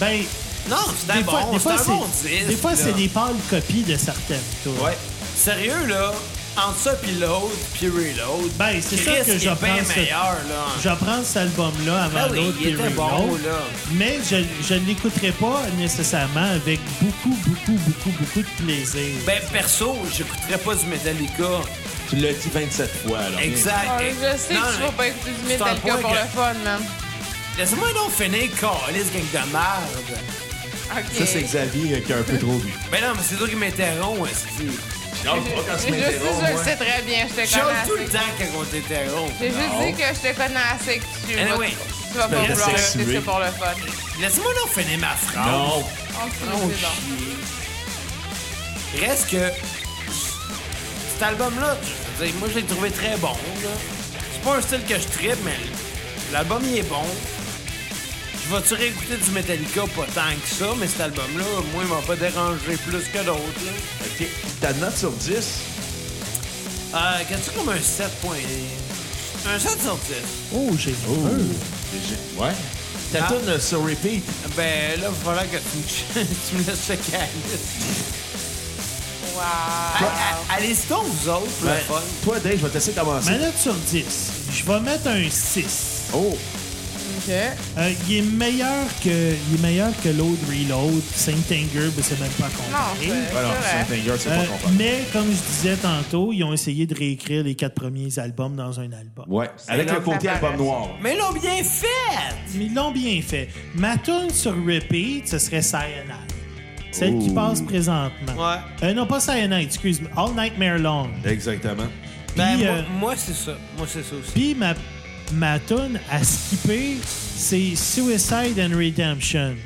Speaker 2: Ben,
Speaker 4: Non, c'était
Speaker 2: des
Speaker 4: bon,
Speaker 2: fois, des fois,
Speaker 4: c'était un bon
Speaker 2: c'est-
Speaker 4: disque,
Speaker 2: des fois, c'est
Speaker 4: là.
Speaker 2: des pâles copies de certaines. toi.
Speaker 4: Ouais. Sérieux, là, entre ça puis l'autre, puis Reload,
Speaker 2: Ben, c'est ça
Speaker 4: Chris,
Speaker 2: que
Speaker 4: il
Speaker 2: je
Speaker 4: est bien
Speaker 2: pense.
Speaker 4: meilleur, là.
Speaker 2: Je vais prendre cet album-là avant
Speaker 4: Ben oui,
Speaker 2: l'autre
Speaker 4: il était
Speaker 2: Theory
Speaker 4: bon,
Speaker 2: Road,
Speaker 4: là.
Speaker 2: Mais je, je ne l'écouterai pas nécessairement avec beaucoup, beaucoup, beaucoup, beaucoup de plaisir.
Speaker 4: Ben, perso, j'écouterais pas du Metallica.
Speaker 1: Tu l'as dit 27 fois, alors.
Speaker 4: Exact.
Speaker 3: Ouais, Ah, Je sais
Speaker 4: Non,
Speaker 3: que tu
Speaker 4: mais
Speaker 3: vas pas écouter du
Speaker 4: c'est un
Speaker 3: Metallica
Speaker 4: point
Speaker 3: pour
Speaker 4: que-
Speaker 3: le fun, man.
Speaker 4: Laisse-moi donc finir, calice, gang de merde.
Speaker 3: Ok.
Speaker 1: Ça, c'est Xavier euh, qui a un peu trop bu.
Speaker 4: Ben non, mais c'est toi qui m'interromps, est-ce
Speaker 1: Non, pas quand
Speaker 3: Je sais, je le sais très bien, je te
Speaker 4: Je
Speaker 3: connais
Speaker 4: tout le
Speaker 3: assez.
Speaker 4: temps quand on t'interrompt.
Speaker 3: J'ai juste dit que je te connais assez que tu vas-
Speaker 4: Anyway,
Speaker 3: tu vas pas
Speaker 1: me
Speaker 3: vouloir
Speaker 1: laisses
Speaker 3: écouter
Speaker 1: suer.
Speaker 3: ça pour le fun.
Speaker 4: Laisse-moi donc finir ma phrase.
Speaker 1: Non.
Speaker 3: On se
Speaker 4: Non,
Speaker 3: c'est bon.
Speaker 4: chier. Reste que cet album-là, je veux dire, moi je l'ai trouvé très bon. là. C'est pas un style que je tripe, mais l'album il est bon. Je vais-tu réécouter du Metallica pas tant que ça, mais cet album-là, moi, il m'a pas dérangé plus que d'autres. là.
Speaker 1: OK. Ta note sur 10?
Speaker 4: Euh, Qu'as-tu comme un 7 point... Un 7 sur 10.
Speaker 2: Oh, j'ai
Speaker 1: J'ai- Ouais. Ta
Speaker 4: Ah.
Speaker 1: tourne sur repeat.
Speaker 4: Ben là, il va falloir que tu me, <laughs> tu me laisses ce calice. Ah,
Speaker 3: Wow.
Speaker 4: Allez-y donc, vous autres, pour le
Speaker 1: Ben,
Speaker 4: fun.
Speaker 1: Toi, Dave, je vais te laisser commencer.
Speaker 2: Ma note sur 10, je vais mettre un 6.
Speaker 1: Oh,
Speaker 3: OK.
Speaker 2: Euh, il est meilleur que il est meilleur que l'autre Reload, Saint Anger, mais c'est même pas
Speaker 3: Non,
Speaker 2: comparé.
Speaker 3: c'est
Speaker 1: alors,
Speaker 3: c'est vrai.
Speaker 1: Saint-Anger, c'est
Speaker 2: Euh,
Speaker 1: pas comparable.
Speaker 2: mais comme je disais tantôt, ils ont essayé de réécrire les quatre premiers albums dans un album.
Speaker 1: Ouais, avec
Speaker 3: là
Speaker 1: le
Speaker 3: que
Speaker 1: côté
Speaker 3: ça
Speaker 1: album
Speaker 3: paraît.
Speaker 1: noir.
Speaker 4: Mais ils l'ont bien fait!
Speaker 2: Mais Ils l'ont bien fait. Ma tune sur repeat, ce serait Cyanide. Celle qui
Speaker 1: Ooh.
Speaker 2: passe présentement.
Speaker 4: Ouais.
Speaker 2: Euh, non, pas Cyanide, excuse moi All Nightmare Long.
Speaker 1: Exactement.
Speaker 4: Ben,
Speaker 2: Puis,
Speaker 4: moi,
Speaker 2: euh,
Speaker 4: moi, c'est ça. Moi, c'est ça aussi.
Speaker 2: Puis ma, ma tune à skipper, c'est Suicide and Redemption.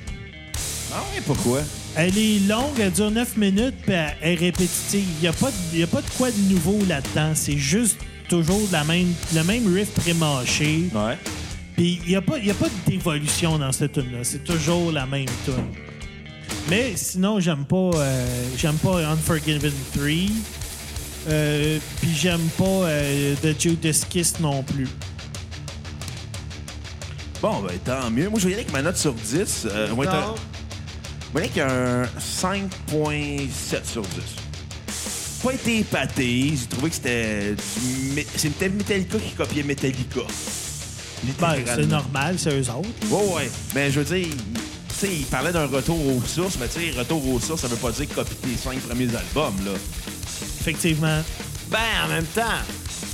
Speaker 1: Ah ouais, pourquoi?
Speaker 2: Elle est longue, elle dure 9 minutes, puis elle est répétitive. Il n'y a, pas de- y a pas de quoi de nouveau là-dedans. C'est juste toujours la même, le même riff prémâché.
Speaker 1: Ouais.
Speaker 2: Puis il n'y a, pas- y a pas d'évolution dans cette tune-là. C'est toujours la même tune. Mais sinon, j'aime pas, euh, j'aime pas Unforgiven 3. Euh, Puis j'aime pas euh, The Judas Kiss non plus.
Speaker 1: Bon, ben tant mieux. Moi, je vais y aller avec ma note sur 10. Euh, on va être un-
Speaker 4: Non.
Speaker 1: on va y aller avec un 5.7 sur 10. Pas été épaté. J'ai trouvé que c'était... du mé- C'était Metallica qui copiait Metallica.
Speaker 2: Ben,
Speaker 1: Littéralement.
Speaker 2: c'est normal, c'est eux autres. là.
Speaker 1: Ouais, ouais. Mais je veux dire, tu sais, il parlait d'un retour aux sources, mais tu sais, retour aux sources, ça veut pas dire copier tes cinq premiers albums, là.
Speaker 2: Effectivement.
Speaker 4: Ben, en même temps,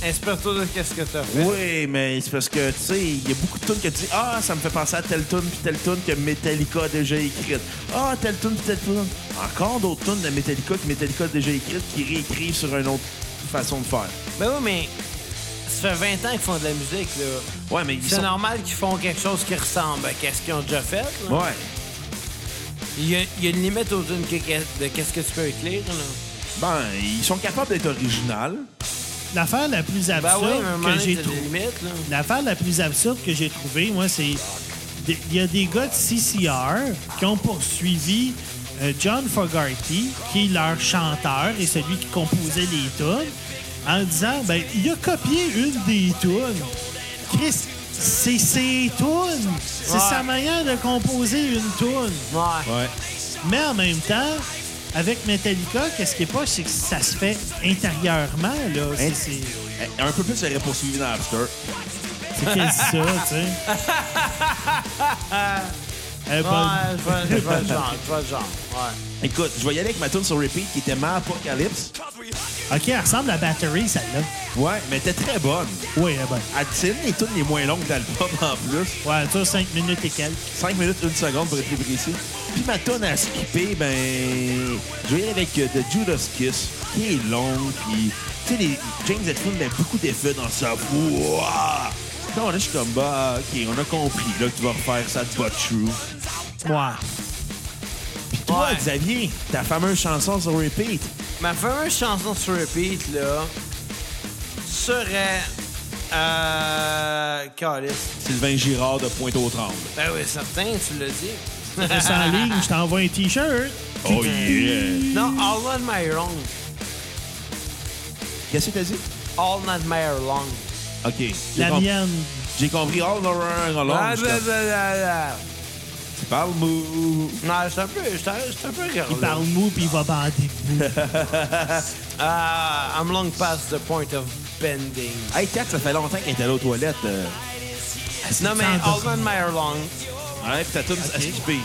Speaker 4: inspire-toi de qu'est-ce que t'as fait.
Speaker 1: Oui, mais c'est parce que, tu sais, il y a beaucoup de tunes que tu dis Ah, ça me fait penser à telle tune puis telle tune que Metallica a déjà écrite. Ah, telle tune puis telle tune. Encore d'autres tunes de Metallica que Metallica a déjà écrites qui réécrivent sur une autre façon de faire.
Speaker 4: Ben oui, mais ça fait 20 ans qu'ils font de la musique, là.
Speaker 1: Ouais, mais ils
Speaker 4: C'est
Speaker 1: sont...
Speaker 4: normal qu'ils font quelque chose qui ressemble à ce qu'ils ont déjà fait. là.
Speaker 1: Ouais.
Speaker 4: Il y, a, il y a une limite aux unes que- de qu'est-ce que tu peux écrire. Là.
Speaker 1: Ben, ils sont capables d'être originales.
Speaker 2: L'affaire la plus
Speaker 4: Ben
Speaker 2: absurde
Speaker 4: oui, mais à un moment
Speaker 2: que j'ai
Speaker 4: donné, t'as des
Speaker 2: trouvée.
Speaker 4: limites. Là.
Speaker 2: L'affaire la plus absurde que j'ai trouvée, moi, c'est. Il y a des gars de CCR qui ont poursuivi euh, John Fogarty, qui est leur chanteur et celui qui composait les tunes, en disant ben il a copié une des tunes. Chris, c'est ses tunes. C'est
Speaker 4: Ouais.
Speaker 2: sa manière de composer une tune.
Speaker 4: Ouais.
Speaker 1: Ouais.
Speaker 2: Mais en même temps, avec Metallica, qu'est-ce qui est pas, c'est que ça se fait intérieurement, là. C'est- C'est
Speaker 1: Eh, Un peu plus, j'aurais poursuivi dans After.
Speaker 2: c'est quel ça, tu
Speaker 1: <laughs>
Speaker 2: sais? Eh ben,
Speaker 4: Ouais, je vois- je vois le genre, je vois le genre. Ouais.
Speaker 1: Écoute, je vais y aller avec ma tune sur repeat qui était ma Apocalypse.
Speaker 2: OK, elle ressemble à Battery, celle-là.
Speaker 1: Ouais, mais elle était très bonne.
Speaker 2: Oui, eh ben.
Speaker 1: À c'est une des tunes les moins longues de l'album en plus.
Speaker 2: Ouais, ça, 5 minutes et quelques.
Speaker 1: 5 minutes, 1 seconde pour être plus précis. Puis ma tune à skipper, ben. Je vais y aller avec euh, The Judas Kiss, qui est longue, puis. Tu sais, les- James Hetfield met beaucoup d'effets dans sa voix. Non, là, je suis comme, bah, ok, on a compris, là, que tu vas refaire ça de But True.
Speaker 2: Ouais.
Speaker 1: Toi,
Speaker 4: Ouais.
Speaker 1: Xavier, ta fameuse chanson sur repeat.
Speaker 4: Ma fameuse chanson sur repeat, là, serait. Euh. Calice.
Speaker 1: Sylvain Girard de Pointe aux Trembles.
Speaker 4: Ben oui, certain, tu l'as dit.
Speaker 2: Reste en ligne, je t'envoie un T-shirt.
Speaker 1: Oh yeah!
Speaker 4: Non, All Not My Wrong.
Speaker 1: Qu'est-ce que t'as dit?
Speaker 4: All Not My Wrong.
Speaker 1: Ok. j'ai
Speaker 2: La
Speaker 1: com-
Speaker 2: mienne.
Speaker 1: J'ai compris all the wrong
Speaker 4: Ah,
Speaker 1: along.
Speaker 4: da, da, da, da.
Speaker 1: Tu parles mou.
Speaker 4: Non, je suis un peu. Je suis un- je suis un peu regardé.
Speaker 2: Il parle mou, puis il va bander.
Speaker 4: Ah, I'm long past the point of bending.
Speaker 1: Hey, Kat, ça fait longtemps qu'elle était allée aux toilettes. euh.
Speaker 2: Ah,
Speaker 4: Non, mais
Speaker 2: Sans
Speaker 4: All Not My Wrong <laughs>
Speaker 1: Ouais, pis t'as tout à skipper.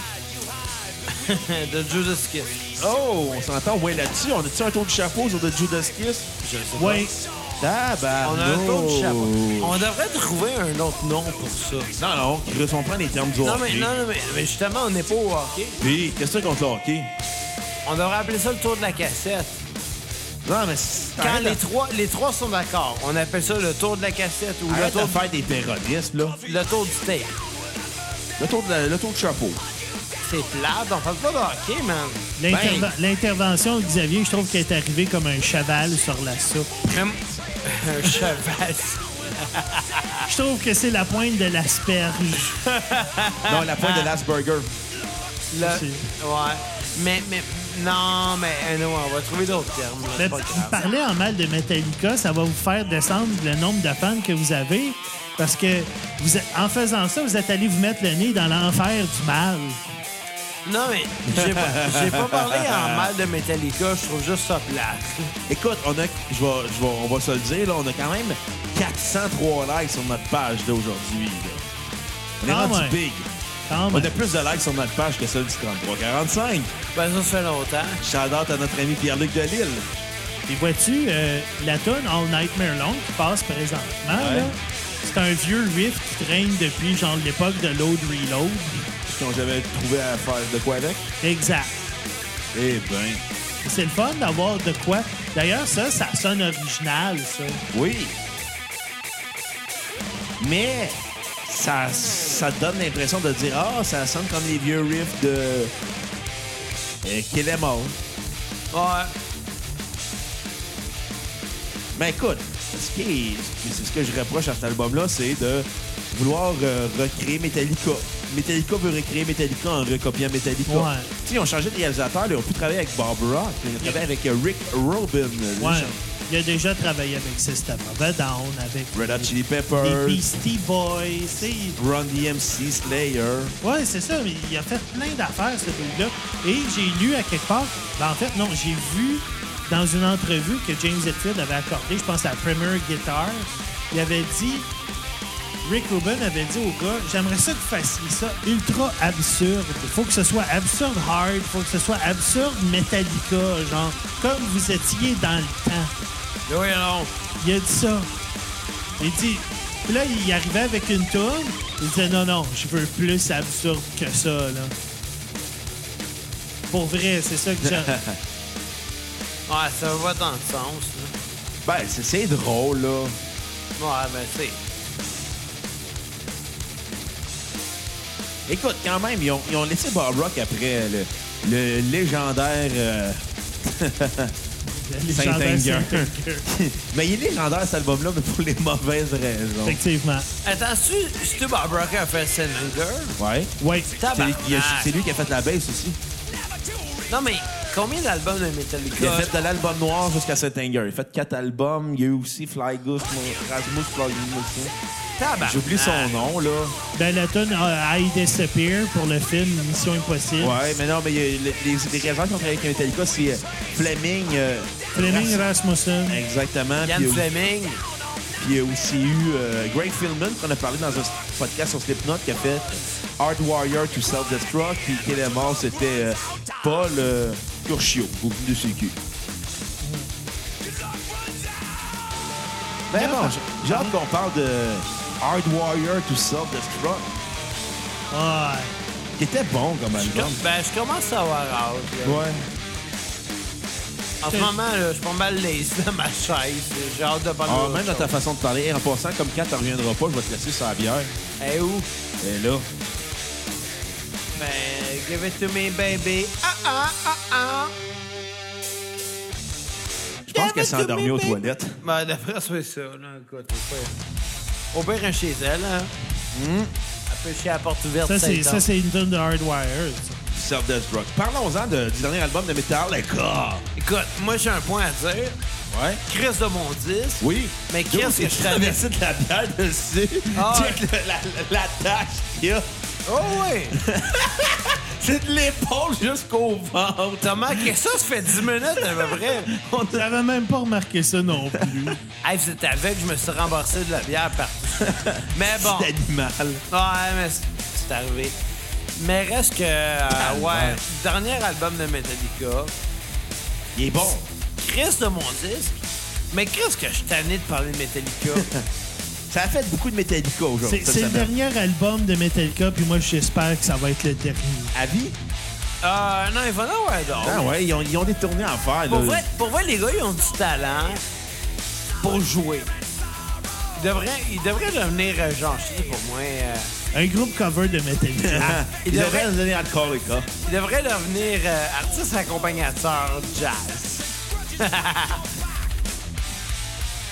Speaker 4: de Judas Kiss.
Speaker 1: Oh, on s'entend au moins là-dessus. On a-tu un tour de chapeau sur The Judas Kiss?
Speaker 4: Je sais pas.
Speaker 2: Ouais.
Speaker 1: Tabarno.
Speaker 4: On a un tour de chapeau. On devrait trouver un autre nom pour ça.
Speaker 1: Non, non, Chris, on prend les termes du
Speaker 4: Non, mais,
Speaker 1: hockey.
Speaker 4: non, non, mais, mais justement, on n'est pas au hockey.
Speaker 1: Puis, qu'est-ce que c'est contre le hockey?
Speaker 4: On devrait appeler ça le tour de la cassette.
Speaker 1: <laughs> Non, mais c'est-
Speaker 4: Quand
Speaker 1: t'arrêtes
Speaker 4: les
Speaker 1: de-
Speaker 4: trois, les trois sont d'accord, on appelle ça le tour de la cassette ou le
Speaker 1: Arrête
Speaker 4: tour,
Speaker 1: de faire des terroristes, là.
Speaker 4: le tour du tape.
Speaker 1: Le tour de, la- le tour de chapeau.
Speaker 4: C'est plate, on parle pas de hockey, man.
Speaker 2: L'interve- L'intervention de Xavier, je trouve qu'elle est arrivée comme un cheval sur la soupe.
Speaker 4: Ben, Même <laughs> un cheval.
Speaker 2: Je trouve que c'est la pointe de l'asperge.
Speaker 4: Ah,
Speaker 1: Non, la pointe de l'Asperger.
Speaker 4: Le-
Speaker 2: C'est-
Speaker 4: Ouais. Mais, mais, non, mais, euh, non, on va trouver d'autres termes. là,
Speaker 2: Mais
Speaker 4: C'est pas
Speaker 2: vous
Speaker 4: grave.
Speaker 2: parlez en mal de Metallica, ça va vous faire descendre le nombre de fans que vous avez. Parce que vous êtes- en faisant ça, vous êtes allé vous mettre le nez dans l'enfer du mal.
Speaker 4: Non, mais, j'ai pas, j'ai pas parlé en mal de Metallica, je trouve juste ça plate.
Speaker 1: Écoute, on a, je vais- je vais- on va se le dire, là, on a quand même 403 likes sur notre page d'aujourd'hui. là. On est
Speaker 2: Ah
Speaker 1: rendu
Speaker 2: ouais.
Speaker 1: big.
Speaker 2: Quand
Speaker 1: On
Speaker 2: même.
Speaker 1: a plus de likes sur notre page que celle du 3345.
Speaker 4: Ben, ça fait longtemps.
Speaker 1: Shout out à notre ami Pierre-Luc Delille.
Speaker 2: Et vois-tu, euh, la tonne All Nightmare Long qui passe présentement,
Speaker 1: Ouais.
Speaker 2: là, c'est un vieux riff qui traîne depuis genre l'époque de Load Reload.
Speaker 1: Qui n'ont jamais trouvé à faire de quoi avec.
Speaker 2: Exact.
Speaker 1: Eh ben.
Speaker 2: C'est le fun d'avoir de quoi. D'ailleurs, ça, ça sonne original, ça.
Speaker 1: Oui. Mais ça, ça donne l'impression de dire Ah, ça sonne comme les vieux riffs de. Euh, qu'il est mort.
Speaker 4: Ouais.
Speaker 1: Mais Ben, écoute, ce qui est- c'est ce que je reproche à cet album-là, c'est de vouloir euh, recréer Metallica. Metallica veut recréer Metallica en recopiant Metallica.
Speaker 2: Ouais.
Speaker 1: Tu sais, ils ont changé de réalisateur, là, ils ont pu travailler avec Bob Rock, mais ils ont travaillé avec euh, Rick Rubin, le
Speaker 2: Ouais.
Speaker 1: chan-
Speaker 2: Il a déjà travaillé avec System of a Down, avec
Speaker 1: Red Hot Chili
Speaker 2: les
Speaker 1: Peppers,
Speaker 2: Beastie Boys. c'est-
Speaker 1: Run DMC, Slayer.
Speaker 2: Ouais, c'est ça. mais Il a fait plein d'affaires, ce dude-là. Et j'ai lu à quelque part... Ben, en fait, non, j'ai vu dans une entrevue que James Hetfield avait accordée, je pense à Premier Guitar, il avait dit... Rick Rubin avait dit au gars, j'aimerais ça que vous fassiez ça ultra absurde. Faut que ce soit absurde hard, faut que ce soit absurde Metallica, genre, comme vous étiez dans le temps.
Speaker 4: Ben Oui, non.
Speaker 2: Il a dit ça. Il dit. Puis là, il arrivait avec une tourne. Il disait non, non, je veux plus absurde que ça, là. Pour vrai, c'est ça que j'ai.
Speaker 4: Ouais, ça va dans le sens, là.
Speaker 1: Ben, c'est- c'est drôle, là.
Speaker 4: Ouais, ben, c'est.
Speaker 1: Écoute, quand même, ils ont, ils ont laissé Bob Rock après le, le légendaire. euh,
Speaker 2: Les
Speaker 1: Saint-Anger.
Speaker 2: gendarmes Saint-Anger.
Speaker 1: Mais il est légendaire, cet album-là, mais pour les mauvaises raisons.
Speaker 2: Effectivement.
Speaker 4: Attends-tu, Stu Bob Rocker a fait Senator?
Speaker 1: Ouais.
Speaker 2: Oui.
Speaker 1: C'est lui, qui a- c'est lui qui a fait la baisse aussi.
Speaker 4: Non, mais combien d'albums de Metallica?
Speaker 1: Il a fait de l'album noir jusqu'à Settinger. Il a fait quatre albums. Il y a eu aussi Flygus, mon- Rasmus Flygus.
Speaker 4: Tabarnak.
Speaker 1: J'oublie son nom, là.
Speaker 2: Ben, la tonne I Disappear pour le film Mission Impossible.
Speaker 1: Ouais, mais non, mais il y a- les, les réalisateurs qui ont travaillé avec Metallica, c'est euh, Fleming. euh,
Speaker 2: Fleming
Speaker 1: Ras-
Speaker 2: Rasmussen.
Speaker 1: Exactement.
Speaker 4: Ian
Speaker 1: Puis il y a-
Speaker 4: Fleming.
Speaker 1: puis il y a aussi eu euh, Greg Philman, qu'on a parlé dans un podcast sur Slipknot, qui a fait Hard Warrior to Self-Destruct. Puis qui est mort, c'était euh, Paul euh, Curcio, au bout de CQ. Mais Ben bon, j'ai- j'ai hâte qu'on parle de Hard Warrior to Self-Destruct,
Speaker 2: Ouais.
Speaker 1: qui était bon comme album.
Speaker 4: Ben, je commence à avoir âge. là.
Speaker 1: Ouais.
Speaker 4: En ce moment, là, je suis pas mal laissé dans ma chaise. J'ai hâte de parler.
Speaker 1: Ah,
Speaker 4: d'autre
Speaker 1: même dans ta
Speaker 4: chose.
Speaker 1: façon de parler, Hey, en passant, comme quand tu reviendras pas, je vais te laisser sur la bière.
Speaker 4: Eh, où?
Speaker 1: Et là,
Speaker 4: Ben, give it to me, baby. Ah, ah, ah, ah.
Speaker 1: je pense qu'elle s'est endormie aux toilettes.
Speaker 4: Ben, d'après, c'est ça. Là, écoute, au pire, au pire, un chez elle. Hein.
Speaker 1: Hmm?
Speaker 4: Elle peut chier à la porte ouverte.
Speaker 2: Ça, c'est,
Speaker 4: cinq
Speaker 2: ça,
Speaker 4: ans.
Speaker 2: c'est une tonne de Hardwire. ça.
Speaker 1: Self-Destruct. Parlons-en de- du dernier album de Metallica.
Speaker 4: Écoute, moi, j'ai un point à dire.
Speaker 1: Ouais.
Speaker 4: Chris de mon disque.
Speaker 1: Oui.
Speaker 4: Mais qu'est-ce que je traverse?
Speaker 1: traversé de la bière dessus?
Speaker 4: Ah.
Speaker 1: Check le- la, la tache qu'il y a.
Speaker 4: Oh, oui!
Speaker 1: C'est de l'épaule jusqu'au ventre.
Speaker 4: Thomas, qu'est-ce que ça? Ça fait 10 minutes à peu près.
Speaker 2: On n'avait même pas remarqué ça non plus.
Speaker 4: Hey, vous êtes avec, je me suis remboursé de la bière partout. Mais bon.
Speaker 1: C'est animal.
Speaker 4: Ouais, mais c'est- c'est arrivé. Mais reste que. euh, ouais, dernier album de Metallica.
Speaker 1: Il est bon.
Speaker 4: Chris de mon disque. Mais Chris, que je suis tanné de parler de Metallica.
Speaker 1: Ça a fait beaucoup de Metallica aujourd'hui.
Speaker 2: C'est,
Speaker 1: cette
Speaker 2: c'est le
Speaker 1: semaine.
Speaker 2: dernier album de Metallica, puis moi, j'espère que ça va être le dernier.
Speaker 1: À vie?
Speaker 4: euh, non, il va en avoir d'autres.
Speaker 1: Ah ouais, ils ont, ils ont des tournées à faire.
Speaker 2: Euh,
Speaker 4: Pour
Speaker 1: là.
Speaker 4: vrai, pour vrai, les gars, ils ont du talent pour jouer. Ils devraient, ils devraient devenir, euh, genre, je sais, pour moi, euh,
Speaker 2: Un groupe cover
Speaker 1: <laughs>
Speaker 2: de Metallica.
Speaker 1: Ah, Ils
Speaker 4: Ah, Il
Speaker 1: devraient
Speaker 4: devrait-
Speaker 1: nous donner Alcoolica.
Speaker 4: ils devraient devenir euh, artistes accompagnateurs jazz.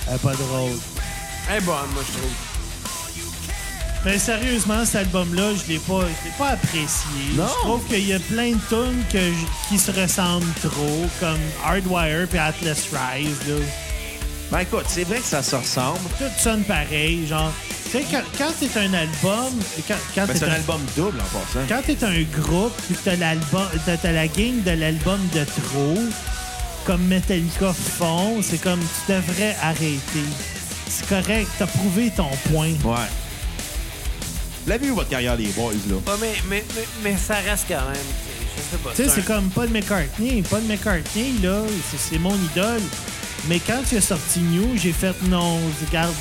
Speaker 2: Ah, pas drôle.
Speaker 4: Eh bon, moi, je trouve.
Speaker 2: Mais sérieusement, cet album-là, je l'ai pas, je l'ai pas apprécié.
Speaker 1: Non.
Speaker 2: Je trouve qu'il y a plein de tunes que je- qui se ressemblent trop, comme Hardwire puis Atlas Rise. Là.
Speaker 1: Ben écoute, c'est vrai que ça se ressemble.
Speaker 2: Tout sonne pareil, genre. Tu sais, quand, quand t'es un album, quand, quand
Speaker 1: Ben,
Speaker 2: t'es
Speaker 1: c'est un
Speaker 2: un-
Speaker 1: album double en passant.
Speaker 2: quand t'es un groupe, puis t'as l'album, t'as t'as la gang de l'album de trop, comme Metallica font, c'est comme tu devrais arrêter. C'est correct, t'as prouvé ton point.
Speaker 1: Ouais. Vous l'avez eu votre carrière des boys là.
Speaker 4: Ouais, mais, mais, mais, mais ça reste quand même. Je sais pas.
Speaker 2: Tu sais,
Speaker 4: un-
Speaker 2: c'est comme Paul McCartney. Paul McCartney, là, c'est- c'est mon idole. Mais quand tu as sorti New, j'ai fait non, regarde,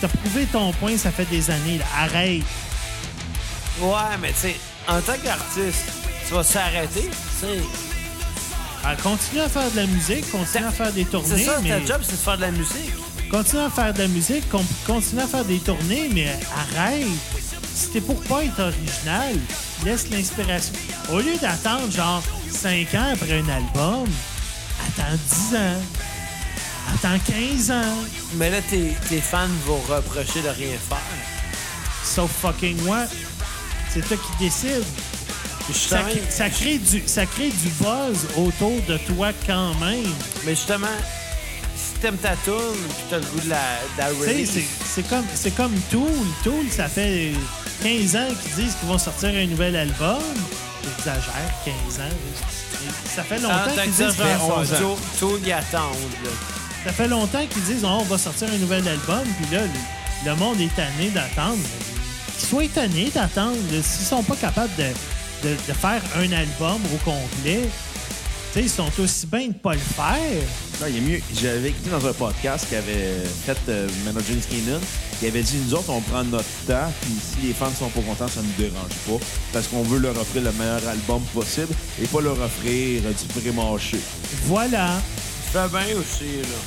Speaker 2: t'as prouvé ton point, ça fait des années, là. Arrête.
Speaker 4: Ouais, mais tu sais, en tant qu'artiste, tu vas s'arrêter. tu sais.
Speaker 2: Ah, continue à faire de la musique, continue à faire des
Speaker 4: C'est
Speaker 2: tournées,
Speaker 4: ça,
Speaker 2: mais.
Speaker 4: ta job, c'est de faire de la musique.
Speaker 2: Continue à faire de la musique, com- continue à faire des tournées, mais arrête. Si t'es pour pas être original, laisse l'inspiration. Au lieu d'attendre genre 5 ans après un album, attends 10 ans. Attends 15 ans.
Speaker 4: Mais là, tes, tes fans vont reprocher de rien faire.
Speaker 2: Sauf fucking moi. C'est toi qui décides. Ça,
Speaker 4: Justement,
Speaker 2: crée- ça crée du, ça crée du buzz autour de toi quand même.
Speaker 4: mais justement, si t'aimes ta toune, puis t'as le goût de la, de la
Speaker 2: Tu sais,
Speaker 4: release,
Speaker 2: c'est- c'est comme, c'est comme Tool. Tool, ça fait 15 ans qu'ils disent qu'ils vont sortir un nouvel album. J'exagère, 15 ans. Mais Ah, Ça fait
Speaker 4: en
Speaker 2: longtemps
Speaker 4: tant
Speaker 2: qu'ils
Speaker 4: que
Speaker 2: disent,
Speaker 1: fait
Speaker 4: genre,
Speaker 1: 11 ans.
Speaker 4: tout, tout y attendre. là.
Speaker 2: ça fait longtemps qu'ils disent, Oh, on va sortir un nouvel album. Puis là, le, le monde est tanné d'attendre. Qu'ils soient tannés d'attendre. là. S'ils sont pas capables de, de- de faire un album au complet, tu sais, ils sont aussi bien de pas le faire.
Speaker 1: Non, il est mieux. J'avais écouté dans un podcast qui avait fait euh, Manager Skinnon, qui avait dit nous autres, on prend notre temps, puis si les fans sont pas contents, ça nous dérange pas, parce qu'on veut leur offrir le meilleur album possible et pas leur offrir euh, du pré-mâché.
Speaker 2: Voilà.
Speaker 4: Ça fait bien aussi, là.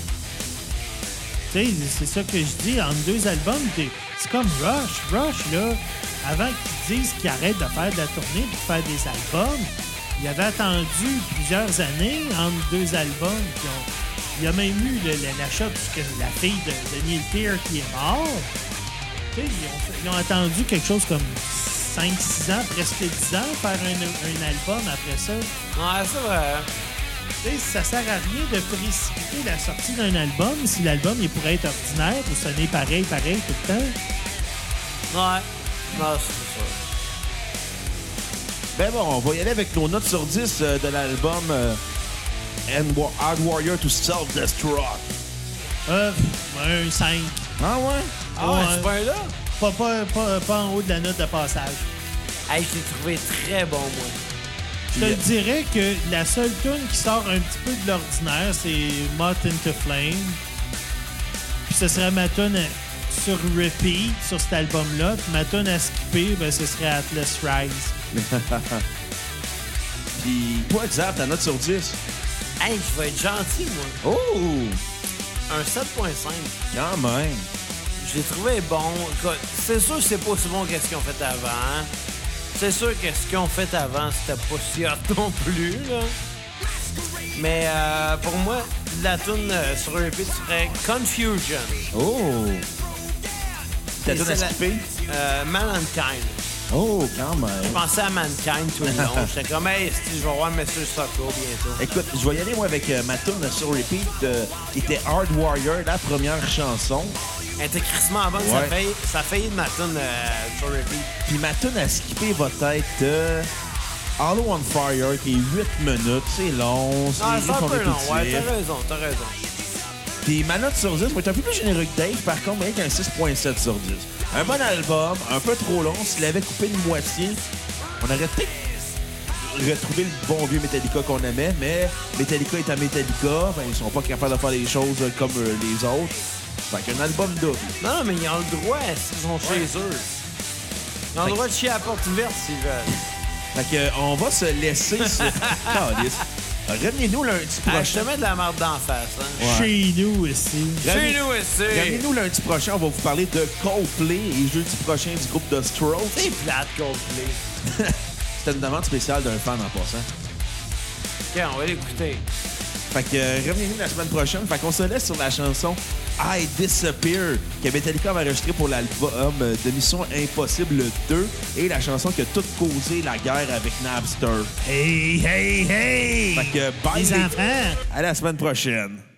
Speaker 2: Tu sais, c'est ça que je dis, entre deux albums, t'es- c'est comme Rush. Rush, là, avant qu'ils disent qu'ils arrêtent de faire de la tournée et de faire des albums, il avait attendu plusieurs années entre deux albums. puis on- il y a même eu le- le- l'achat de la fille de, de Neil Peart qui est mort. Tu sais, Ils ont, fait- ils ont attendu quelque chose comme 5-6 ans, presque 10 ans, faire un, un album après ça.
Speaker 4: Ouais, c'est vrai.
Speaker 2: Tu sais, ça sert à rien de précipiter la sortie d'un album si l'album il pourrait être ordinaire ou sonner pareil, pareil tout le temps.
Speaker 4: Ouais. Non, c'est
Speaker 1: Ben bon, on va y aller avec nos notes sur 10 euh, de l'album euh, And Wa- Hard Warrior to Self-Destruct.
Speaker 2: Euh, un 5.
Speaker 1: Ah ouais?
Speaker 4: ça. Ah ouais,
Speaker 2: Ouais.
Speaker 4: c'est pas là?
Speaker 2: Pas, pas, pas, pas en haut de la note de passage.
Speaker 4: Hey, je l'ai trouvé très bon, moi.
Speaker 2: Je te dirais que la seule tune qui sort un petit peu de l'ordinaire, c'est Mott into Flame. Puis ce serait ma tune à- sur repeat sur cet album-là. Puis ma tune à skipper, ben, ce serait Atlas Rise.
Speaker 1: Puis toi, Xav, ta note sur 10.
Speaker 4: Hey, je vais être gentil, moi.
Speaker 1: Oh!
Speaker 4: Un 7.5.
Speaker 1: Quand même.
Speaker 4: Je l'ai trouvé bon. Écoute, C'est sûr que c'est pas aussi bon que ce qu'ils ont fait avant. hein. C'est sûr que ce qu'ils ont fait avant, c'était pas <laughs> si hot non plus, là. Mais euh, pour moi, la tune euh, sur un repeat serait Confusion.
Speaker 1: Oh! T'as
Speaker 4: Et
Speaker 1: tout à
Speaker 4: c'est la-
Speaker 1: skipper?
Speaker 4: Euh, Mankind.
Speaker 1: Oh, quand
Speaker 4: Je
Speaker 1: même.
Speaker 4: pensais à Mankind tout le
Speaker 1: <laughs>
Speaker 4: long. J'étais comme, hey, esti, je vais voir Monsieur Socko bientôt.
Speaker 1: Écoute, je vais y aller, moi, avec euh, ma tune sur repeat euh, qui était Hard Warrior, la première chanson.
Speaker 4: Elle était crissement bonne,
Speaker 1: Ouais.
Speaker 4: ça faillit- ça a failli de ma tune euh, sur repeat.
Speaker 1: Puis ma tune à skipper va être euh, Hollow on Fire, qui est 8 minutes. C'est long, c'est
Speaker 4: Ah,
Speaker 1: les
Speaker 4: c'est un
Speaker 1: rythmes
Speaker 4: peu long.
Speaker 1: répétitifs.
Speaker 4: Ouais, t'as raison, t'as raison.
Speaker 1: Puis ma note sur 10 va être un peu plus généreux que Dave, par contre, avec un 6.7 sur 10. Un bon album, un peu trop long. S'il avait coupé de moitié, on aurait peut-être retrouvé le bon vieux Metallica qu'on aimait, mais Metallica étant Metallica, ben, ils sont pas capables de faire les choses euh, comme euh, les autres. Fait qu'un album double.
Speaker 4: Non, non, mais ils ont le droit s'ils sont chez eux. Ils ont le droit de chier à la porte ouverte s'ils veulent.
Speaker 1: Fait que, euh, on va se laisser
Speaker 4: <laughs>
Speaker 1: sur... Calice. Revenez-nous lundi
Speaker 4: Ah, je te
Speaker 1: prochain.
Speaker 4: mets de la merde d'en face. Hein.
Speaker 1: Ouais.
Speaker 2: Chez nous aussi.
Speaker 4: Chez nous aussi.
Speaker 1: Revenez-nous lundi prochain, on va vous parler de Coldplay et jeudi prochain du groupe de Strokes.
Speaker 4: C'est plate, Coldplay.
Speaker 1: <laughs> C'était une demande spéciale d'un fan en passant.
Speaker 4: OK, on va l'écouter.
Speaker 1: Fait que euh, revenez-nous la semaine prochaine. Fait qu'on se laisse sur la chanson I Disappear que Metallica avait enregistrée pour l'album euh, de Mission Impossible 2 et la chanson qui a tout causé la guerre avec Napster.
Speaker 2: Hey, hey, hey!
Speaker 1: Fait que bye
Speaker 2: Les
Speaker 1: les-
Speaker 2: enfants!
Speaker 1: À la semaine prochaine.